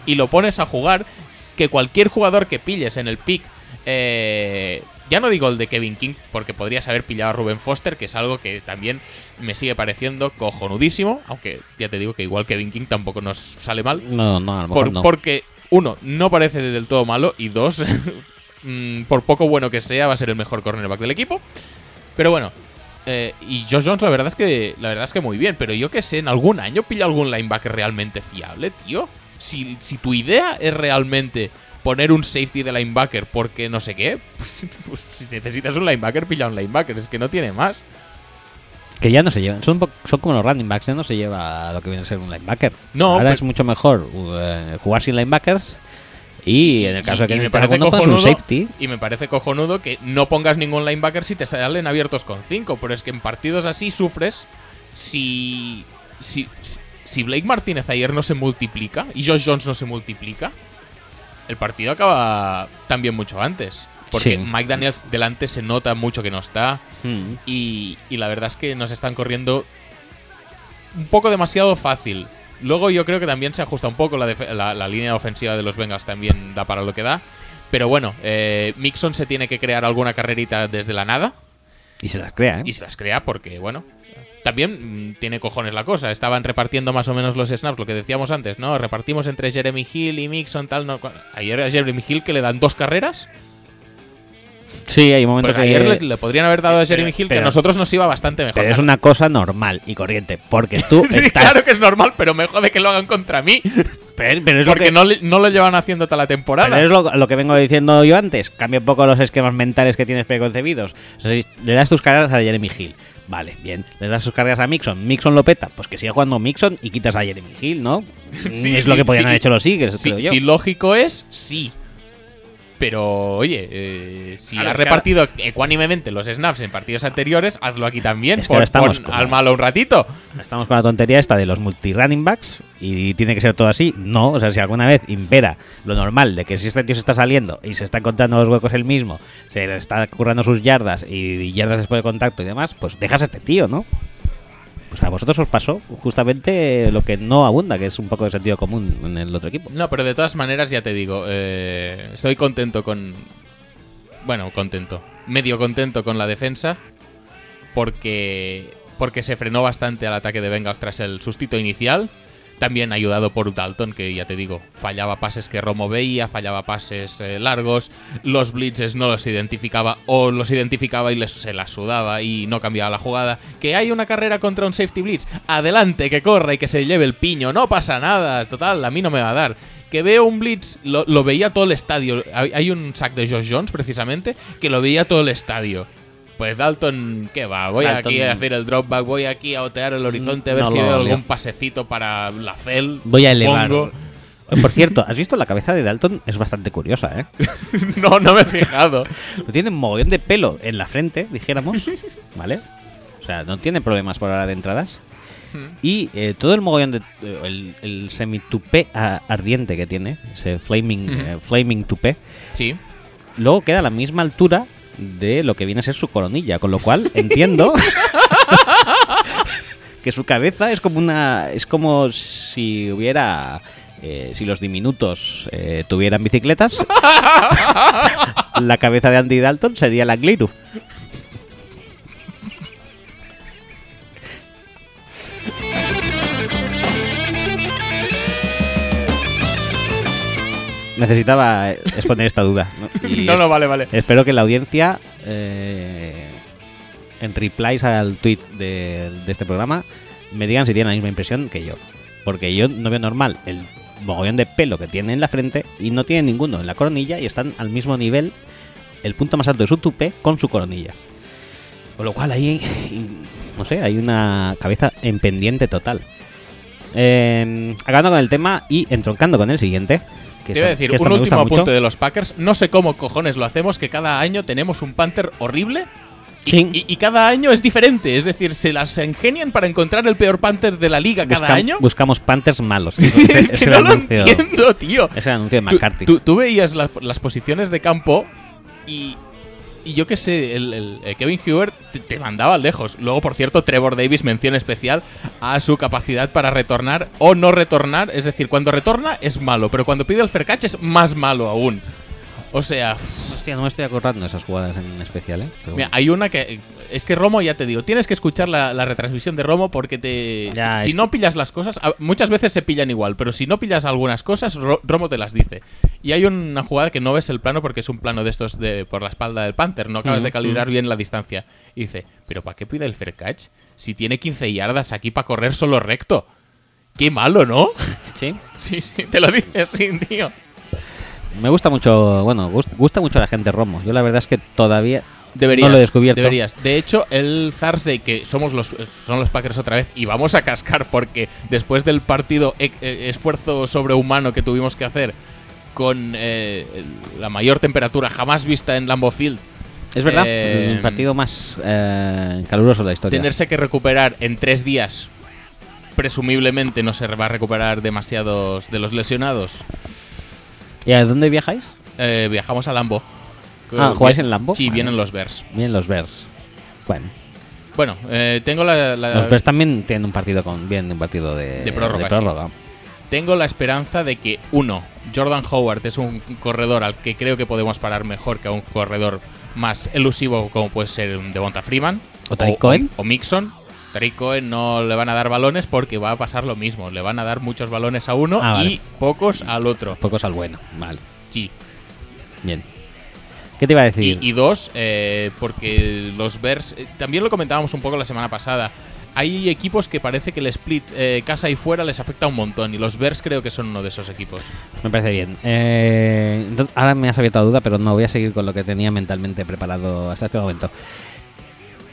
y lo pones a jugar. Que cualquier jugador que pilles en el pick, eh, ya no digo el de Kevin King, porque podrías haber pillado a Ruben Foster, que es algo que también me sigue pareciendo cojonudísimo. Aunque ya te digo que igual Kevin King tampoco nos sale mal.
No, no, a lo mejor
Por-
no.
Porque, uno, no parece del todo malo. Y dos, mm, por poco bueno que sea, va a ser el mejor cornerback del equipo. Pero bueno. eh, y Josh Jones, la verdad es que la verdad es que muy bien. Pero yo que sé, en algún año pilla algún linebacker realmente fiable, tío. si, si tu idea es realmente poner un safety de linebacker porque no sé qué, pues si necesitas un linebacker, pilla un linebacker, es que no tiene más.
Que ya no se llevan. Son, un po- son como los running backs, ya no se lleva lo que viene a ser un linebacker.
No, pues
Ahora
pero-
es mucho mejor eh, jugar sin linebackers. Y en el caso de que
Y- y
necesites alguno, pones un safety.
Y me parece cojonudo que no pongas ningún linebacker si te salen abiertos con 5. Pero es que en partidos así sufres si. Si, si Blake Martínez ayer no se multiplica y Josh Jones no se multiplica, el partido acaba también mucho antes.
Sí.
Porque Mike Daniels delante se nota mucho que no está.
Mm.
Y, y la verdad es que nos están corriendo un poco demasiado fácil. Luego yo creo que también se ajusta un poco la, def- la- la línea ofensiva de los Bengals también da para lo que da. Pero bueno, eh, Mixon se tiene que crear alguna carrerita desde la nada
Y se las crea, ¿eh?
y se las crea porque, bueno, también mm, tiene cojones la cosa. Estaban repartiendo más o menos los snaps, lo que decíamos antes, ¿no? Repartimos entre Jeremy Hill y Mixon, tal. No, cu- ayer a Jeremy Hill que le dan dos carreras.
Sí, hay momentos
Pues
que...
ayer le, le podrían haber dado a Jeremy Hill que
pero-
a nosotros nos iba bastante mejor.
Pero es
Ganar-
una cosa normal y corriente. Porque tú
Sí,
estás...
claro que es normal, pero me jode que lo hagan contra mí.
Pero, pero es lo
Porque
que...
no, le- no lo llevan haciendo toda la temporada.
Pero es lo, lo que vengo diciendo yo antes. Cambia un poco los esquemas mentales que tienes preconcebidos. O sea, si le das tus cargas a Jeremy Hill. Vale, bien. Le das tus cargas a Mixon. Mixon lo peta. Pues que siga jugando Mixon y quitas a Jeremy Hill, ¿no?
Sí,
es lo
sí,
que podían
sí.
haber hecho los Eagles,
si,
creo yo.
si lógico es, sí. Pero, oye, eh, si
Claro,
has
es que
repartido ecuánimemente los snaps en partidos anteriores, hazlo aquí también.
Es que ahora
Pon-
estamos
pon
como-
al malo un ratito.
Estamos con la tontería esta de los multi-running backs y tiene que ser todo así. No, o sea, si alguna vez impera lo normal de que si este tío se está saliendo y se está encontrando los huecos él mismo, se le está currando sus yardas y yardas después de contacto y demás, pues dejas a este tío, ¿no? Pues a vosotros os pasó justamente lo que no abunda, que es un poco de sentido común en el otro equipo.
No, pero de todas maneras, ya te digo, eh, estoy contento con. Bueno, contento. Medio contento con la defensa. Porque. Porque se frenó bastante al ataque de Bengals tras el sustito inicial. También ayudado por Dalton, que ya te digo, fallaba pases que Romo veía, fallaba pases eh, largos, los blitzes no los identificaba o los identificaba y les, se las sudaba y no cambiaba la jugada. Que hay una carrera contra un safety blitz, adelante, que corra y que se lleve el piño, no pasa nada, total, a mí no me va a dar. Que veo un blitz, lo, lo veía todo el estadio, hay, hay un sack de Josh Jones precisamente, que lo veía todo el estadio. Pues Dalton, ¿qué va? Voy
Dalton-
aquí a hacer el dropback, voy aquí a otear el horizonte, a ver
No
si
lo
veo
olió.
algún pasecito para la FEL.
Voy a elevar.
Pongo.
Por cierto, ¿has visto la cabeza de Dalton? Es bastante curiosa, ¿eh?
No, no me he fijado.
No tiene mogollón de pelo en la frente, dijéramos, ¿vale? O sea, no tiene problemas por ahora de entradas. Y eh, todo el mogollón de. eh, el, el semitupé ah, ardiente que tiene, ese flaming,
Ujú.
eh, flaming tupé,
Sí.
luego queda a la misma altura de lo que viene a ser su coronilla, con lo cual entiendo. que su cabeza es como una. Es como si hubiera. eh, si los diminutos eh, tuvieran bicicletas, la cabeza de Andy Dalton sería la Gliru. Necesitaba eh, exponer esta duda. ¿no? Y
No, no, vale, vale.
Espero que la audiencia, eh, en replies al tweet de, de este programa, me digan si tienen la misma impresión que yo. Porque yo no veo normal el mogollón de pelo que tiene en la frente y no tiene ninguno en la coronilla y están al mismo nivel, el punto más alto de su tupé, con su coronilla. Con lo cual ahí, no sé, hay una cabeza en pendiente total. Eh, acabando con el tema y entroncando con el siguiente. Que
Te iba a
esto-
decir,
que esto
un
me gusta
último
mucho.
apunte de los Packers. No sé cómo cojones lo hacemos, que cada año tenemos un Panther horrible. y-
Sí.
Y, y cada año es diferente. Es decir, se las ingenian para encontrar el peor Panther de la liga cada
Buscam-
año.
Buscamos Panthers malos. Ese-
es
ese
que
era
no
el
lo
anuncio-
entiendo, tío.
ese era el anuncio de
Tú-
McCarthy.
Tú, tú veías las, las posiciones de campo y, y yo qué sé, el, el- el Kevin Hubert te, te mandaba lejos. Luego, por cierto, Trevor Davis mención especial a su capacidad para retornar o no retornar. Es decir, cuando retorna es malo, pero cuando pide el fair catch es más malo aún. O sea,
Hostia, no me estoy acordando de esas jugadas en especial, ¿eh? Pero bueno.
Mira, hay una que. Es que Romo, ya te digo, tienes que escuchar la, la retransmisión de Romo porque te.
Ya,
si-
es
si no pillas las cosas, a- muchas veces se pillan igual, pero si no pillas algunas cosas, Ro- Romo te las dice. Y hay una jugada que no ves el plano porque es un plano de estos de, por la espalda del Panther, no acabas
Ujú,
de calibrar bien la distancia. Y dice, ¿pero para qué pide el fair catch? Si tiene 15 yardas aquí para correr solo recto. Qué malo, ¿no?
Sí.
Sí, sí, te lo dice así, tío.
Me gusta mucho, bueno, gust- gusta mucho la gente Romo. Yo la verdad es que todavía
Deberías.
no lo he descubierto.
Deberías. De hecho, el Thursday, que somos los, son los Packers otra vez, y vamos a cascar porque después del partido e- e- esfuerzo sobrehumano que tuvimos que hacer con eh, la mayor temperatura jamás vista en Lambeau Field,
Es verdad,
Eh,
el partido más eh, caluroso de la historia.
tenerse que recuperar en tres días, presumiblemente no se va a recuperar demasiados de los lesionados.
¿Y a dónde viajáis?
Eh, viajamos a Lambo.
Ah, ¿jugáis en Lambo?
Sí,
Vale.
vienen los Bears.
Bien, los Bears. Bueno,
Bueno, eh, tengo la, la-
los Bears también tienen un partido con bien un partido de,
De prórroga,
de prórroga.
Tengo la esperanza de que, uno, Jordan Howard es un corredor al que creo que podemos parar mejor que a un corredor más elusivo como puede ser un Devonta Freeman.
¿O Tariq Cohen?
O, Mixon. Tariq Cohen no le van a dar balones porque va a pasar lo mismo. Le van a dar muchos balones a uno
Ah, vale.
y pocos al otro.
Pocos al bueno. Vale,
Sí.
bien. ¿Qué te iba a
Y,
decir?
y dos, eh, porque los Bears, eh, también lo comentábamos un poco la semana pasada, hay equipos que parece que el split eh, casa y fuera les afecta un montón y los Bears creo que son uno de esos equipos.
Me parece bien. Eh, ento- ahora me has abierto la duda, pero no voy a seguir con lo que tenía mentalmente preparado hasta este momento.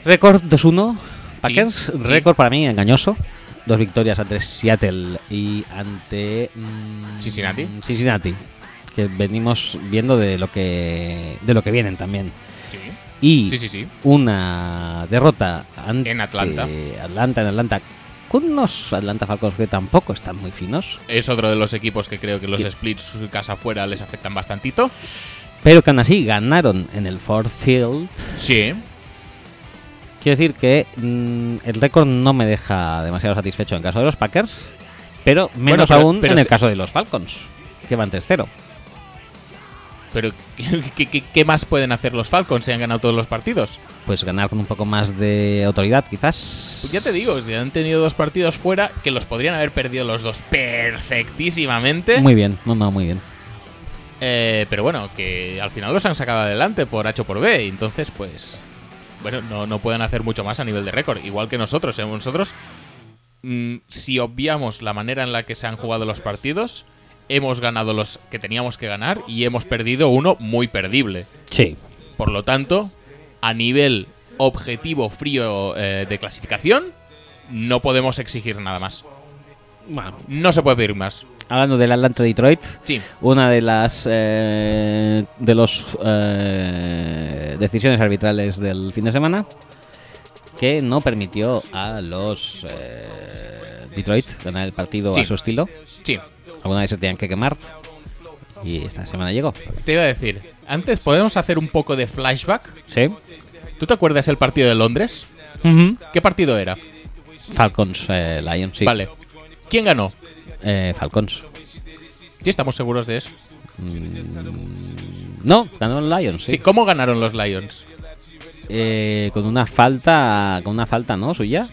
Récord 2-1, Packers.
sí.
Récord para mí engañoso. Dos victorias ante Seattle y ante mm,
Cincinnati.
Cincinnati, que venimos viendo de lo que de lo que vienen también.
Sí,
Y
sí, sí. sí.
una derrota ante
En Atlanta.
Atlanta, en Atlanta, con unos Atlanta Falcons que tampoco están muy finos,
Es otro de los equipos que creo que los
Sí.
splits casa fuera les afectan bastantito.
pero que aún así ganaron en el Ford Field.
Sí. ¿eh?
Quiero decir que mm, el récord no me deja demasiado satisfecho en caso de los Packers, pero menos
pero-
aún
pero
en el
se-
caso de los Falcons, que van 3-0.
Pero ¿qué, qué- qué- qué más pueden hacer los Falcons si han ganado todos los partidos?
Pues ganar con un poco más de autoridad, quizás.
Pues ya te digo, si han tenido dos partidos fuera, que los podrían haber perdido los dos perfectísimamente.
Muy bien, no, no, muy bien.
Eh, pero bueno, que al final los han sacado adelante por H o por B. y Entonces, pues. Bueno, no, no pueden hacer mucho más a nivel de récord. Igual que nosotros. ¿eh? Nosotros, mm, si obviamos la manera en la que se han jugado los partidos, hemos ganado los que teníamos que ganar y hemos perdido uno muy perdible.
Sí.
Por lo tanto, a nivel objetivo frío eh, de clasificación, no podemos exigir nada más.
Bueno,
No se puede pedir más.
hablando del Atlanta Detroit,
Sí.
una de las eh, de los eh, decisiones arbitrales del fin de semana que no permitió a los eh, Detroit ganar el partido
Sí.
a su estilo.
Sí.
Alguna vez se tenían que quemar. Y esta semana llegó.
Te iba a decir, antes podemos hacer un poco de flashback.
Sí.
¿Tú te acuerdas el partido de Londres? ¿Qué partido era?
Falcons, eh, Lions, sí.
Vale. ¿Quién ganó?
Eh, Falcons.
Sí, estamos seguros de eso.
Mm, no, ganó el Lions, sí.
Sí, ¿cómo ganaron los Lions?
Eh, con una falta, con una falta, ¿no? Suya.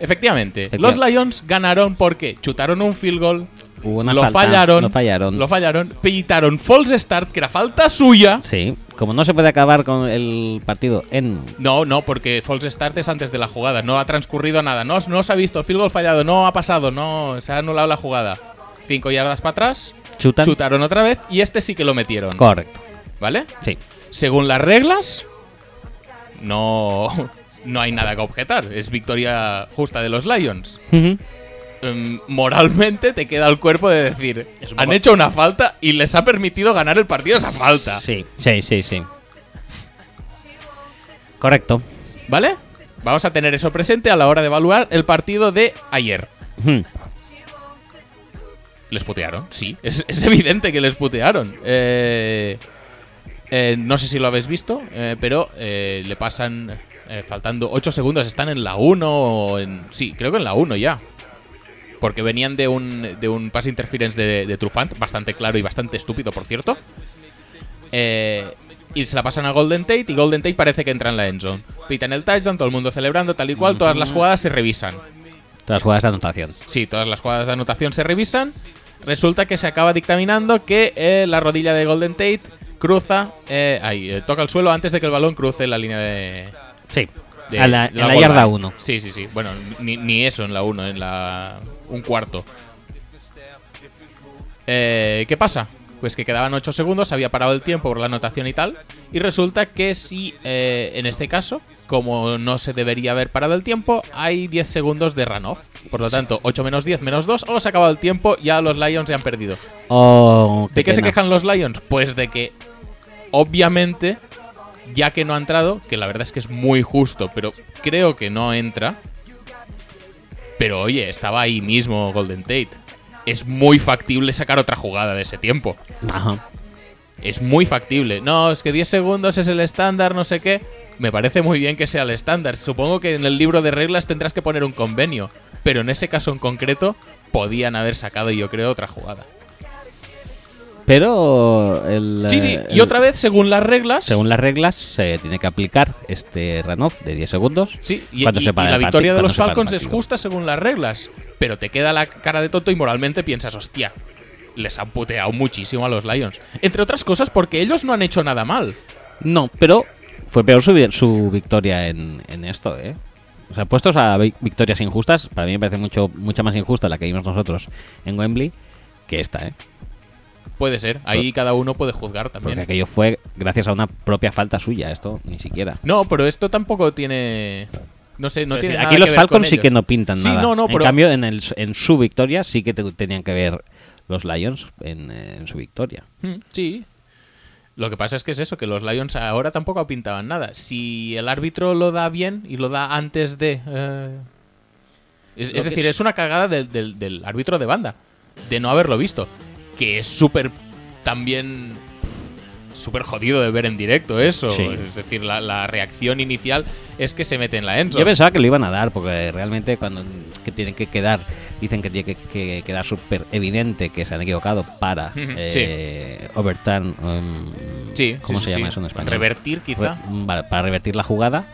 Efectivamente, los
Efectivamente.
Lions ganaron porque chutaron un field goal,
Hubo una
lo,
falta,
fallaron,
Lo fallaron.
lo fallaron, pitaron false start, que era falta suya.
Sí, como no se puede acabar con el partido en...
No, no, porque false start es antes de la jugada, no ha transcurrido nada, no, no se ha visto field goal fallado, no ha pasado, no se ha anulado la jugada. Cinco yardas para atrás,
Chutan.
chutaron otra vez y este sí que lo metieron,
Correcto,
¿vale?
sí.
según las reglas, no, no hay nada que objetar. Es victoria justa de los Lions. Em, moralmente te queda el cuerpo de decir,
Es un
han
poco-
hecho una falta y les ha permitido ganar el partido esa falta.
Sí, sí, sí, sí. Correcto.
¿Vale? Vamos a tener eso presente a la hora de evaluar el partido de ayer.
Ujú.
¿Les putearon? Sí, es, es evidente que les putearon. Eh, eh, no sé si lo habéis visto, eh, pero eh, le pasan, eh, faltando 8 segundos, están en la 1 o en... Sí, creo que en la 1 ya. Porque venían de un, de un pass interference de, de Trufant, bastante claro y bastante estúpido, por cierto. Eh, y se la pasan a Golden Tate y Golden Tate parece que entra en la endzone. Pitan el touchdown, todo el mundo celebrando, tal y cual, todas las jugadas se revisan.
Todas las jugadas de anotación.
Sí, todas las jugadas de anotación se revisan. Resulta que se acaba dictaminando que eh, la rodilla de Golden Tate cruza, eh, ahí, eh, toca el suelo antes de que el balón cruce la línea de.
Sí,
de
a la, en la
goal
yarda
line.
1.
Sí, sí, sí. Bueno, ni, ni eso en la 1, en la un cuarto. Eh, ¿Qué pasa? Pues que quedaban 8 segundos, había parado el tiempo por la anotación y tal. Y resulta que si, eh, en este caso, como no se debería haber parado el tiempo, hay 10 segundos de runoff. Por lo tanto, 8 menos 10 menos 2, o se ha acabado el tiempo, ya los Lions se han perdido.
Oh,
¿De qué se
pena.
quejan los Lions? Pues de que, obviamente, ya que no ha entrado, que la verdad es que es muy justo, pero creo que no entra. Pero oye, estaba ahí mismo Golden Tate. Es muy factible sacar otra jugada de ese tiempo.
Ajá.
Es muy factible. No, es que 10 segundos es el estándar, no sé qué. Me parece muy bien que sea el estándar. Supongo que en el libro de reglas tendrás que poner un convenio. Pero en ese caso en concreto, podían haber sacado, yo creo, otra jugada.
Pero el,
Sí, sí,
eh,
y
el-
otra vez, según las reglas.
según las reglas se tiene que aplicar este runoff de 10 segundos.
Sí, y,
cuando
y-
se para
y la
el parti-
victoria de
cuando
los
se para el
Falcons es
partido.
justa según las reglas, pero te queda la cara de tonto y moralmente piensas, hostia, les han puteado muchísimo a los Lions. Entre otras cosas porque ellos no han hecho nada mal.
No, pero fue peor su, vi- su victoria en, en esto, ¿eh? O sea, puestos a vi- victorias injustas, para mí me parece mucho mucha más injusta la que vimos nosotros en Wembley que esta, ¿eh?
Puede ser, ahí cada uno puede juzgar
Pues Porque
también.
aquello fue gracias a una propia falta suya, esto ni siquiera.
No, pero esto tampoco tiene... No sé, no
Es decir,
tiene nada
aquí
que
los
ver con
Falcons sí
ellos.
que no pintan
Sí,
nada.
no, no, pero-
En cambio, en, el- en su victoria sí que te- tenían que ver los Lions en, eh, en su victoria.
Mm, Sí. Lo que pasa es que es eso, que los Lions ahora tampoco pintaban nada. Si el árbitro lo da bien y lo da antes de... eh, Es,
Lo
es
que
decir,
es-
es una cagada del, del- del árbitro de banda, de no haberlo visto. Que es súper también... pff, Súper jodido de ver en directo eso.
Sí.
Es decir, la, la reacción inicial es que se mete en la Enzo.
Yo pensaba que lo iban a dar, porque realmente cuando que tienen que quedar, dicen que tiene que, que quedar súper evidente que se han equivocado para
Ujú,
eh, overturn, um,
Sí,
¿Cómo
sí,
se
sí,
llama
sí.
eso en español?
Revertir, quizá.
Re- vale, para revertir la jugada.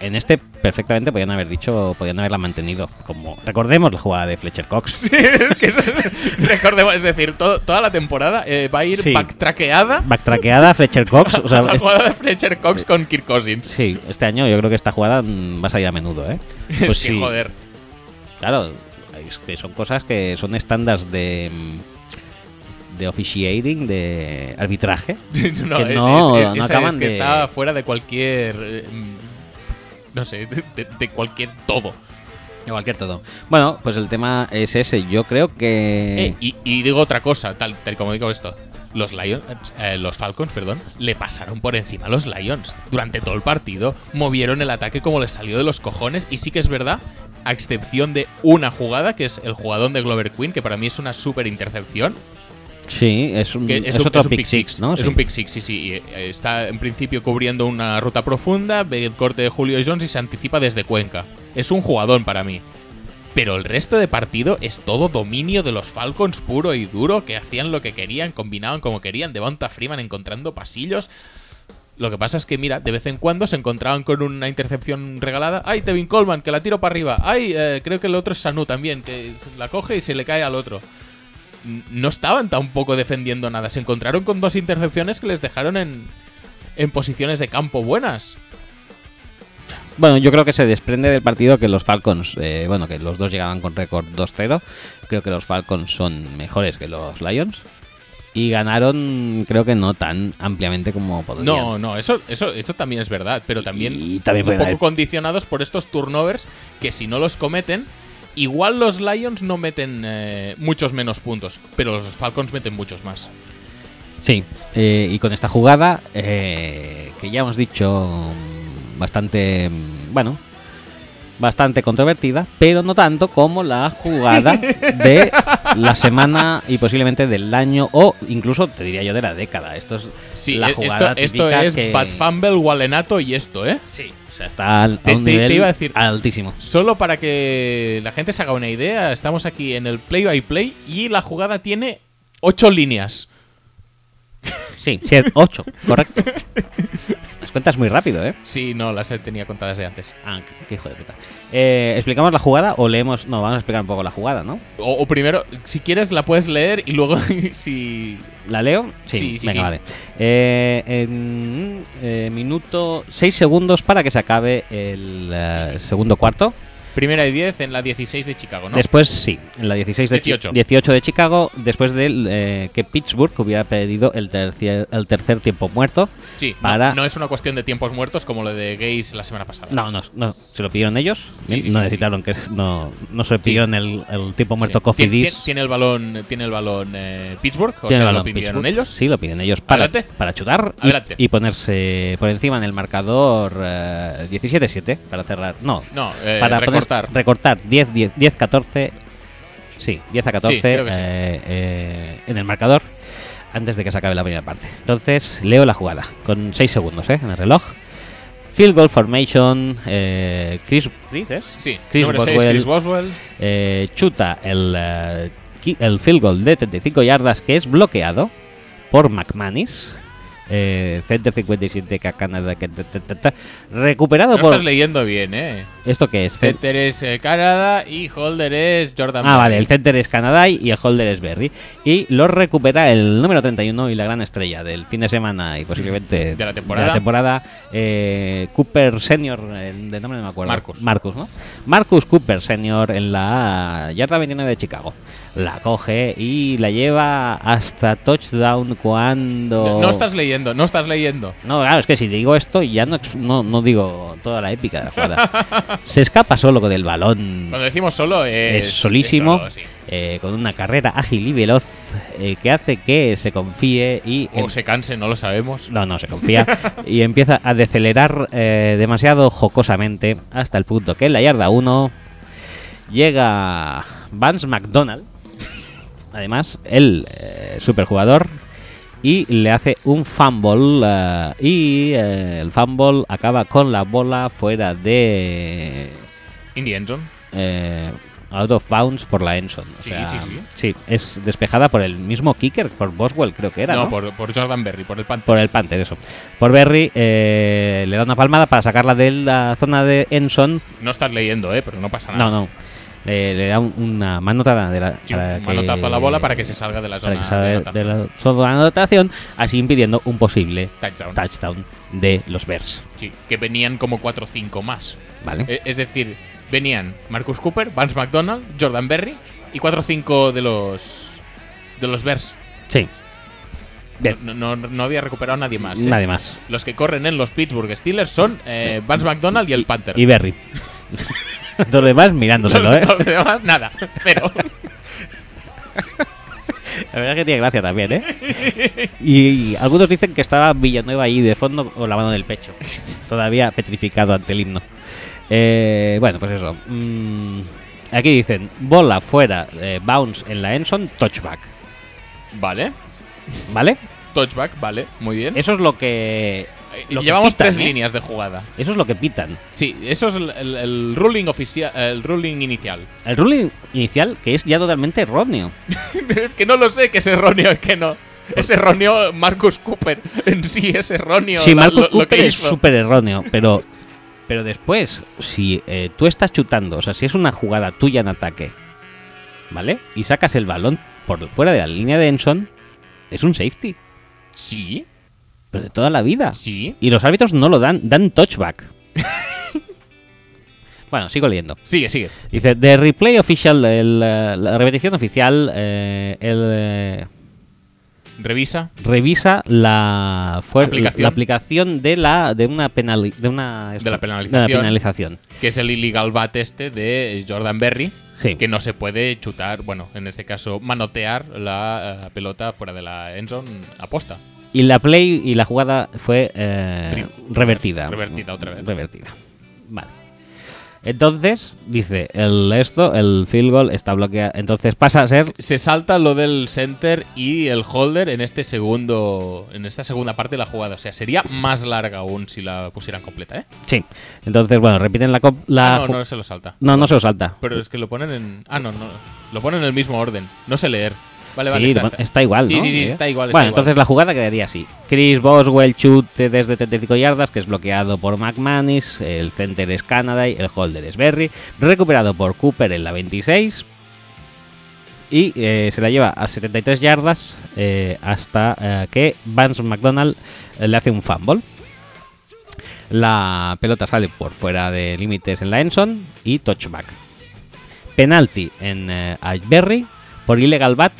En este perfectamente podían haber dicho, podían haberla mantenido. Como recordemos la jugada de Fletcher Cox.
Recordemos, es decir, to- toda la temporada eh, va a ir
Sí.
backtrackeada
Backtraqueada Fletcher Cox. O sea,
la
es-
jugada de Fletcher
Pues
Cox con Kirk Cousins.
sí, este año yo creo que esta jugada mm, va a salir a menudo, ¿eh?
es
Pues
que
sí,
joder.
Claro, es que son cosas que son estándares de mm, de officiating, de arbitraje.
No,
que
es-
no-
es,
no
es- es
acaban
que
de-
está fuera de cualquier. eh, mm, No sé, de, de- de cualquier todo.
De cualquier todo. Bueno, pues el tema es ese. Yo creo que
Eh, y, y digo otra cosa, tal, tal como digo esto. Los Lions, eh, los Falcons, perdón, le pasaron por encima a los Lions. Durante todo el partido movieron el ataque como les salió de los cojones. Y sí que es verdad, a excepción de una jugada, que es el jugadón de Glover Queen, que para mí es una super intercepción.
sí, es, un,
Que
es, otro pick, six, ¿no?
Es
Sí.
un pick six, sí, sí. Y, eh, Está en principio cubriendo una ruta profunda, ve el corte de Julio Jones y se anticipa desde Cuenca. Es un jugadón para mí. Pero el resto de partido es todo dominio de los Falcons puro y duro, que hacían lo que querían, combinaban como querían, Devonta Freeman encontrando pasillos. Lo que pasa es que, mira, de vez en cuando se encontraban con una intercepción regalada. ¡Ay, Tevin Coleman, que la tiro para arriba! ¡Ay, eh, creo que el otro es Sanu también, que la coge y se le cae al otro! N- No estaban tampoco defendiendo nada. Se encontraron con dos intercepciones que les dejaron en, en posiciones de campo buenas.
Bueno, yo creo que se desprende del partido que los Falcons, eh, bueno, que los dos llegaban con récord 2-0. Creo que los Falcons son mejores que los Lions. Y ganaron, creo que no tan ampliamente como podrían.
No, no, eso, eso, eso también es verdad, pero también,
Pues Y también
un
pueden
poco
haber-
condicionados por estos turnovers que si no los cometen, igual los Lions no meten eh, muchos menos puntos, pero los Falcons meten muchos más.
Sí, eh, y con esta jugada, eh, que ya hemos dicho mm, bastante, mm, bueno, bastante controvertida, pero no tanto como la jugada de la semana y posiblemente del año o incluso, te diría yo, de la década. Esto es
Sí,
la
eh,
jugada
esto, esto
típica
es
que-
Bad Fumble, Walenato y esto, ¿eh?
Sí, o sea, está al- a
Te-
un
te- te
nivel
iba a decir-
altísimo.
Solo para que la gente se haga una idea, estamos aquí en el play by play y la jugada tiene ocho líneas.
Sí, 8, correcto. Las cuentas muy rápido, ¿eh?
Sí, no, las tenía contadas de antes.
Ah, qué- qué hijo de puta. Eh, ¿Explicamos la jugada o leemos? No, vamos a explicar un poco la jugada, ¿no?
O, o primero, si quieres, la puedes leer y luego si...
¿La leo?
Sí, sí,
venga,
sí.
vale. Eh, en, eh, minuto 6 segundos para que se acabe el eh, segundo cuarto.
Primera y 10 en la 16 de Chicago, ¿no?
Después sí, en la 16 de Chi-
18.
18 de Chicago, después de que Pittsburgh hubiera pedido el tercer, el tercer tiempo muerto.
sí, no-
para-
no, es una cuestión de tiempos muertos como lo de Gays la semana pasada.
No, no, no, se lo pidieron ellos.
Sí, sí, sí,
no
sí.
necesitaron que no, no se pidieron el, el tiempo muerto
Sí. Tien- tien-
Cofidis.
Tiene el balón, tiene el balón eh, Pittsburgh, o
Tiene
sea,
el
lo
balón
pidieron
Pittsburgh.
ellos.
Sí, lo piden ellos para,
Adelante.
para chutar y-
Adelante.
y, ponerse por encima en el marcador eh, 17-7 para cerrar. No,
No, eh,
para poner-
recortar.
recortar 10-14. Sí, 10 a 14
creo que sí.
eh, eh, en el marcador antes de que se acabe la primera parte. Entonces leo la jugada con 6 segundos eh, en el reloj. Field goal formation. eh, Chris, Chris, ¿es?
sí,
Chris
número seis,
Boswell.
Chris Boswell.
Eh, chuta el, eh, ki- el field goal de 35 yardas que es bloqueado por McManus. Eh, center 57 que a Canadá que ta, ta, ta, ta. recuperado
No
por
estás leyendo bien, ¿eh?
esto que es Cent-
Center es eh, Canadá y Holder es Jordan.
ah
Murray.
vale el center es Canadá y el holder es Berry y lo recupera el número 31 y la gran estrella del fin de semana y posiblemente
De la temporada.
temporada, eh, Cooper Senior el de nombre no me acuerdo
Marcus.
Marcus no Marcus Cooper Senior en la yarda 29 de Chicago la coge y la lleva hasta touchdown cuando
No, no estás leyendo, no estás leyendo.
no, claro, es que si digo esto ya no, ex- no, no digo toda la épica de la jugada. Se escapa solo del balón
Cuando decimos solo es,
es solísimo,
es solo, sí.
eh, con una carrera ágil y veloz eh, que hace que se confíe y...
O
en-
se canse, no lo sabemos.
No, no, se confía. y empieza a decelerar eh, demasiado jocosamente hasta el punto que en la yarda 1 llega Vance McDonald, además el eh, superjugador, y le hace un fumble eh, y eh, el fumble acaba con la bola fuera de...
Indian Zone.
eh, out of bounds por la Enson. O
Sí,
sea,
sí, sí.
es despejada por el mismo kicker, por Boswell creo que era. No,
no, Por, por Jordan Berry, por el pan.
Por el Panther, eso. Por Berry eh, le da una palmada para sacarla de la zona de Enson.
No estás leyendo, ¿eh? Pero no pasa nada.
No, no. Eh, le da un- una manotada de la,
Sí,
para
un
que-
manotazo a la bola para que se salga de
para
la zona.
que salga
de
de,
anotación.
de la zona de anotación, así impidiendo un posible
Touchdown.
touchdown de los Bears.
Sí, que venían como 4 o 5 más.
¿Vale?
Eh, Es decir, venían Marcus Cooper, Vance McDonald, Jordan Berry y 4 o 5 de los. de los Bears.
sí, Bien.
No, no, no había recuperado a nadie más. ¿eh?
nadie más.
Los que corren en los Pittsburgh Steelers son eh, Vance McDonald y el Panther.
Y Berry. Todo lo demás mirándoselo, ¿eh?
Los demás, nada. Pero.
La verdad es que tiene gracia también, ¿eh? Y, y algunos dicen que estaba Villanueva ahí de fondo con la mano del pecho, todavía petrificado ante el himno. Eh, bueno, pues eso. Mm, aquí dicen, bola fuera, eh, bounce en la Enson, touchback.
vale.
¿Vale?
Touchback, vale. Muy bien.
Eso es lo que...
Eh,
lo que
Llevamos
pitan,
tres
¿eh?
líneas de jugada.
Eso es lo que pitan.
Sí, eso es el, el- el ruling oficial, el ruling inicial.
El ruling inicial, que es ya totalmente erróneo.
Pero es que no lo sé que es erróneo es que no. Es erróneo Marcus Cooper. En sí es erróneo
Sí,
la-
Marcus
lo, lo
Cooper
que
es
hizo.
súper erróneo, pero, pero después, si eh, tú estás chutando, o sea, si es una jugada tuya en ataque, ¿vale? Y sacas el balón por fuera de la línea de Enson, es un safety,
Sí,
pero de toda la vida.
sí.
Y los árbitros no lo dan, dan touchback. bueno, sigo leyendo.
Sigue, sigue.
Dice, The replay official, el, eh, la repetición oficial, eh, el... eh,
Revisa.
revisa la, fuer-
Aplicación.
la aplicación de la de una penali- de una
De la penalización.
de la penalización.
Que es el illegal bat este de Jordan Berry.
Sí.
Que no se puede chutar, bueno, en este caso, manotear la eh, pelota fuera de la endzone aposta.
Y la play y la jugada fue eh,
Pri-
revertida.
revertida otra vez.
Revertida. Vale. Entonces, dice, el esto, el field goal está bloqueado. Entonces pasa a ser
Se- Se salta lo del center y el holder en este segundo. En esta segunda parte de la jugada. O sea, sería más larga aún si la pusieran completa, ¿eh?
sí. Entonces, bueno, repiten la cop- la
Ah, no,
ju-
no se lo salta.
no, no se lo salta.
Pero es que lo ponen en. Ah, no, no. Lo ponen en el mismo orden. No sé leer. Vale, vale.
sí, lo
está,
pon-
está.
está igual,
Sí,
¿no?
sí, sí, está igual,
bueno,
está igual.
entonces la jugada quedaría así. Chris Boswell chute desde 35 yardas, que es bloqueado por McManus, el center es Canada y el holder es Berry, recuperado por Cooper en la 26 y eh, se la lleva a 73 yardas eh, hasta eh, que Vance McDonald eh, le hace un fumble. La pelota sale por fuera de límites en la Enson y touchback. Penalti en eh, Ashberry por Illegal Bat,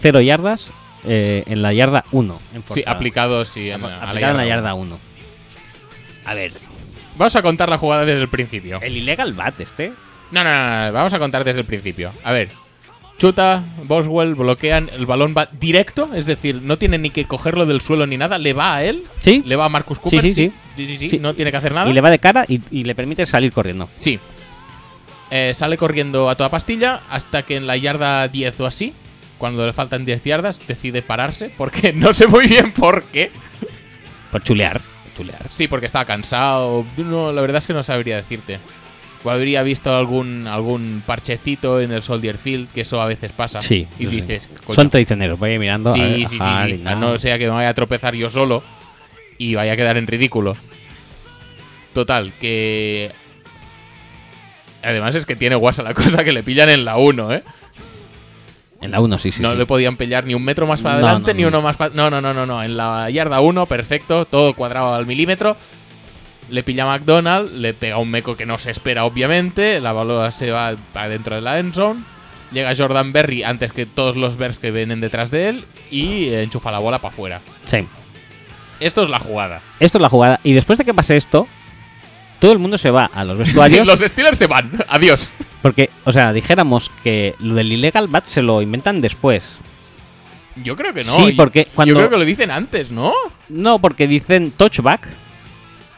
0 yardas eh, en la yarda 1.
Sí, aplicado sí, en, a la
aplicado en la yarda 1. A ver,
Vamos a contar la jugada desde el principio.
el Illegal Bat este.
No, no, no, no, vamos a contar desde el principio. A ver, Chuta, Boswell bloquean, el balón va directo, es decir, no tiene ni que cogerlo del suelo ni nada, le va a él,
Sí.
le va a Marcus Cooper,
Sí, sí,
sí, sí, sí,
Sí.
no tiene que hacer nada.
Y le va de cara y, y le permite salir corriendo.
Sí. Eh, sale corriendo a toda pastilla hasta que en la yarda 10 o así, cuando le faltan 10 yardas, decide pararse, porque no sé muy bien por qué.
Por chulear. chulear.
Sí, porque estaba cansado. No, la verdad es que no sabría decirte. O habría visto algún, algún parchecito en el Soldier Field, que eso a veces pasa.
Sí.
Y
no sé.
dices, coño,
Son traicioneros. Voy a ir mirando.
sí,
a ver,
sí, sí,
ajá,
sí.
y
A no sea que me vaya a tropezar yo solo y vaya a quedar en ridículo. Total, que. Además es que tiene guasa la cosa que le pillan en la 1, ¿eh?
En la 1, sí, sí.
no
sí.
le podían pillar ni un metro más para
No,
adelante,
no,
ni
no.
uno más para. No, no, no, no, no. En la yarda 1, perfecto, todo cuadrado al milímetro. Le pilla a McDonald, le pega un meco que no se espera, obviamente. La bola se va adentro de la endzone. Llega Jordan Berry antes que todos los Bears que vienen detrás de él y eh, enchufa la bola para afuera.
Sí.
Esto es la jugada.
Esto es la jugada. Y después de que pase esto, todo el mundo se va a los
Sí,
vestuarios.
los Steelers se van. Adiós.
Porque, o sea, dijéramos que lo del Illegal Bat se lo inventan después.
Yo creo que no.
Sí,
y-
porque cuando-
Yo creo que lo dicen antes, ¿no?
No, porque dicen touchback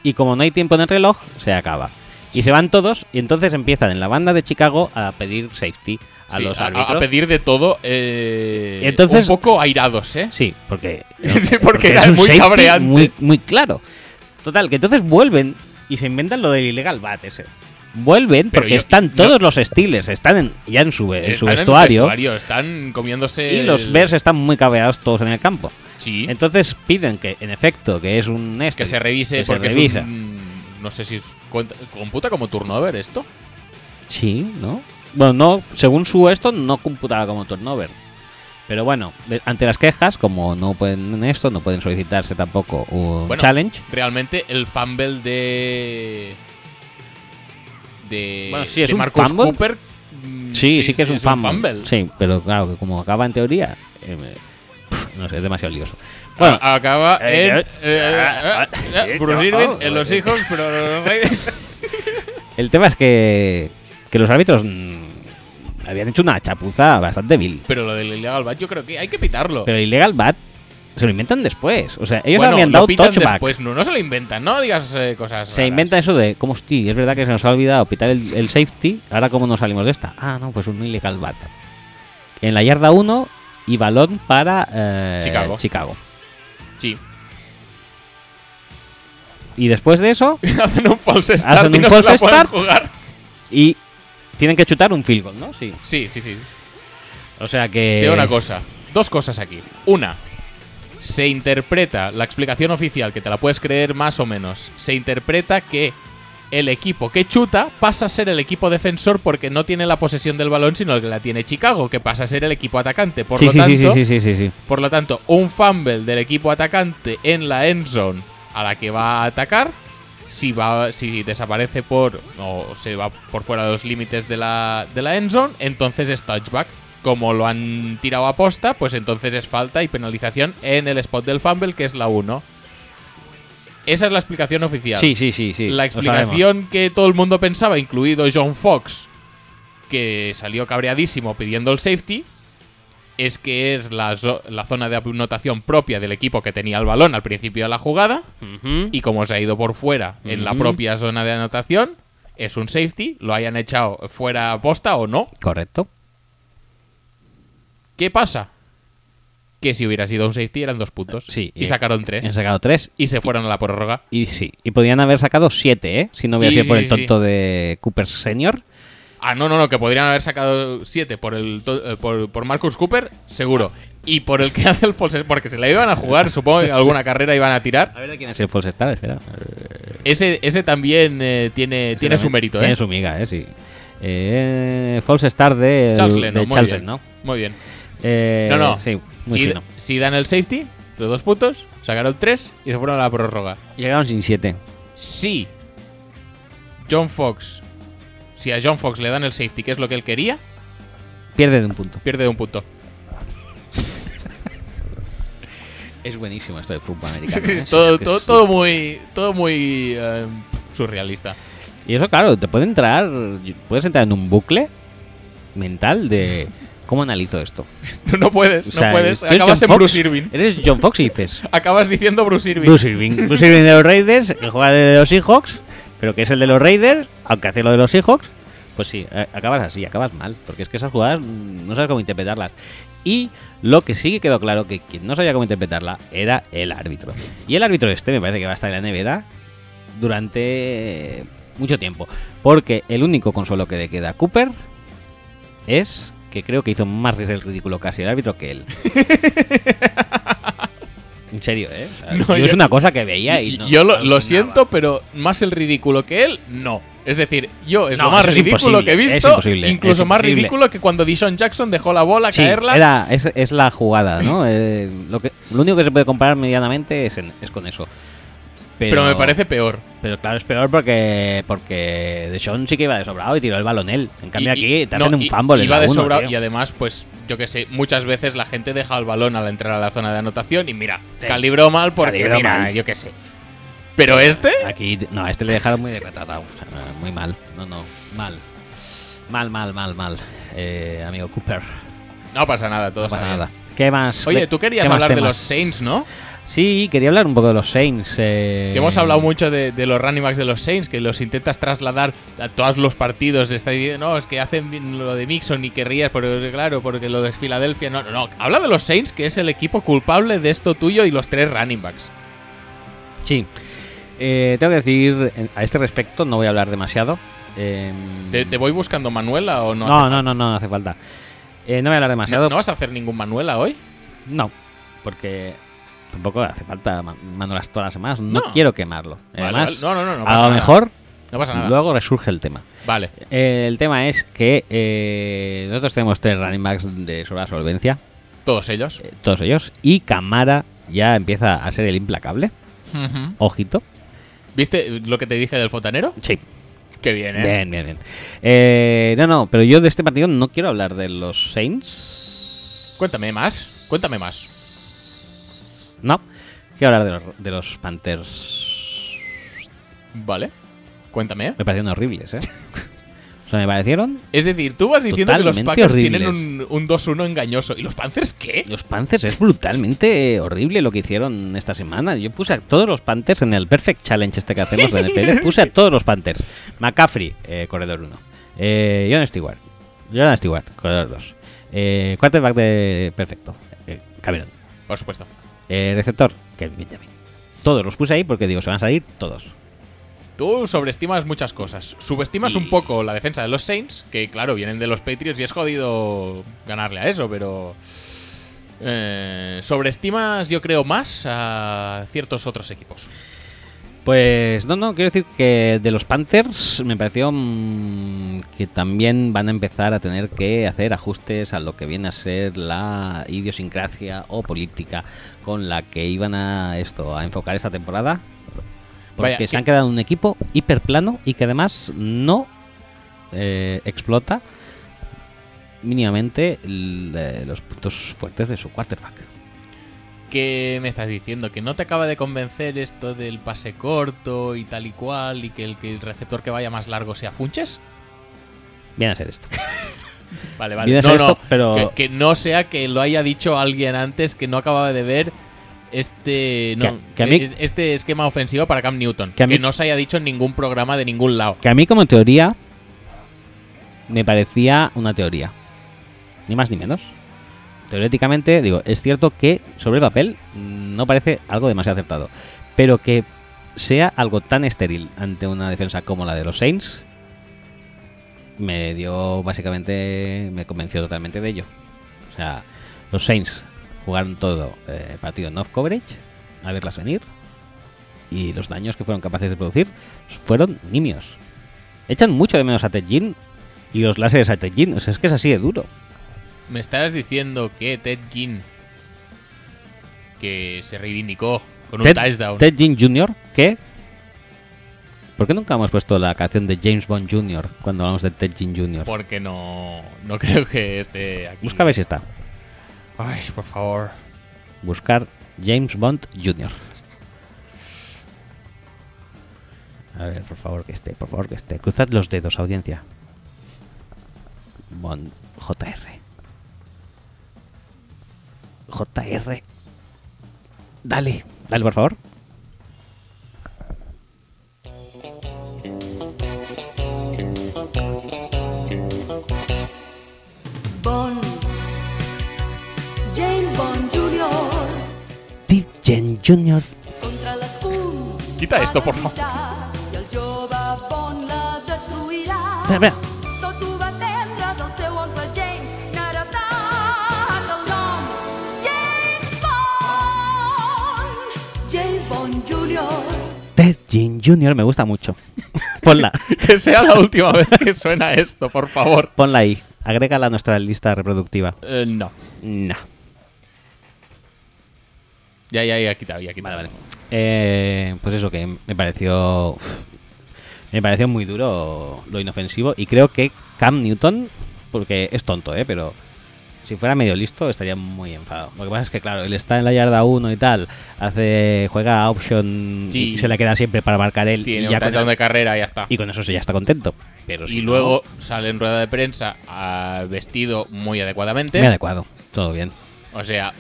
y como no hay tiempo en el reloj, se acaba. Y se van todos y entonces empiezan en la banda de Chicago a pedir safety a
Sí,
los
a,
árbitros.
a pedir de todo. eh,
Entonces-
un poco airados, ¿eh?
Sí, porque,
Sí, porque era
es un
muy
safety
cabreante.
Muy, muy claro. Total, que entonces vuelven y se inventan lo del Illegal Bat ese. Vuelven
Pero
porque
yo-
están
no-
todos los Steelers, están en- ya en su, en su
Están
vestuario.
vestuario, Están comiéndose.
Y los
el-
Bears están muy cabreados todos en el campo.
Sí,
Entonces piden que, en efecto, que es un este,
que se revise
que se
porque es
revisa.
un- No sé si es- cuenta- computa como turnover esto.
Sí, ¿no? Bueno, no, según su esto, no computaba como turnover. Pero bueno, de- ante las quejas, como no pueden esto, no pueden solicitarse tampoco un
Bueno.
challenge.
Realmente el fumble de. De.
Bueno, sí, es
de
un
Marcus
fumble.
Cooper. mm,
Sí, sí, que es, un, fumble.
fumble.
Sí, pero claro, que como acaba en teoría, eh, me- pf, no sé, es demasiado lioso. Bueno,
Bueno, acaba
eh,
en.
eh,
eh, eh,
eh,
Bruce
eh,
Irving,
oh,
en los
eh.
Seahawks, pero los Raiders- ah.
el tema es que, que los árbitros mm, habían hecho una chapuza bastante vil.
Pero lo del Illegal Bat, yo creo que hay que pitarlo.
Pero el Illegal Bat se lo inventan después. O sea, ellos
bueno,
habían
lo
dado
pitan
touchback.
después, no, no se lo inventan, no digas eh, cosas.
Se
raras.
inventa eso de, como hostia, es verdad que se nos ha olvidado pitar el, el safety, ahora cómo nos salimos de esta. Ah, no, pues un illegal bat. En la yarda 1 y balón para eh,
Chicago. Sí.
Y después de eso,
Hacen un false start
Hacen
y
un
no
false
se la pueden
start.
jugar.
y tienen que chutar un field goal, ¿no? Sí.
Sí, sí, sí.
O sea que...
Te digo una cosa. Dos cosas aquí. Una, se interpreta la explicación oficial, que te la puedes creer más o menos. Se interpreta que el equipo que chuta pasa a ser el equipo defensor porque no tiene la posesión del balón, sino que la tiene Chicago, que pasa a ser el equipo atacante. Por
Sí,
lo
sí,
tanto,
sí, sí, sí, sí, sí.
Por lo tanto, un fumble del equipo atacante en la end zone a la que va a atacar, si va si desaparece por o se va por fuera de los límites de la de la end zone, entonces es touchback. Como lo han tirado a posta, pues entonces es falta y penalización en el spot del fumble que es la 1. Esa es la explicación oficial.
Sí, sí, sí, sí.
La
lo sabemos.
explicación que todo el mundo pensaba, incluido John Fox, que salió cabreadísimo pidiendo el safety, es que es la, zo- la zona de anotación propia del equipo que tenía el balón al principio de la jugada,
Ujú.
y como se ha ido por fuera en la
Ujú.
propia zona de anotación, es un safety, lo hayan echado fuera a posta o no.
Correcto.
¿Qué pasa? Que si hubiera sido un safety eran dos puntos.
Sí,
y
eh,
sacaron
Han
tres.
sacado tres
Y se fueron a la prórroga.
y sí. Y podían haber sacado siete, ¿eh? Si no hubiera
Sí,
sido por
sí,
el
sí,
tonto de Cooper Senior.
Ah, no, no, no, que podrían haber sacado 7 por, el to- eh, por, por Marcus Cooper, seguro. Y por el que hace el false, porque se la iban a jugar, supongo que alguna carrera iban a tirar.
A ver de quién es el false star, espera.
Ese, ese también eh, tiene, tiene su mérito,
Tiene
¿eh?
su miga, eh, sí. Eh, false Star de
Charles
de
Leno, muy
Charles
bien.
Leno.
Muy bien.
Eh,
No, no.
Sí, muy
si,
fino.
si dan el safety, los dos puntos, sacaron 3 y se fueron a la prórroga.
Llegaron sin siete.
si John Fox, si a John Fox le dan el safety, que es lo que él quería,
Pierde de un punto.
pierde de un punto.
Es buenísimo esto de fútbol
Sí,
americano.
sí,
¿eh?
es todo,
Es que
todo,
es-
todo muy, todo muy eh, surrealista.
Y eso, claro, te puede entrar. Puedes entrar en un bucle mental de. ¿Cómo analizo esto?
No puedes,
O sea,
no puedes.
tú eres
Acabas
John
en
Fox,
Bruce Irving.
Eres John Fox y dices.
Acabas diciendo Bruce Irving.
Bruce Irving. Bruce Irving de los Raiders, que juega de los Seahawks, pero que es el de los Raiders, aunque hace lo de los Seahawks. Pues sí, a- acabas así, acabas mal, porque es que esas jugadas mm, no sabes cómo interpretarlas. Y lo que sí que quedó claro que quien no sabía cómo interpretarla era el árbitro. Y el árbitro este me parece que va a estar en la nevera durante eh, mucho tiempo, porque el único consuelo que le queda a Cooper es que creo que hizo más el ridículo casi el árbitro que él. en serio, ¿eh? O sea,
No,
yo
yo-
es una cosa que veía y
Y-
no-
yo lo,
no
lo
alucinaba.
siento, pero más el ridículo que él, no. Es decir, yo es
No,
lo más
eso es
ridículo
imposible,
que he
es
visto,
imposible,
incluso
es
más
imposible.
ridículo que cuando Dishon Jackson dejó la bola
Sí,
caerla.
era- es, es la jugada, ¿no? Eh, lo, que, lo único que se puede comparar medianamente es, en- es con eso. Pero,
pero me parece peor.
Pero claro, es peor porque porque DeShaun sí que iba de sobrado y tiró el balón él. En cambio,
Y- y-
aquí te
no,
hacen un
y-
fumble. en
iba
la
de
uno,
sobra-
tío.
y además, pues yo que sé, muchas veces la gente deja el balón al entrar a la zona de anotación y mira,
Sí.
calibró mal porque
Calibró
mira,
mal.
yo que sé. Pero este,
Aquí, no, a este le dejaron muy retratado. o sea, no, muy mal. No, no, mal. Mal, mal, mal, mal. Eh, amigo Cooper,
no pasa nada, todo
no pasa
está bien.
nada. ¿Qué más?
Oye,
¿Qué-
tú querías
qué más
hablar de
temas?
los Saints, ¿no?
Sí, quería hablar un poco de los Saints. eh,
Que hemos hablado mucho de, de los running backs de los Saints, que los intentas trasladar a todos los partidos. Está diciendo, no, es que hacen bien lo de Mixon y querrías, pero claro, porque lo de Filadelfia. No, no, no. Habla de los Saints, que es el equipo culpable de esto tuyo y los tres running backs.
Sí. Eh, tengo que decir, en- a este respecto, no voy a hablar demasiado. Eh,
¿Te, te voy buscando Manuela o Mm. no?
no, no, no, no, no hace falta. Eh, no voy a hablar demasiado.
¿No, no vas a hacer ningún Manuela hoy?
No, porque tampoco hace falta ma- mandarlas todas las semanas. No,
No.
quiero quemarlo.
Vale,
Además,
vale. no, no, no, no
a
pasa
lo
nada.
mejor
No pasa nada.
luego resurge el tema.
Vale.
Eh, el tema es que eh, nosotros tenemos tres running backs de sobra solvencia,
Todos ellos.
eh, todos ellos, y Camara ya empieza a ser el implacable.
Ujú.
Ojito.
¿Viste lo que te dije del fotanero?
Sí.
Qué bien, ¿eh?
Bien, bien, bien. Eh, no, no, pero yo de este partido no quiero hablar de los Saints.
Cuéntame más. Cuéntame más.
No, quiero hablar de los, de los Panthers.
Vale. Cuéntame.
Me parecieron horribles, ¿eh? o sea, me parecieron.
Es decir, tú vas diciendo que los
Totalmente
Packers
horribles.
tienen un, un 2-1 engañoso. ¿Y los Panthers qué?
Los Panthers es brutalmente horrible lo que hicieron esta semana. Yo puse a todos los Panthers en el Perfect Challenge este que hacemos de NFL. Puse a todos los Panthers. McCaffrey, eh, corredor 1. Eh, John Stewart. John Stewart, corredor 2. Eh, quarterback de perfecto. eh, Cameron.
Por supuesto.
Eh, receptor, que Benjamin. Todos los puse ahí porque digo, se van a salir todos.
Tú sobreestimas muchas cosas. Subestimas
Y-
un poco la defensa de los Saints, que claro, vienen de los Patriots y es jodido ganarle a eso, pero... eh, sobreestimas, yo creo, más a ciertos otros equipos.
Pues no, no, quiero decir que de los Panthers me pareció mm, que también van a empezar a tener que hacer ajustes a lo que viene a ser la idiosincrasia o política con la que iban a esto a enfocar esta temporada. Porque
Vaya,
se
que-
han quedado en un equipo hiperplano y que además no eh, explota mínimamente l- eh, los puntos fuertes de su quarterback.
¿Qué me estás diciendo? ¿Que no te acaba de convencer esto del pase corto y tal y cual y que el, que el receptor que vaya más largo sea Funches?
Viene a ser esto.
Vale, vale.
Viene a
No,
ser
no,
esto, pero-
que, que no sea que lo haya dicho alguien antes que no acababa de ver este no,
Que- que a mí-
es- este esquema ofensivo para Cam Newton.
Que
Que,
a mí-
no se haya dicho en ningún programa de ningún lado.
Que a mí como teoría me parecía una teoría. Ni más ni menos. Teoréticamente, digo, es cierto que sobre el papel mm, no parece algo demasiado aceptado. Pero que sea algo tan estéril ante una defensa como la de los Saints, me dio básicamente, me convenció totalmente de ello. O sea, los Saints jugaron todo eh, partido en off coverage, a verlas venir, y los daños que fueron capaces de producir fueron nimios. Echan mucho de menos a Ted Ginn y los láseres a Ted Ginn. O sea, es que es así de duro.
Me estás diciendo que Ted Ginn, que se reivindicó con un
Ted,
touchdown,
Ted Ginn Jr., que ¿Por qué nunca hemos puesto la canción de James Bond Jr. cuando hablamos de Ted Jin Jr.?
Porque no, no creo que esté aquí.
Busca a ver si está.
Ay, por favor.
Buscar James Bond Jr. A ver, por favor que esté, por favor que esté. Cruzad los dedos, audiencia. Bond JR. JR. Dale, dale, por favor.
Bond, James Bond Jr.
Ted Jin Jr.
contra las cum.
Quita esto, por favor.
I el jove Bond la destruirà.
Espera, espera.
Tot ho va entendre del seu oncle James, n'heretat el nom. James Bond! James Bond Jr.
Ted Jin Jr. me gusta mucho. Ponla.
Que sea la última vez que suena esto, por favor.
Ponla ahí. Agrégala a nuestra lista reproductiva.
Eh, no.
No.
Ya, ya, ya, quitado, ya, quitado.
Vale, vale. Eh, pues eso que me pareció. uf, Me pareció muy duro lo inofensivo. Y creo que Cam Newton, porque es tonto, ¿eh? Pero si fuera medio listo, estaría muy enfadado. Lo que pasa es que, claro, él está en la yarda 1 y tal. hace Juega option
Sí.
y se la queda siempre para marcar él.
Tiene
y,
un
ya con
touchdown de
eso,
carrera, ya está.
y con eso se ya está contento. Pero si
Y
no,
luego sale en rueda de prensa ah, vestido muy adecuadamente.
Muy adecuado. Todo bien.
O sea,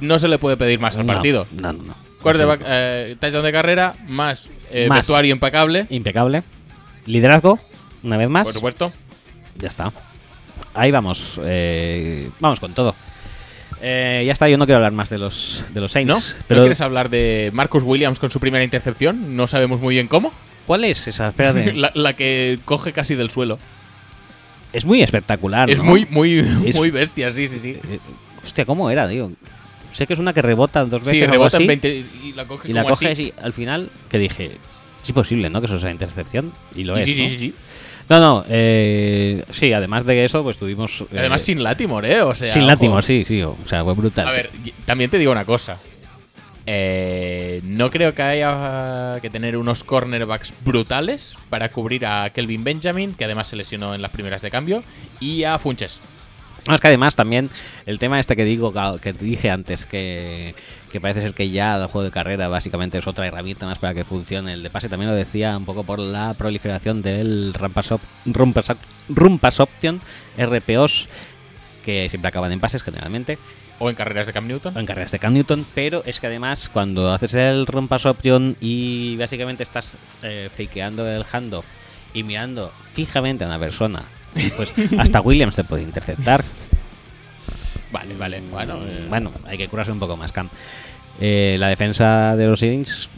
no se le puede pedir más al
No,
partido.
No, no, no.
Quarterback, eh, touchdown de carrera, más, eh,
Más.
vestuario impecable,
Impecable. Liderazgo, una vez más.
por supuesto.
Ya está. Ahí vamos. eh, vamos con todo. Eh, ya está, yo no quiero hablar más de los, de los Saints.
¿No?
pero
¿No quieres hablar de Marcus Williams con su primera intercepción? No sabemos muy bien cómo.
¿Cuál es esa? Espérate.
La, la que coge casi del suelo.
es muy espectacular.
es
Ah, ¿no?
muy, muy,
Es-
muy bestia, sí, sí, sí.
Eh, hostia, ¿cómo era, tío? Sé que es una que rebota dos veces.
Sí,
o algo
rebota en
así,
20 y la coge
Y la
como
coge
así.
así. Al final, que dije, es imposible, ¿no? Que eso sea intercepción. Y lo
Sí,
es.
sí,
¿no?
sí, sí.
No, no. eh, sí, además de eso, pues tuvimos. eh,
Además, sin Latimore, ¿eh? O sea,
sin
ojo.
látimos, sí, sí. O sea, fue brutal.
A ver, y- también te digo una cosa. Eh, no creo que haya que tener unos cornerbacks brutales para cubrir a Kelvin Benjamin, que además se lesionó en las primeras de cambio, y a Funches.
No, es que además también el tema este que digo que te dije antes que, que parece ser que ya el juego de carrera básicamente es otra herramienta más para que funcione el de pase también lo decía un poco por la proliferación del rampas op- rumpas op- rumpas option RPOs que siempre acaban en pases generalmente
O en carreras de Cam
o
Newton.
en carreras de Cam Newton pero es que además cuando haces el rompas option y básicamente estás eh, fakeando el handoff y mirando fijamente a una persona pues hasta Williams te puede interceptar
Vale, vale. Bueno, eh,
bueno, hay que curarse un poco más, Cam. Eh, la defensa de los Saints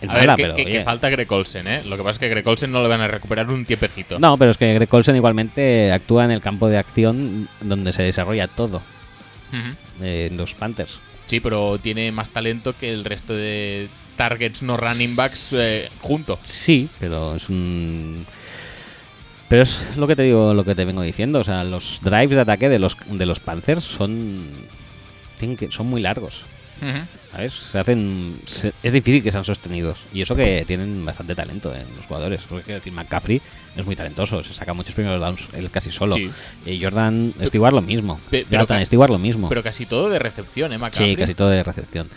es
a
mala,
ver, que,
pero
que- que
oye.
falta Greg Olsen, ¿eh? Lo que pasa es que Greg Olsen no lo van a recuperar un tiempecito.
No, pero es que Greg Olsen igualmente actúa en el campo de acción donde se desarrolla todo
Ujú.
eh, en los Panthers.
Sí, pero tiene más talento que el resto de targets no running backs eh, junto.
Sí, pero es un pero es lo que te digo, lo que te vengo diciendo, o sea, los drives de ataque de los de los Panthers son tienen que son muy largos.
Ujú.
¿Sabes? Se hacen, se- es difícil que sean sostenidos. Y eso que tienen bastante talento en los jugadores. Porque quiero decir, McCaffrey es muy talentoso. Se saca muchos primeros downs él casi solo.
Sí.
Y Jordan Stewart lo mismo.
Pe- pero
Jonathan
ca-
Stewart lo mismo.
Pero casi todo de recepción, ¿eh? McCaffrey?
sí, casi todo de recepción.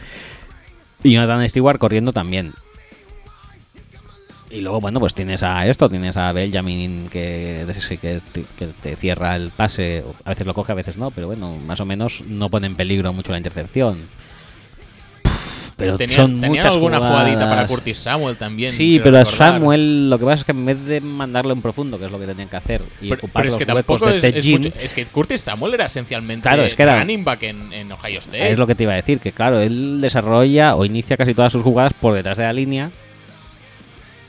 Y Jonathan Stewart corriendo también. Y luego, bueno, pues tienes a esto, tienes a Benjamin que, sí que, te- que te cierra el pase. A veces lo coge, a veces no, pero bueno, más o menos no pone en peligro mucho la intercepción. Pero
Tenían-
son
tenían
muchas
alguna
jugadas.
jugadita para Curtis Samuel también.
Sí,
creo
pero a
recordar.
Samuel lo que pasa es que en vez de mandarle un profundo, que es lo que tenían que hacer, y
Pero,
ocupar
pero es
los
que
huecos
tampoco
de
es,
Ted
es
Ginn,
mucho- es que Curtis Samuel era esencialmente
Claro, es que era-
running back en, en Ohio State.
Es lo que te iba a decir, que claro, él desarrolla o inicia casi todas sus jugadas por detrás de la línea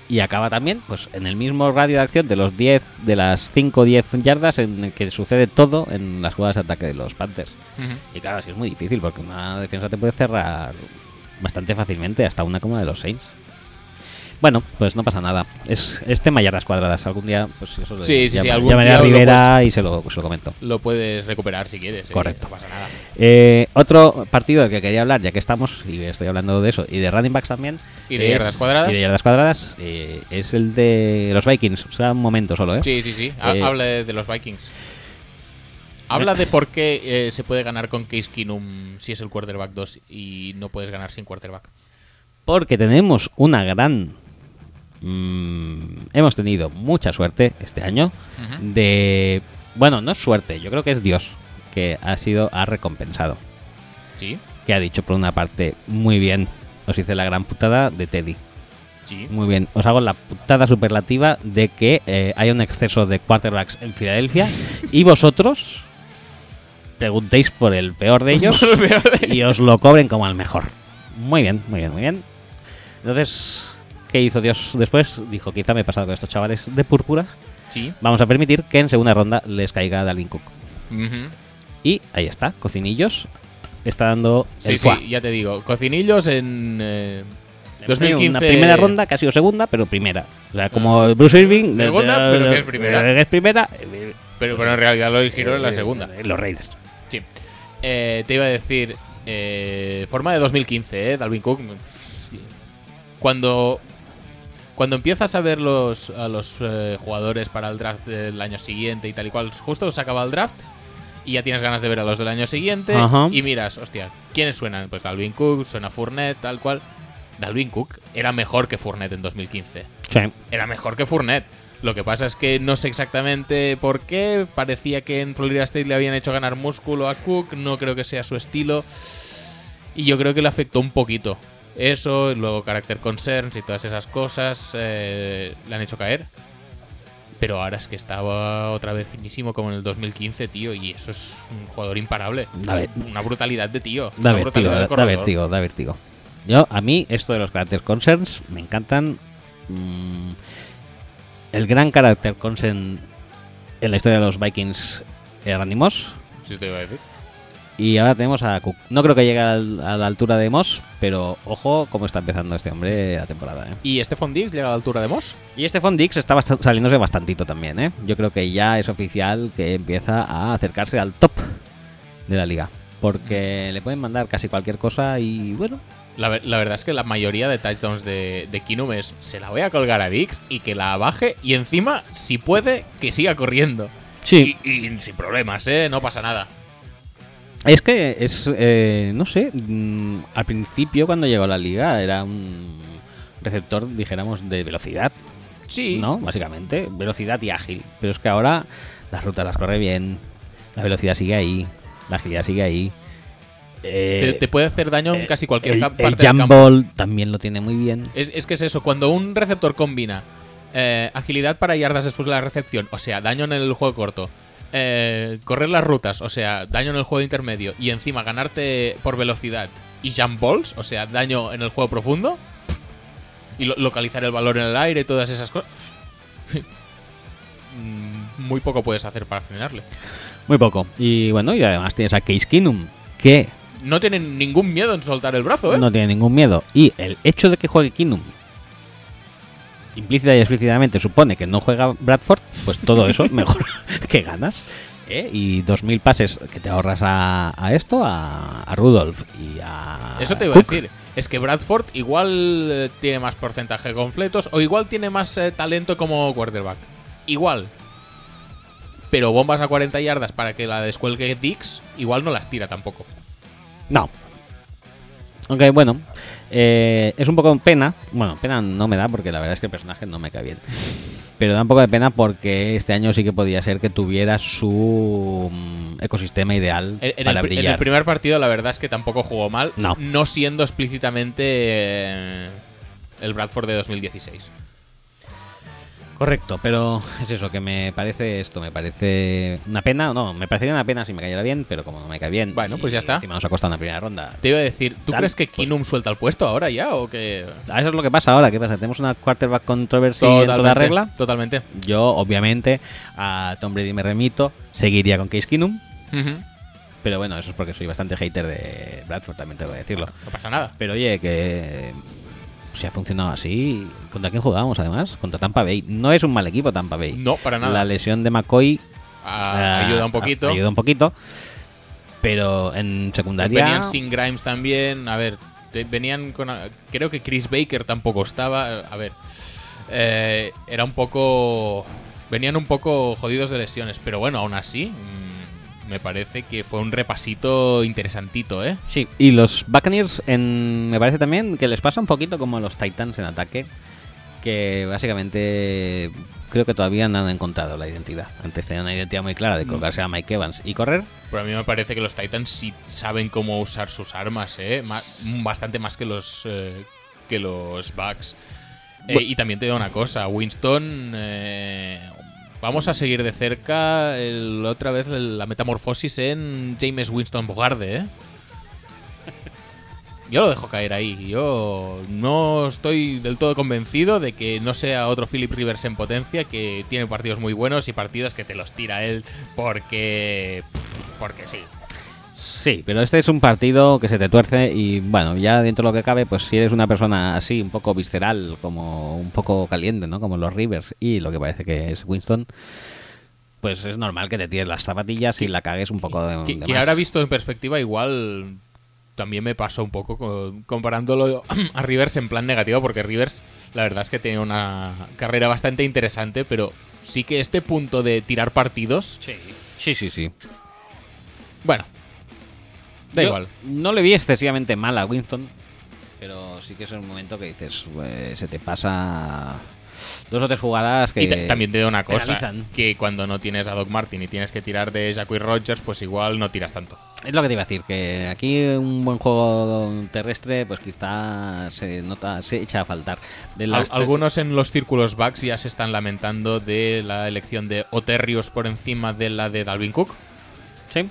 y acaba también pues en el mismo radio de acción de los 10 de las 5 o 10 yardas en el que sucede todo en las jugadas de ataque de los Panthers.
Ujú.
Y claro, así es muy difícil porque una defensa te puede cerrar bastante fácilmente hasta una como la de los Saints. Bueno, pues no pasa nada. Es, es tema yardas cuadradas. Algún día, pues eso lo
Sí, sí, sí,
llama-
algún
llamaré a
día lo
Rivera y se lo, se lo comento.
Lo puedes recuperar si quieres. ¿eh?
Correcto.
No pasa nada.
Eh, otro partido del que quería hablar, ya que estamos, y estoy hablando de eso, y de running backs también.
Y de yardas cuadradas.
Y de yardas cuadradas, eh, es el de los Vikings. Será un momento solo, ¿eh?
Sí, sí, sí. Ha-
Eh,
Habla de, de los Vikings. Habla de por qué eh, se puede ganar con Case Keenum si es el quarterback 2 y no puedes ganar sin quarterback.
Porque tenemos una gran. mm, hemos tenido mucha suerte este año
Ujú.
de. Bueno, no es suerte, yo creo que es Dios que ha sido, ha recompensado.
Sí,
Que ha dicho por una parte, muy bien, os hice la gran putada de Teddy.
sí.
Muy bien, os hago la putada superlativa de que eh, hay un exceso de quarterbacks en Filadelfia y vosotros preguntéis por el peor de ellos y os lo cobren como al mejor. Muy bien, muy bien, muy bien. Entonces, ¿qué hizo Dios después? Dijo, quizá me he pasado con estos chavales de púrpura.
Sí.
Vamos a permitir que en segunda ronda les caiga Dalvin Cook.
Ujú.
Y ahí está, cocinillos. Está dando
Sí,
el foie.
sí, ya te digo. Cocinillos en eh,
Le pone
2015.
Una primera ronda que ha sido segunda, pero primera. O sea, como Bruce Irving.
Segunda,
eh,
pero que es
eh,
primera.
que es primera, eh,
Pero, pero en realidad lo eligieron en la
eh,
segunda.
eh, Los Raiders.
Sí. Eh, te iba a decir, eh, forma de 2015, ¿eh? Dalvin Cook. Sí. Cuando, cuando empiezas a ver los, a los eh, jugadores para el draft del año siguiente y tal y cual, justo se acaba el draft y ya tienes ganas de ver a los del año siguiente
Ajá.
y miras, hostia, ¿quiénes suenan? Pues Dalvin Cook, suena Fournette, tal cual. Dalvin Cook era mejor que Fournette en 2015
Sí.
era mejor que Fournette. Lo que pasa es que no sé exactamente por qué. Parecía que en Florida State le habían hecho ganar músculo a Cook. No creo que sea su estilo. Y yo creo que le afectó un poquito. Eso, y luego Character Concerns y todas esas cosas eh, le han hecho caer. Pero ahora es que estaba otra vez finísimo como en el 2015, tío. Y eso es un jugador imparable.
Da
Es
ver-
una brutalidad de tío.
Da vértigo,
una brutalidad
da,
de
da
corredor.
vértigo, da vértigo. Yo, a mí, esto de los character concerns me encantan. Mm, el gran character concern en la historia de los Vikings era Randy Moss.
Sí, te iba a decir.
Y ahora tenemos a Cook. No creo que llegue al- a la altura de Moss, pero ojo cómo está empezando este hombre la temporada. ¿eh?
¿Y Stephon Diggs llega a la altura de Moss?
Y este Fondix está bast- saliéndose bastantito también, ¿eh? Yo creo que ya es oficial que empieza a acercarse al top de la liga. Porque le pueden mandar casi cualquier cosa y bueno.
La, ver- la verdad es que la mayoría de touchdowns de, de Kinum es se la voy a colgar a Dix y que la baje y encima, si puede, que siga corriendo. Y, y sin problemas, ¿eh? No pasa nada.
Es que es, eh, no sé, mm, al principio cuando llegó a la liga era un receptor, dijéramos, de velocidad,
Sí.
¿no? Básicamente, velocidad y ágil. Pero es que ahora las rutas las corre bien, la velocidad sigue ahí, la agilidad sigue ahí. Eh,
Te, te puede hacer daño en
eh,
casi cualquier
el,
ca-
el
parte del
jump
campo.
ball también lo tiene muy bien.
Es, es que es eso, cuando un receptor combina eh, agilidad para yardas después de la recepción, o sea, daño en el juego corto, eh, correr las rutas, o sea, daño en el juego intermedio, y encima ganarte por velocidad y jump balls, o sea, daño en el juego profundo, y lo- localizar el valor en el aire, todas esas cosas. Mm, Muy poco puedes hacer para frenarle.
Muy poco. Y bueno, y además tienes a Case Keenum, que
No tienen ningún miedo en soltar el brazo, ¿eh?
no tiene ningún miedo. Y el hecho de que juegue Kinum implícita y explícitamente supone que no juega Bradford, pues todo eso mejor que ganas. ¿eh? Y 2.000 pases que te ahorras a, a esto, a, a Rudolph y a.
Eso te iba
Cook.
a decir. Es que Bradford igual eh, tiene más porcentaje con fletos o igual tiene más eh, talento como quarterback. Igual. Pero bombas a 40 yardas para que la descuelgue Dix, igual no las tira tampoco.
No. Aunque bueno, eh, es un poco pena. Bueno, pena no me da porque la verdad es que el personaje no me cae bien. Pero da un poco de pena porque este año sí que podía ser que tuviera su mm, ecosistema ideal
En, en
para
Er-, el, pri- en
brillar.
el primer partido la verdad es que tampoco jugó mal,
No.
siendo explícitamente eh, el Bradford de 2016.
Correcto, pero es eso que me parece esto, me parece una pena, no, me parecería una pena si me cayera bien, pero como no me cae bien.
Bueno, pues
y
ya está.
Encima nos ha costado una primera ronda.
Te iba a decir, ¿tú
Tal,
crees que
pues-
Kinum suelta el puesto ahora ya o que...
Ah, Eso es lo que pasa ahora, ¿qué pasa? Tenemos una quarterback controversy en toda regla.
Totalmente.
Yo, obviamente, a Tom Brady me remito, seguiría con Case Keenum,
Ujú.
pero bueno, eso es porque soy bastante hater de Bradford, también tengo que decirlo.
No pasa nada.
Pero oye, que si ha funcionado así, ¿contra quién jugábamos además? Contra Tampa Bay. No es un mal equipo Tampa Bay.
No, para nada.
La lesión de McCoy
Ah,
ah,
ayuda un poquito.
Ayuda un poquito. Pero en secundaria.
Pues Venían sin Grimes también. A ver, te- venían con. a- Creo que Chris Baker tampoco estaba. A ver, eh, era un poco. Venían un poco jodidos de lesiones. Pero bueno, aún así, mm, me parece que fue un repasito interesantito, ¿eh?
Sí, y los Buccaneers en, me parece también que les pasa un poquito como a los Titans en ataque, que básicamente creo que todavía no han encontrado la identidad. Antes tenían una identidad muy clara de colgarse a Mike Evans y correr.
Pero a mí me parece que los Titans sí saben cómo usar sus armas, ¿eh? Ma- bastante más que los eh, que los Bucks. Eh, y también te digo una cosa, Winston, eh, vamos a seguir de cerca el- otra vez el- la metamorfosis en James Winston Bogarde, ¿eh? Yo lo dejo caer ahí. Yo no estoy del todo convencido de que no sea otro Philip Rivers en potencia que tiene partidos muy buenos y partidos que te los tira él porque porque sí.
Sí, pero este es un partido que se te tuerce y bueno, ya dentro de lo que cabe, pues si eres una persona así, un poco visceral, como un poco caliente, ¿no? Como los Rivers y lo que parece que es Winston, pues es normal que te tires las zapatillas y la cagues un poco de...
Que,
de
que
más.
ahora visto en perspectiva igual también me pasó un poco co- comparándolo a Rivers en plan negativo porque Rivers la verdad es que tiene una carrera bastante interesante pero sí que este punto de tirar partidos
Sí, sí, sí.
bueno da
Yo
igual
No le vi excesivamente mal a Winston, pero sí que es un momento que dices, eh, se te pasa dos o tres jugadas que...
y ta- también te digo una cosa
penalizan.
que cuando no tienes a Doc Martin y tienes que tirar de Jacquees Rogers pues igual no tiras tanto
Es lo que te iba a decir, que aquí un buen juego terrestre, pues quizá se nota, se echa a faltar. De
Al-
las tres-
algunos en los círculos backs ya se están lamentando de la elección de Oterrios por encima de la de Dalvin Cook
Sí.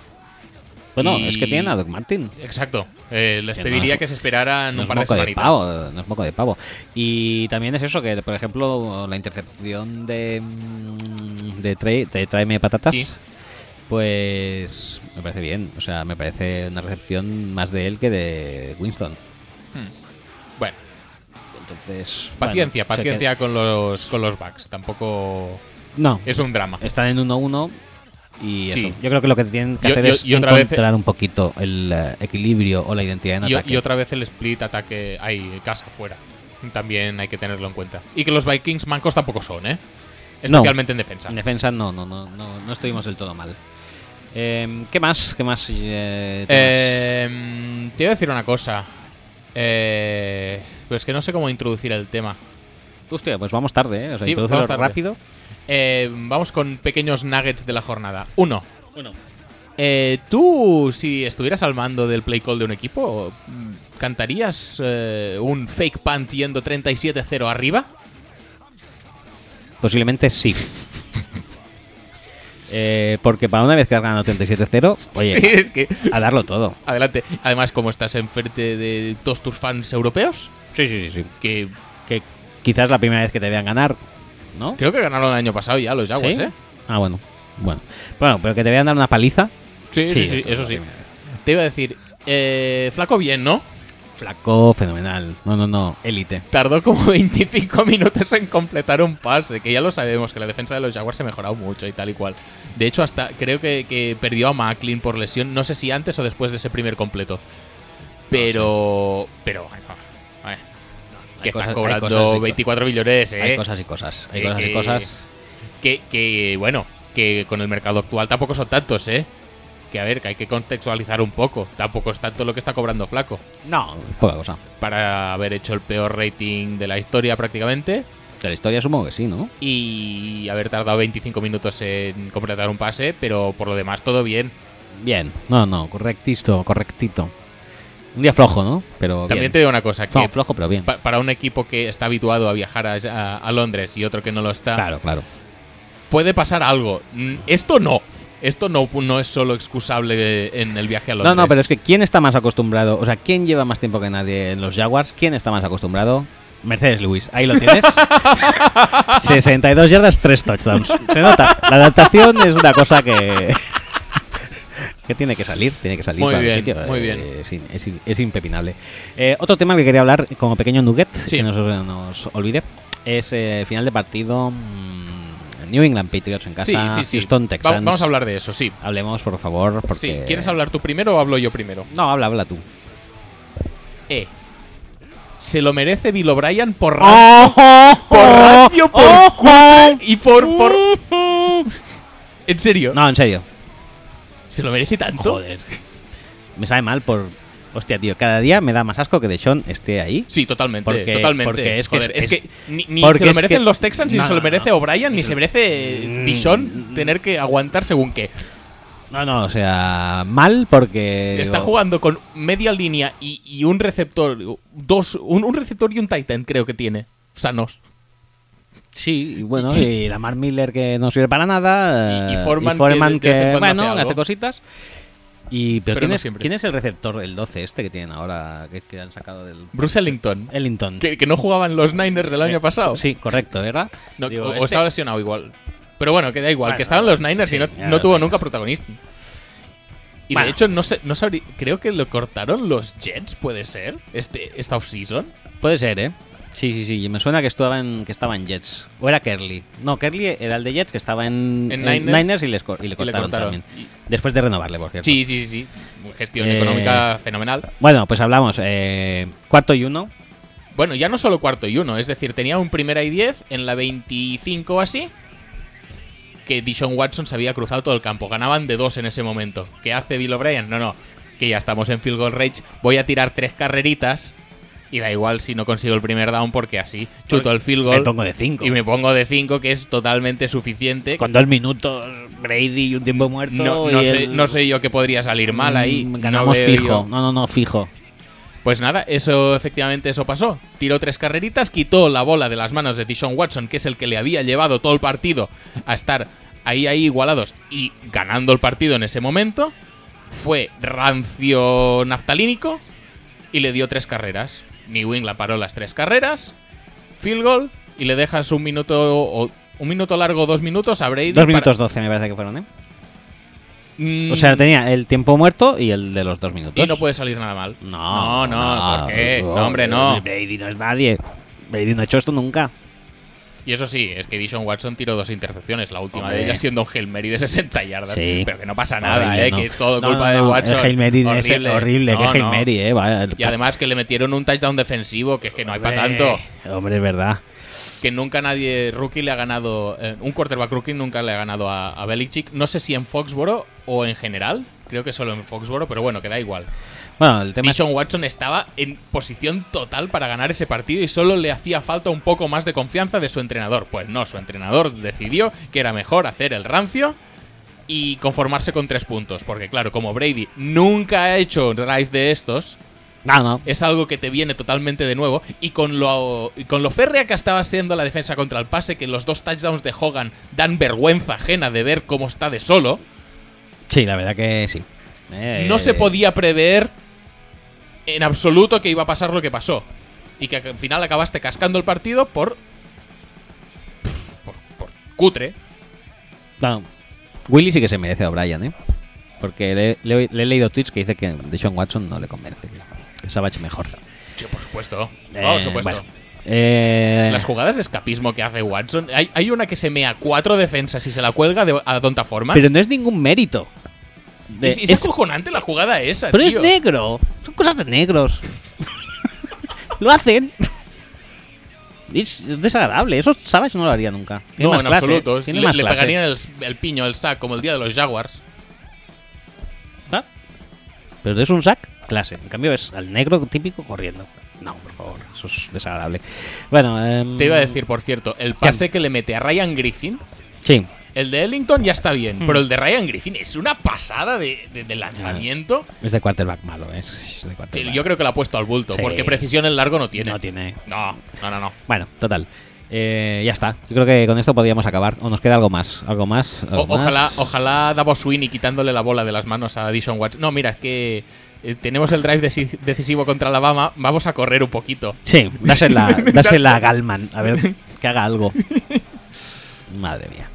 Bueno,
Y-
es que tienen a Doc Martin.
Exacto. Eh, les
Que
pediría
no es-
que se esperaran
No
un
es,
par de
moco de
semanitas.
pavo, no es moco de pavo. Y también es eso, que por ejemplo, la intercepción de, mm, de, Trae- de Tráeme Patatas,
Sí.
pues me parece bien. O sea, me parece una recepción más de él que de Winston.
Hmm. Bueno,
Entonces. bueno,
paciencia,
se
paciencia con los con los backs. Tampoco
queda- No,
es un drama.
están en 1-1. Y eso.
Sí.
yo creo que lo que tienen que
Y-
hacer
y-
es
y otra vez-
encontrar un poquito el eh, equilibrio o la identidad en
Y,
ataque.
y otra vez el split ataque ahí casa fuera. También hay que tenerlo en cuenta. Y que los Vikings mancos tampoco son, ¿eh?
No.
Especialmente en defensa.
En defensa no, no, no, no, no estuvimos del todo mal. Eh, ¿Qué más? ¿Qué más? eh, temas?
Eh, te iba a decir una cosa. Eh, pues que no sé cómo introducir el tema.
Hostia, pues vamos tarde, ¿eh? O sea,
Sí,
introdúcelo
vamos tarde.
rápido.
Eh, vamos con pequeños nuggets de la jornada. Uno. Eh, Tú, si estuvieras al mando del play call de un equipo, mm, ¿cantarías eh, un fake punt yendo 37-0 arriba?
Posiblemente sí. Eh, porque para una vez que has ganado 37-0, oye,
es que,
a darlo todo.
adelante. Además, como estás enfrente de todos tus fans europeos,
Sí, sí, sí. sí.
que
Que quizás la primera vez que te vean ganar, ¿no?
creo que ganaron el año pasado ya los Jaguars,
¿Sí?
¿eh?
Ah, bueno. Bueno, bueno, pero que te vean dar una paliza.
Sí, sí,
esto
sí,
es
eso
la
sí.
primera vez.
Te iba a decir, eh, flaco bien, ¿no?
Flaco, fenomenal. No, no, no, élite.
Tardó como 25 minutos en completar un pase, que ya lo sabemos, que la defensa de los Jaguars se ha mejorado mucho y tal y cual. De hecho, hasta creo que, que perdió a Macklin por lesión, no sé si antes o después de ese primer completo. Pero. Pero bueno. eh, que
cosas-
están
hay
cobrando
cosas y
24 millones, eh.
Hay cosas y cosas. Hay
Eh,
cosas y
que-
cosas.
Que, que, bueno, que con el mercado actual tampoco son tantos, eh. Que a ver, que hay que contextualizar un poco. Tampoco es tanto lo que está cobrando Flaco.
No, poca cosa.
Para haber hecho el peor rating de la historia prácticamente.
De la historia supongo que sí, ¿no?
y haber tardado 25 minutos en completar un pase, pero por lo demás todo bien.
Bien. No, no, correctito, correctito. Un día flojo, ¿no? Pero
También
bien.
te digo una cosa, que
No, flojo, pero bien.
pa- para un equipo que está habituado a viajar a, a- a Londres y otro que no lo está,
Claro, claro.
puede pasar algo. Mm, Esto no. Esto no, no es solo excusable en el viaje a
No,
Londres.
no, pero es que ¿quién está más acostumbrado? O sea, ¿quién lleva más tiempo que nadie en los Jaguars? ¿Quién está más acostumbrado? Mercedes Lewis, ahí lo tienes. 62 yardas, 3 touchdowns. Se nota, la adaptación es una cosa que... que tiene que salir, tiene que salir.
Muy
para el
bien,
sitio,
muy
eh,
bien.
Es, in- es in- es impepinable. Eh, otro tema que quería hablar como pequeño nugget,
Sí.
que no se nos olvide, es eh, final de partido mm, New England Patriots en casa,
Sí, sí, sí.
Houston
Va-
Texans.
vamos a hablar de eso, sí.
Hablemos, por favor, porque...
Sí, ¿quieres hablar tú primero o hablo yo primero?
No, habla, habla tú.
Eh. Se lo merece Bill O'Brien por,
¡Oh!
ra-
¡Ojo!
por ratio, por
¡Ojo!
cutre y por, por... En serio,
Uh. No, en serio.
¿se lo merece tanto?
Joder. Me sabe mal por... Hostia, tío, cada día me da más asco que Deshaun esté ahí.
Sí, totalmente,
Porque-
totalmente.
porque es que
Joder,
es-
es, que ni, ni
porque
se lo
es
merecen
que-
los Texans,
No,
ni se lo
no,
merece
no.
O'Brien, ni se merece
Mm.
Dishon tener que aguantar según qué.
No, no, o sea, mal porque...
Está
digo,
jugando con media línea y, y un receptor, dos, un, un receptor y un Titan creo que tiene, sanos.
Sí, y bueno, y la Mar Miller que no sirve para nada.
Y- y
eh,
Foreman que
Foreman
de- de vez en
que,
cuando
bueno,
hace
hace,
algo.
cositas. Y, pero
Pero
¿quién,
no
es,
siempre.
quién es el receptor, el 12 este que tienen ahora, que, que han sacado del...
Bruce Ellington,
Ellington.
que, que no jugaban los Niners del año pasado.
Eh. Sí, correcto, ¿verdad?
No,
Digo,
o, o
este-
estaba lesionado igual. Pero bueno, que da igual,
Bueno,
que estaban los Niners
sí,
y no,
ya
no
lo
tuvo
tenía.
nunca protagonista. Y
Bueno.
de hecho, no sé, no sabría, creo que lo cortaron los Jets, puede ser, este, esta offseason.
Puede ser, ¿eh? Sí, sí, sí, me suena que estaba en, que estaba en Jets. O era Kerly. No, Kerly era el de Jets que estaba en,
En
en
Niners
y, les cor- y le cortaron,
cortaron.
también. Después de renovarle, por cierto.
Sí, sí, sí, sí. Gestión
Eh.
económica fenomenal.
Bueno, pues hablamos. eh, cuarto y uno.
Bueno, ya no solo cuarto y uno, es decir, tenía un primera y diez en la 25 o así, que Dishon Watson se había cruzado todo el campo. Ganaban de dos en ese momento. ¿Qué hace Bill O'Brien? No, no, que ya estamos en field goal range, voy a tirar tres carreritas y da igual si no consigo el primer down porque así chuto el field
Me
goal
pongo de cinco.
y me pongo de cinco, que es totalmente suficiente.
Con dos minutos, Brady y un tiempo muerto.
No, no
y
sé,
el-
no sé yo qué podría salir mal ahí.
Mm,
No
Ganamos
veo
fijo.
yo.
No, no, no, fijo.
Pues nada, eso efectivamente eso pasó. Tiró tres carreritas, quitó la bola de las manos de Tishon Watson, que es el que le había llevado todo el partido a estar ahí ahí igualados y ganando el partido en ese momento. Fue rancio naftalínico y le dio tres carreras. New England paró las tres carreras, field goal y le dejas un minuto o un minuto largo, dos minutos a Brady.
Dos
para-
minutos doce me parece que fueron, ¿eh?
Mm,
O sea, tenía el tiempo muerto y el de los dos minutos.
y no puede salir nada mal.
No,
no, no, ¿por qué? No, hombre, no.
Brady no es nadie. Brady no ha hecho esto nunca.
Y eso sí, es que Dishon Watson tiró dos intercepciones, la última
Hombre.
de ellas siendo un Hail Mary de 60 yardas.
Sí.
Pero que no pasa nada,
Horrible,
¿eh?
no.
Que es todo
No,
culpa
no, no,
de Watson.
El Hail Mary de ese- horrible, que
No,
Hail
no.
Mary, eh. Vaya, el-
Y además que le metieron un touchdown defensivo, que es que no hay para
Hombre,
tanto.
Hombre, es verdad.
Que nunca nadie rookie le ha ganado, eh, un quarterback rookie nunca le ha ganado a, a Belichick. No sé si en Foxboro o en general. Creo que solo en Foxboro, pero bueno, que da igual.
Bueno, el tema es
Dishon Watson estaba en posición total para ganar ese partido y solo le hacía falta un poco más de confianza de su entrenador. Pues no, su entrenador decidió que era mejor hacer el rancio y conformarse con tres puntos. Porque claro, como Brady nunca ha hecho drive de estos,
No, no.
es algo que te viene totalmente de nuevo. Y con lo, y con lo férrea que estaba siendo la defensa contra el pase, que los dos touchdowns de Hogan dan vergüenza ajena de ver cómo está de solo,
Sí, la verdad que sí. Eh,
no se podía prever en absoluto que iba a pasar lo que pasó. Y que al final acabaste cascando el partido por. por, por cutre.
No. Willy sí que se merece a O'Brien, ¿eh? Porque le, le- le he leído tweets que dice que Deshaun Watson no le convence. que Savage mejor.
Sí, por supuesto.
Eh,
Oh, por supuesto.
bueno. Eh,
Las jugadas de escapismo que hace Watson. Hay, hay una que se mea cuatro defensas y se la cuelga de, a tonta forma.
pero no es ningún mérito. De-
es, es
es-
acojonante la jugada esa,
pero
tío.
es negro. Son cosas de negros. lo hacen. Es desagradable. Eso Savage no lo haría nunca. Tiene
no,
más
en
clase,
absoluto. Es-
Tiene
le,
más
le
clase.
pegarían el, el piño, el sac, como el día de los Jaguars.
¿Ah? Pero es un sac, clase. En cambio es al negro típico corriendo. No, por favor, eso es desagradable. Bueno, em,
Te iba a decir, por cierto, el pase que le mete a Ryan Griffin
Sí,
El de Ellington ya está bien,
Mm.
pero el de Ryan Griffin es una pasada de, de- de lanzamiento.
es de quarterback malo, es, es de
que
quarterback.
yo creo que la ha puesto al bulto,
Sí.
porque precisión en largo no tiene.
No tiene.
No, no, no, no.
Bueno, total. Eh, ya está. Yo creo que con esto podríamos acabar. O nos queda algo más. Algo más.
O-
algo más.
ojalá, ojalá Davos Sweeney quitándole la bola de las manos a Dishon Watson. No, mira, es que eh, tenemos el drive deci- decisivo contra Alabama, vamos a correr un poquito.
Sí, dásela, dásela a Galman. A ver, que haga algo. Madre mía.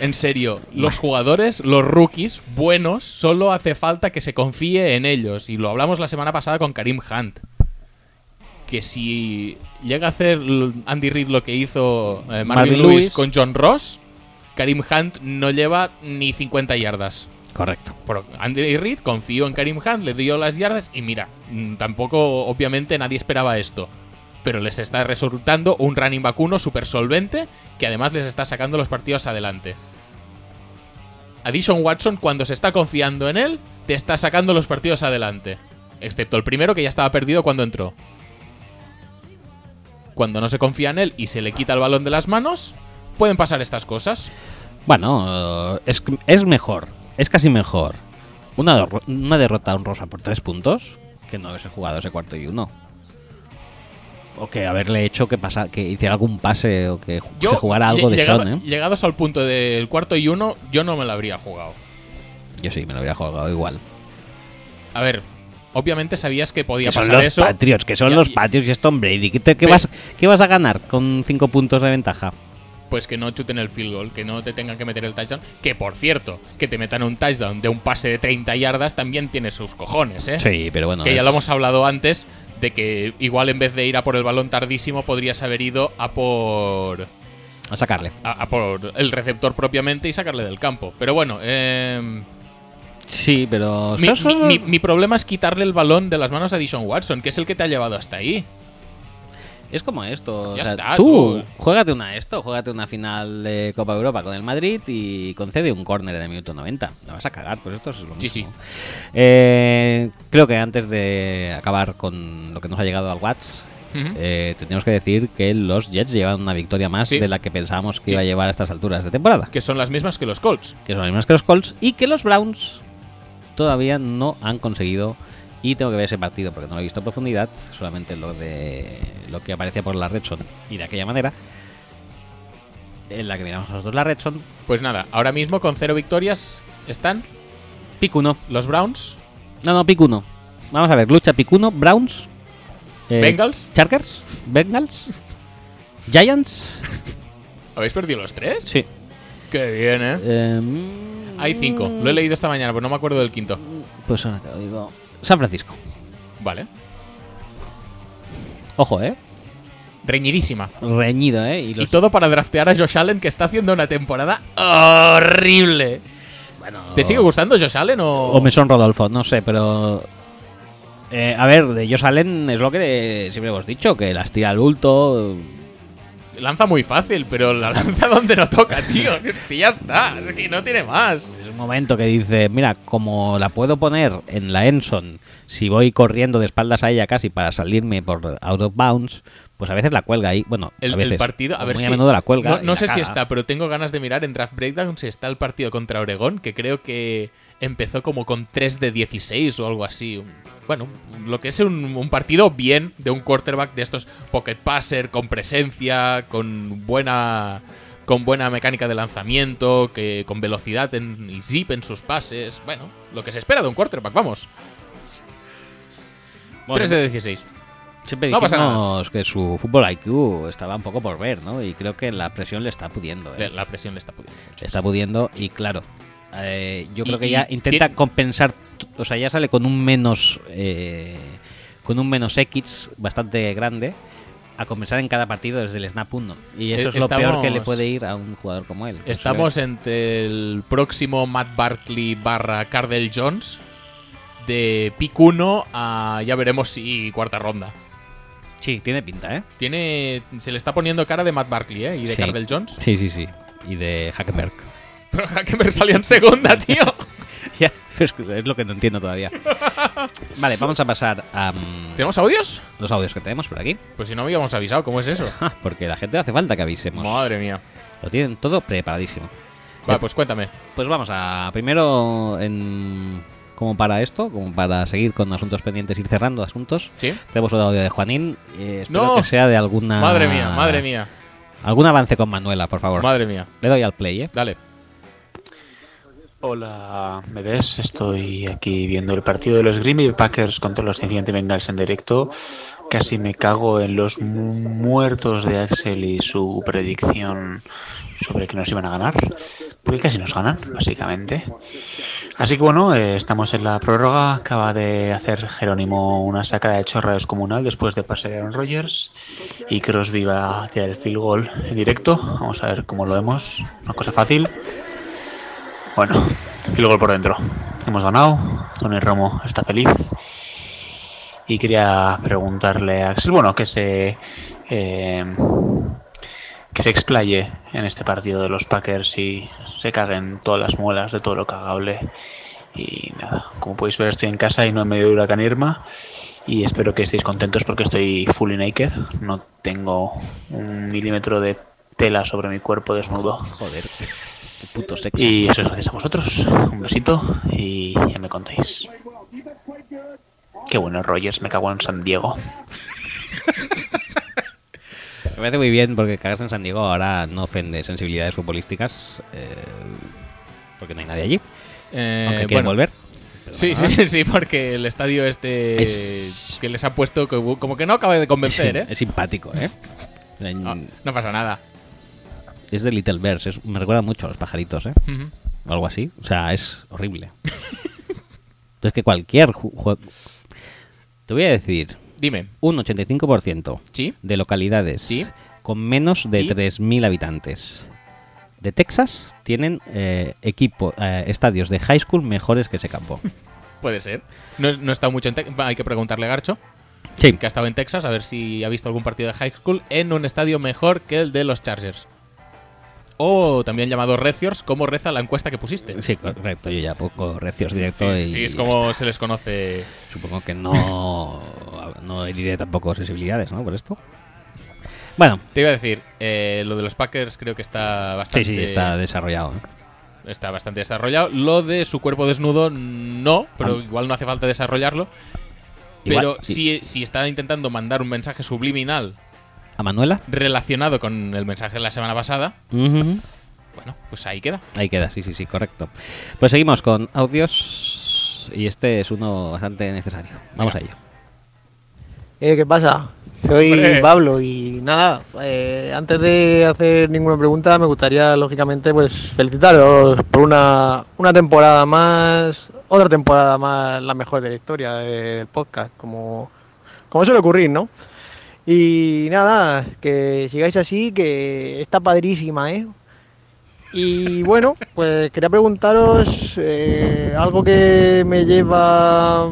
En serio, los jugadores, los rookies buenos, solo hace falta que se confíe en ellos. Y lo hablamos la semana pasada con Karim Hunt. Que si llega a hacer l- Andy Reid lo que hizo eh, Marvin,
Marvin
Lewis,
Lewis.
con John Ross, Karim Hunt no lleva ni 50 yardas.
Correcto.
Por Andy Reid confió en Karim Hunt, le dio las yardas y mira, mm, tampoco obviamente nadie esperaba esto. Pero les está resultando un running vacuno súper solvente que además les está sacando los partidos adelante. Addison Watson, cuando se está confiando en él, te está sacando los partidos adelante. Excepto el primero que ya estaba perdido cuando entró. Cuando no se confía en él y se le quita el balón de las manos, pueden pasar estas cosas.
Bueno, eh, es, es mejor, es casi mejor una, derro- una derrota a un Rosa por tres puntos que no haberse jugado ese cuarto y uno. O que haberle hecho que, pasa, que hiciera algún pase o que ju- se jugara algo
lle-
de
llegado-
Sean, ¿eh?
Llegados al punto del cuarto y uno, yo no me lo habría jugado.
Yo sí, me lo hubiera jugado igual.
A ver, obviamente sabías que podía
Que son
pasar
los
eso.
Patriots, que son
Ya,
los
y-
Patriots y es Tom Brady. ¿Qué, te- qué
Pe-
vas, ¿Qué vas a ganar con cinco puntos de ventaja?
Pues que no chuten el field goal, que no te tengan que meter el touchdown. Que por cierto, que te metan un touchdown de un pase de 30 yardas también tiene sus cojones, ¿eh?
Sí, pero bueno.
que
es-
ya lo hemos hablado antes, de que igual en vez de ir a por el balón tardísimo, podrías haber ido a por.
A sacarle.
a, a por el receptor propiamente y sacarle del campo. Pero bueno, eh.
Sí, pero.
Mi, mi- mi- mi problema es quitarle el balón de las manos a Dishon Watson, que es el que te ha llevado hasta ahí.
Es como esto. o
Ya
sea,
está,
tú,
tú.
juégate una esto, juégate una final de Copa Europa con el Madrid y concede un córner en el minuto 90. La vas a cagar, pues esto es lo mismo.
Sí, sí.
Eh, creo que antes de acabar con lo que nos ha llegado al Watts,
Ujú.
eh, tenemos que decir que los Jets llevan una victoria más
Sí.
de la que pensábamos que
Sí.
iba a llevar a estas alturas de temporada,
Que son las mismas que los Colts.
que son las mismas que los Colts y que los Browns todavía no han conseguido. Y tengo que ver ese partido porque no lo he visto en profundidad, solamente lo de lo que aparecía por la Redson y de aquella manera. En la que miramos nosotros la Redson,
Pues nada, ahora mismo con cero victorias están
pick 1.
los Browns,
No, no, pick 1. Vamos a ver, lucha pick 1, Browns, eh,
Bengals.
Chargers, Bengals, Giants.
¿Habéis perdido los tres?
Sí.
Qué bien, ¿eh?
Em,
Hay cinco. Lo he leído esta mañana, pero no me acuerdo del quinto.
Pues ahora te lo digo. San Francisco.
Vale.
Ojo, ¿eh?
Reñidísima.
Reñido, ¿eh? Y
Y
los...
todo para draftear a Josh Allen, que está haciendo una temporada horrible.
bueno,
¿Te sigue gustando Josh Allen o.?
O Mesón Rodolfo, no sé, pero... eh, a ver, de Josh Allen es lo que de- siempre hemos dicho, que las tira al bulto.
Lanza muy fácil, pero la lanza donde no toca, tío. Es que ya está. Es que no tiene más.
Es un momento que dice, mira, como la puedo poner en la Enson, si voy corriendo de espaldas a ella casi para salirme por out of bounds, pues a veces la cuelga ahí. Bueno, a
El, el
veces,
partido, a
o
ver
muy
si.
a menudo la cuelga.
no
y
no
la
sé si
caga.
está, pero tengo ganas de mirar en Draft Breakdown si está el partido contra Oregón, que creo que empezó como con 3 de 16 o algo así. Un- Bueno, lo que es un, un partido bien de un quarterback de estos pocket passer, con presencia, con buena. Con buena mecánica de lanzamiento, que con velocidad en, y zip en sus pases. Bueno, lo que se espera de un quarterback, vamos.
Bueno,
3 de 16.
Siempre
No
dijimos
pasa
que su fútbol IQ estaba un poco por ver, ¿no? Y creo que la presión le está pudiendo. ¿eh?
Le- La presión le está pudiendo.
Le está pudiendo y claro, eh, yo
Y-
creo que
y
ya intenta
tiene-
compensar, t- o sea, ya sale con un menos, eh, con un menos X bastante grande a compensar en cada partido desde el snap 1. Y eso
Eh,
es lo peor que le
estamos-
puede ir a un jugador como él.
Estamos entre el próximo Matt Barkley barra Cardell Jones de pick 1 a ya veremos si cuarta ronda.
Sí, tiene pinta, ¿eh?
Tiene, se le está poniendo cara de Matt Barkley ¿eh? y de
Sí.
Cardell Jones.
Sí, sí, sí. Y de Hackenberg.
Pero Hackenberg salió en segunda, tío.
ya, es que es lo que no entiendo todavía. vale, vamos a pasar a mm,
¿Tenemos audios?
los audios que tenemos por aquí.
Pues si no habíamos avisado, ¿cómo es eso?
Ah, porque la gente hace falta que avisemos.
Madre mía.
Lo tienen todo preparadísimo.
Va, pues cuéntame.
Pues vamos a primero en como para esto, como para seguir con asuntos pendientes, ir cerrando asuntos.
¿Sí?
Tenemos un audio de Juanín. eh, espero
No.
que sea de alguna.
Madre mía, madre mía,
Algún avance con Manuela, por favor.
madre mía.
Le doy al play, ¿eh?
Dale.
Hola, ¿me ves? Estoy aquí viendo el partido de los Green Bay Packers contra los Cincinnati Bengals en directo. Casi me cago en los mu- muertos de Axel y su predicción sobre que nos iban a ganar. porque casi nos ganan, básicamente. Así que bueno, eh, estamos en la prórroga. Acaba de hacer Jerónimo una saca de chorra descomunal después de pasar a Aaron Rodgers. Y Crosby va hacia el field goal en directo. Vamos a ver cómo lo vemos. Una cosa fácil. Bueno, field goal por dentro. Hemos ganado. Tony Romo está feliz. Y quería preguntarle a Axel, bueno, que se. eh, que se explaye en este partido de los Packers y se caguen todas las muelas de todo lo cagable. Y nada, como podéis ver estoy en casa y no en medio de huracán Irma y espero que estéis contentos porque estoy fully naked, no tengo un milímetro de tela sobre mi cuerpo desnudo.
Joder, qué puto sexy.
Y eso es gracias a vosotros, un besito y ya me contéis. Qué bueno Rogers, me cago en San Diego.
Me parece muy bien porque cagas en San Diego ahora no ofende sensibilidades futbolísticas eh, porque no hay nadie allí.
Eh,
aunque quieren
bueno,
volver.
Sí, sí, sí, sí, porque el estadio este
Es-
que les ha puesto como, como que no acaba de convencer, ¿eh? Ah.
Es simpático, ¿eh? En-
No, no pasa nada.
Es de Little Bears, es- me recuerda mucho a los pajaritos, ¿eh?
Ujú.
O algo así. O sea, es horrible. es que cualquier ju- jue- Te voy a decir,
Dime,
un 85%
¿sí?
de localidades
Sí.
con menos de
Sí.
3.000 habitantes de Texas tienen eh, equipo, eh, estadios de high school mejores que ese campo.
Puede ser. No, no he estado mucho en Texas. Hay que preguntarle a Garcho,
Sí,
que ha estado en Texas, a ver si ha visto algún partido de high school en un estadio mejor que el de los Chargers. O también llamado Reciors, como reza la encuesta que pusiste.
sí, correcto, yo ya poco recios
Sí,
directo
sí,
y
sí, es
ya
como se les conoce.
está. supongo que no no diré tampoco sensibilidades, ¿no? Por esto. Bueno,
Te iba a decir, eh, lo de los Packers creo que está
sí,
bastante,
sí, está desarrollado. ¿eh?
está bastante desarrollado. Lo de su cuerpo desnudo, no, pero igual no hace falta desarrollarlo.
Igual,
Pero si, si está intentando mandar un mensaje subliminal
a Manuela.
relacionado con el mensaje de la semana pasada,
Ujú.
bueno, pues ahí queda.
Ahí queda, sí, sí, sí, correcto. Pues seguimos con audios y este es uno bastante necesario. Vamos a ello.
Eh, ¿Qué pasa? Soy
Hombre.
Pablo y nada, eh, antes de hacer ninguna pregunta me gustaría lógicamente pues felicitaros por una, una temporada más, otra temporada más, la mejor de la historia del podcast, como, como suele ocurrir, ¿no? Y nada, que sigáis así, que está padrísima, ¿eh? Y bueno, pues quería preguntaros eh, algo que me lleva,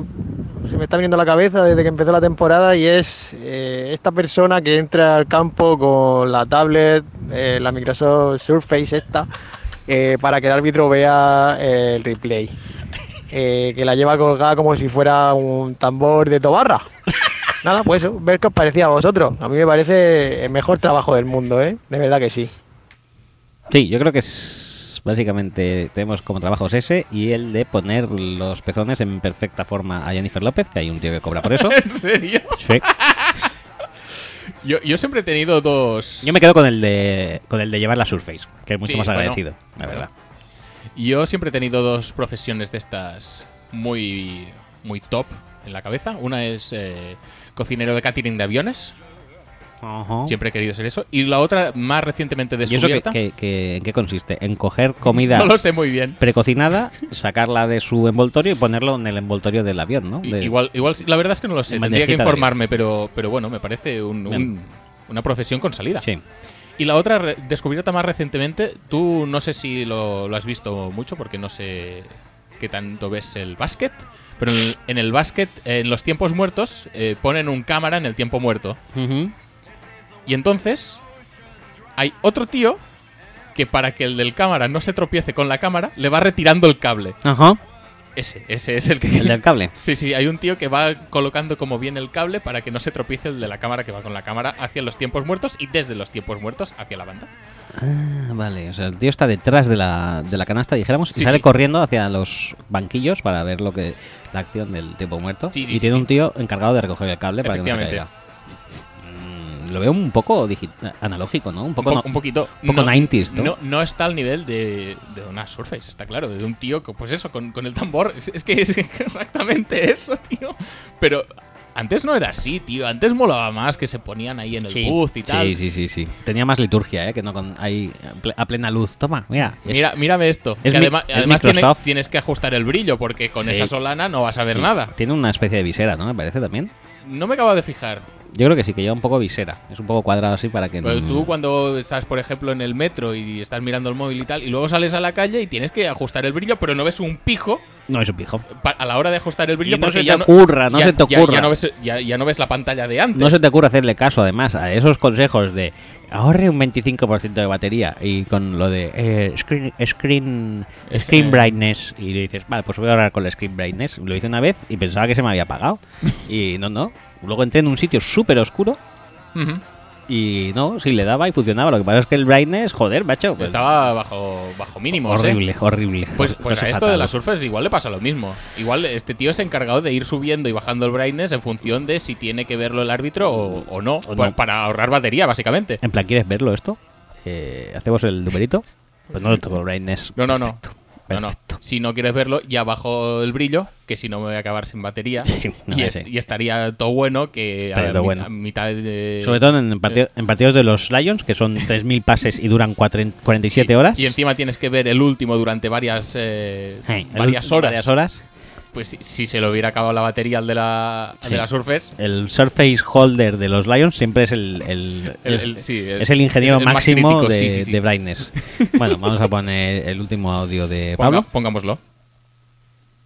Pues se me está viniendo a la cabeza desde que empezó la temporada y es eh, esta persona que entra al campo con la tablet, eh, la Microsoft Surface esta, eh, para que el árbitro vea eh, el replay. Eh, que la lleva colgada como si fuera un tambor de tobarra. Nada, pues eso, ver qué os parecía a vosotros. A mí me parece el mejor trabajo del mundo, ¿eh? De verdad que sí.
Sí, yo creo que es básicamente tenemos como trabajos ese y el de poner los pezones en perfecta forma a Jennifer López, que hay un tío que cobra por eso.
¿En serio?
Sí.
Yo, yo siempre he tenido dos.
Yo me quedo con el de con el de llevar la Surface, que es mucho
Sí,
más
bueno.
agradecido, la verdad.
Yo siempre he tenido dos profesiones de estas muy, muy top en la cabeza. Una es eh, cocinero de catering de aviones. Siempre he querido ser eso. Y la otra, más recientemente
Oh. ¿Y eso que,
descubierta.
que- que- en qué consiste? En coger comida
no lo sé muy bien.
precocinada, sacarla de su envoltorio y ponerlo en el envoltorio del avión, ¿no?
I-
De-
Igual, igual, sí. la verdad es que no lo sé.
En
Tendría que
bandejita de-
informarme, pero, pero bueno, me parece un-
Bien.
un- una profesión con salida.
Sí.
Y la otra, re- descubierta más recientemente, tú no sé si lo, lo has visto mucho porque no sé qué tanto ves el básquet, pero en el, en el básquet, eh, en los tiempos muertos, eh, ponen un cámara en el tiempo muerto.
Ujú.
Y entonces hay otro tío que para que el del cámara no se tropiece con la cámara, le va retirando el cable.
Ajá.
Ese, ese es el que...
El del cable.
Sí, sí, hay un tío que va colocando como bien el cable para que no se tropiece el de la cámara que va con la cámara hacia los tiempos muertos y desde los tiempos muertos hacia la banda.
Ah, Vale, o sea, el tío está detrás de la, de la canasta, dijéramos, y
Sí,
sale
sí.
corriendo hacia los banquillos para ver lo que la acción del tiempo muerto.
Sí, sí,
y
sí,
tiene
sí.
un tío encargado de recoger el cable para que no se
Efectivamente.
caiga. Mm, lo veo un poco digi- analógico, ¿no? Un poco,
un, po-
no-
un poquito
poco 90s, ¿no?
no está al nivel de, de una Surface, está claro, de un tío, que, pues eso, con, con el tambor. Es, es que es exactamente eso, tío. Pero Antes no era así, tío. Antes molaba más que se ponían ahí en el
Sí.
bus y tal.
Sí, sí, sí, sí. Tenía más liturgia, ¿eh? Que no con ahí a ple- a plena luz. Toma, mira. es-
Mira, mírame esto.
es
que
mi-
además,
es
además tiene-
Microsoft.
tienes que ajustar el brillo porque con
Sí.
esa solana no vas a ver
sí.
nada.
Tiene una especie de visera, ¿no? Me parece también.
No me acabo de fijar.
Yo creo que sí, que lleva un poco visera. Es un poco cuadrado así para que no.
Pero tú cuando estás, por ejemplo, en el metro y estás mirando el móvil y tal, y luego sales a la calle y tienes que ajustar el brillo, pero no ves un pijo
No es un pijo.
pa- a la hora de ajustar el brillo
Y no
porque
se te
ya
ocurra, no
ya-
se te
ya- ya
ocurra.
no ves, ya, ya no ves la pantalla de antes.
No se te ocurre hacerle caso, además, a esos consejos de ahorre un 25% de batería y con lo de eh, screen, screen,
Es,
screen
eh,
brightness. Y dices, vale, pues voy a ahorrar con la screen brightness. Lo hice una vez y pensaba que se me había apagado. Y no, no. Luego entré en un sitio súper oscuro
Ujú.
y no, sí le daba y funcionaba. Lo que pasa es que el brightness, joder, macho. pues,
Estaba bajo, bajo mínimos, ¿eh?
horrible, horrible.
Pues,
Lo
pues a
pasé
esto
fatal.
de las surfers igual le pasa lo mismo. Igual este tío se ha encargado de ir subiendo y bajando el brightness en función de si tiene que verlo el árbitro o, o no,
O
pa-
no.
para ahorrar batería, básicamente.
En plan, ¿quieres verlo esto? Eh, ¿Hacemos el numerito? Pues no lo toco el brightness.
No, no, no.
Perfecto,
No, no.
perfecto.
Si no quieres verlo, ya bajo el brillo, que si no me voy a acabar sin batería.
Sí, no,
y,
ya
es-
sé.
y estaría todo bueno que
Estaría
a,
todo
mi-
bueno.
a mitad de...
Sobre todo en, partido- en partidos de los Lions, que son 3.000 pases y duran cuatren- 47 horas.
Y encima tienes que ver el último durante varias eh,
Sí, el-
varias horas.
varias horas.
Pues si, si se le hubiera acabado la batería al de la, al
Sí.
de la Surface,
El surface holder de los Lions siempre es el, el-
El-
es-
el- sí,
es,
es-
el ingeniero
es el más
máximo
crítico,
de,
sí, sí, sí.
de brightness. bueno, vamos a poner el último audio de
ponga-
Pablo.
pongámoslo.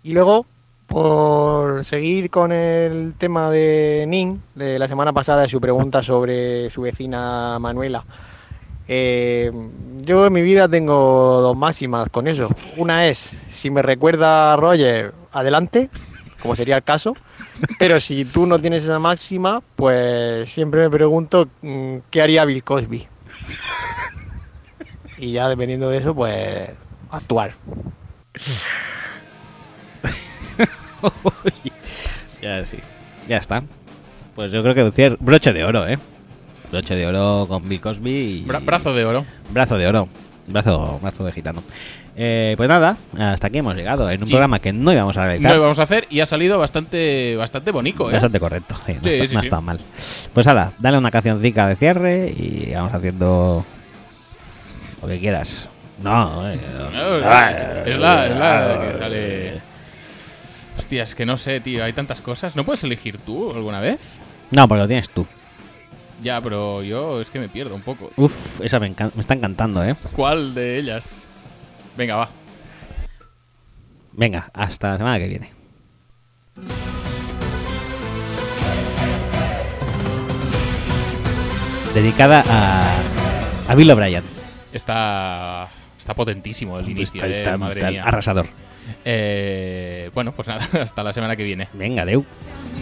Y luego, por seguir con el tema de Nin, de la semana pasada, de su pregunta sobre su vecina Manuela. eh, yo en mi vida tengo dos máximas con eso. Una es, si me recuerda a Roger, adelante, como sería el caso. Pero si tú no tienes esa máxima, pues siempre me pregunto mm, qué haría Bill Cosby. Y ya dependiendo de eso, pues actuar.
Ya, sí. ya está. Pues yo creo que cier- broche de oro, ¿eh? Broche de oro con Bill Cosby. y-
Bra- brazo de oro.
Brazo de oro. Brazo, brazo de gitano. Eh, pues nada, hasta aquí hemos llegado. En un
Sí.
programa que no íbamos a realizar.
No lo vamos a hacer y ha salido bastante, bastante bonito, ¿eh?
Bastante correcto. sí, no,
Sí,
está,
sí,
no
sí.
está mal. Pues hala, dale una cancioncica de cierre y vamos haciendo lo que quieras. No, eh,
No,
ah,
es, es la, es la que sale. Hostia, es que no sé, tío, hay tantas cosas. ¿No puedes elegir tú alguna vez?
no, pues lo tienes tú.
Ya, pero yo es que me pierdo un poco.
Uf, esa me, encan- me está encantando, ¿eh?
¿Cuál de ellas? Venga, va.
Venga, hasta la semana que viene. Dedicada a, a Bill O'Brien.
Está. Está potentísimo el inicio,
Está-
eh,
está
madre
brutal,
mía.
arrasador.
Eh, bueno, pues nada, hasta la semana que viene.
Venga, Deu.
Sound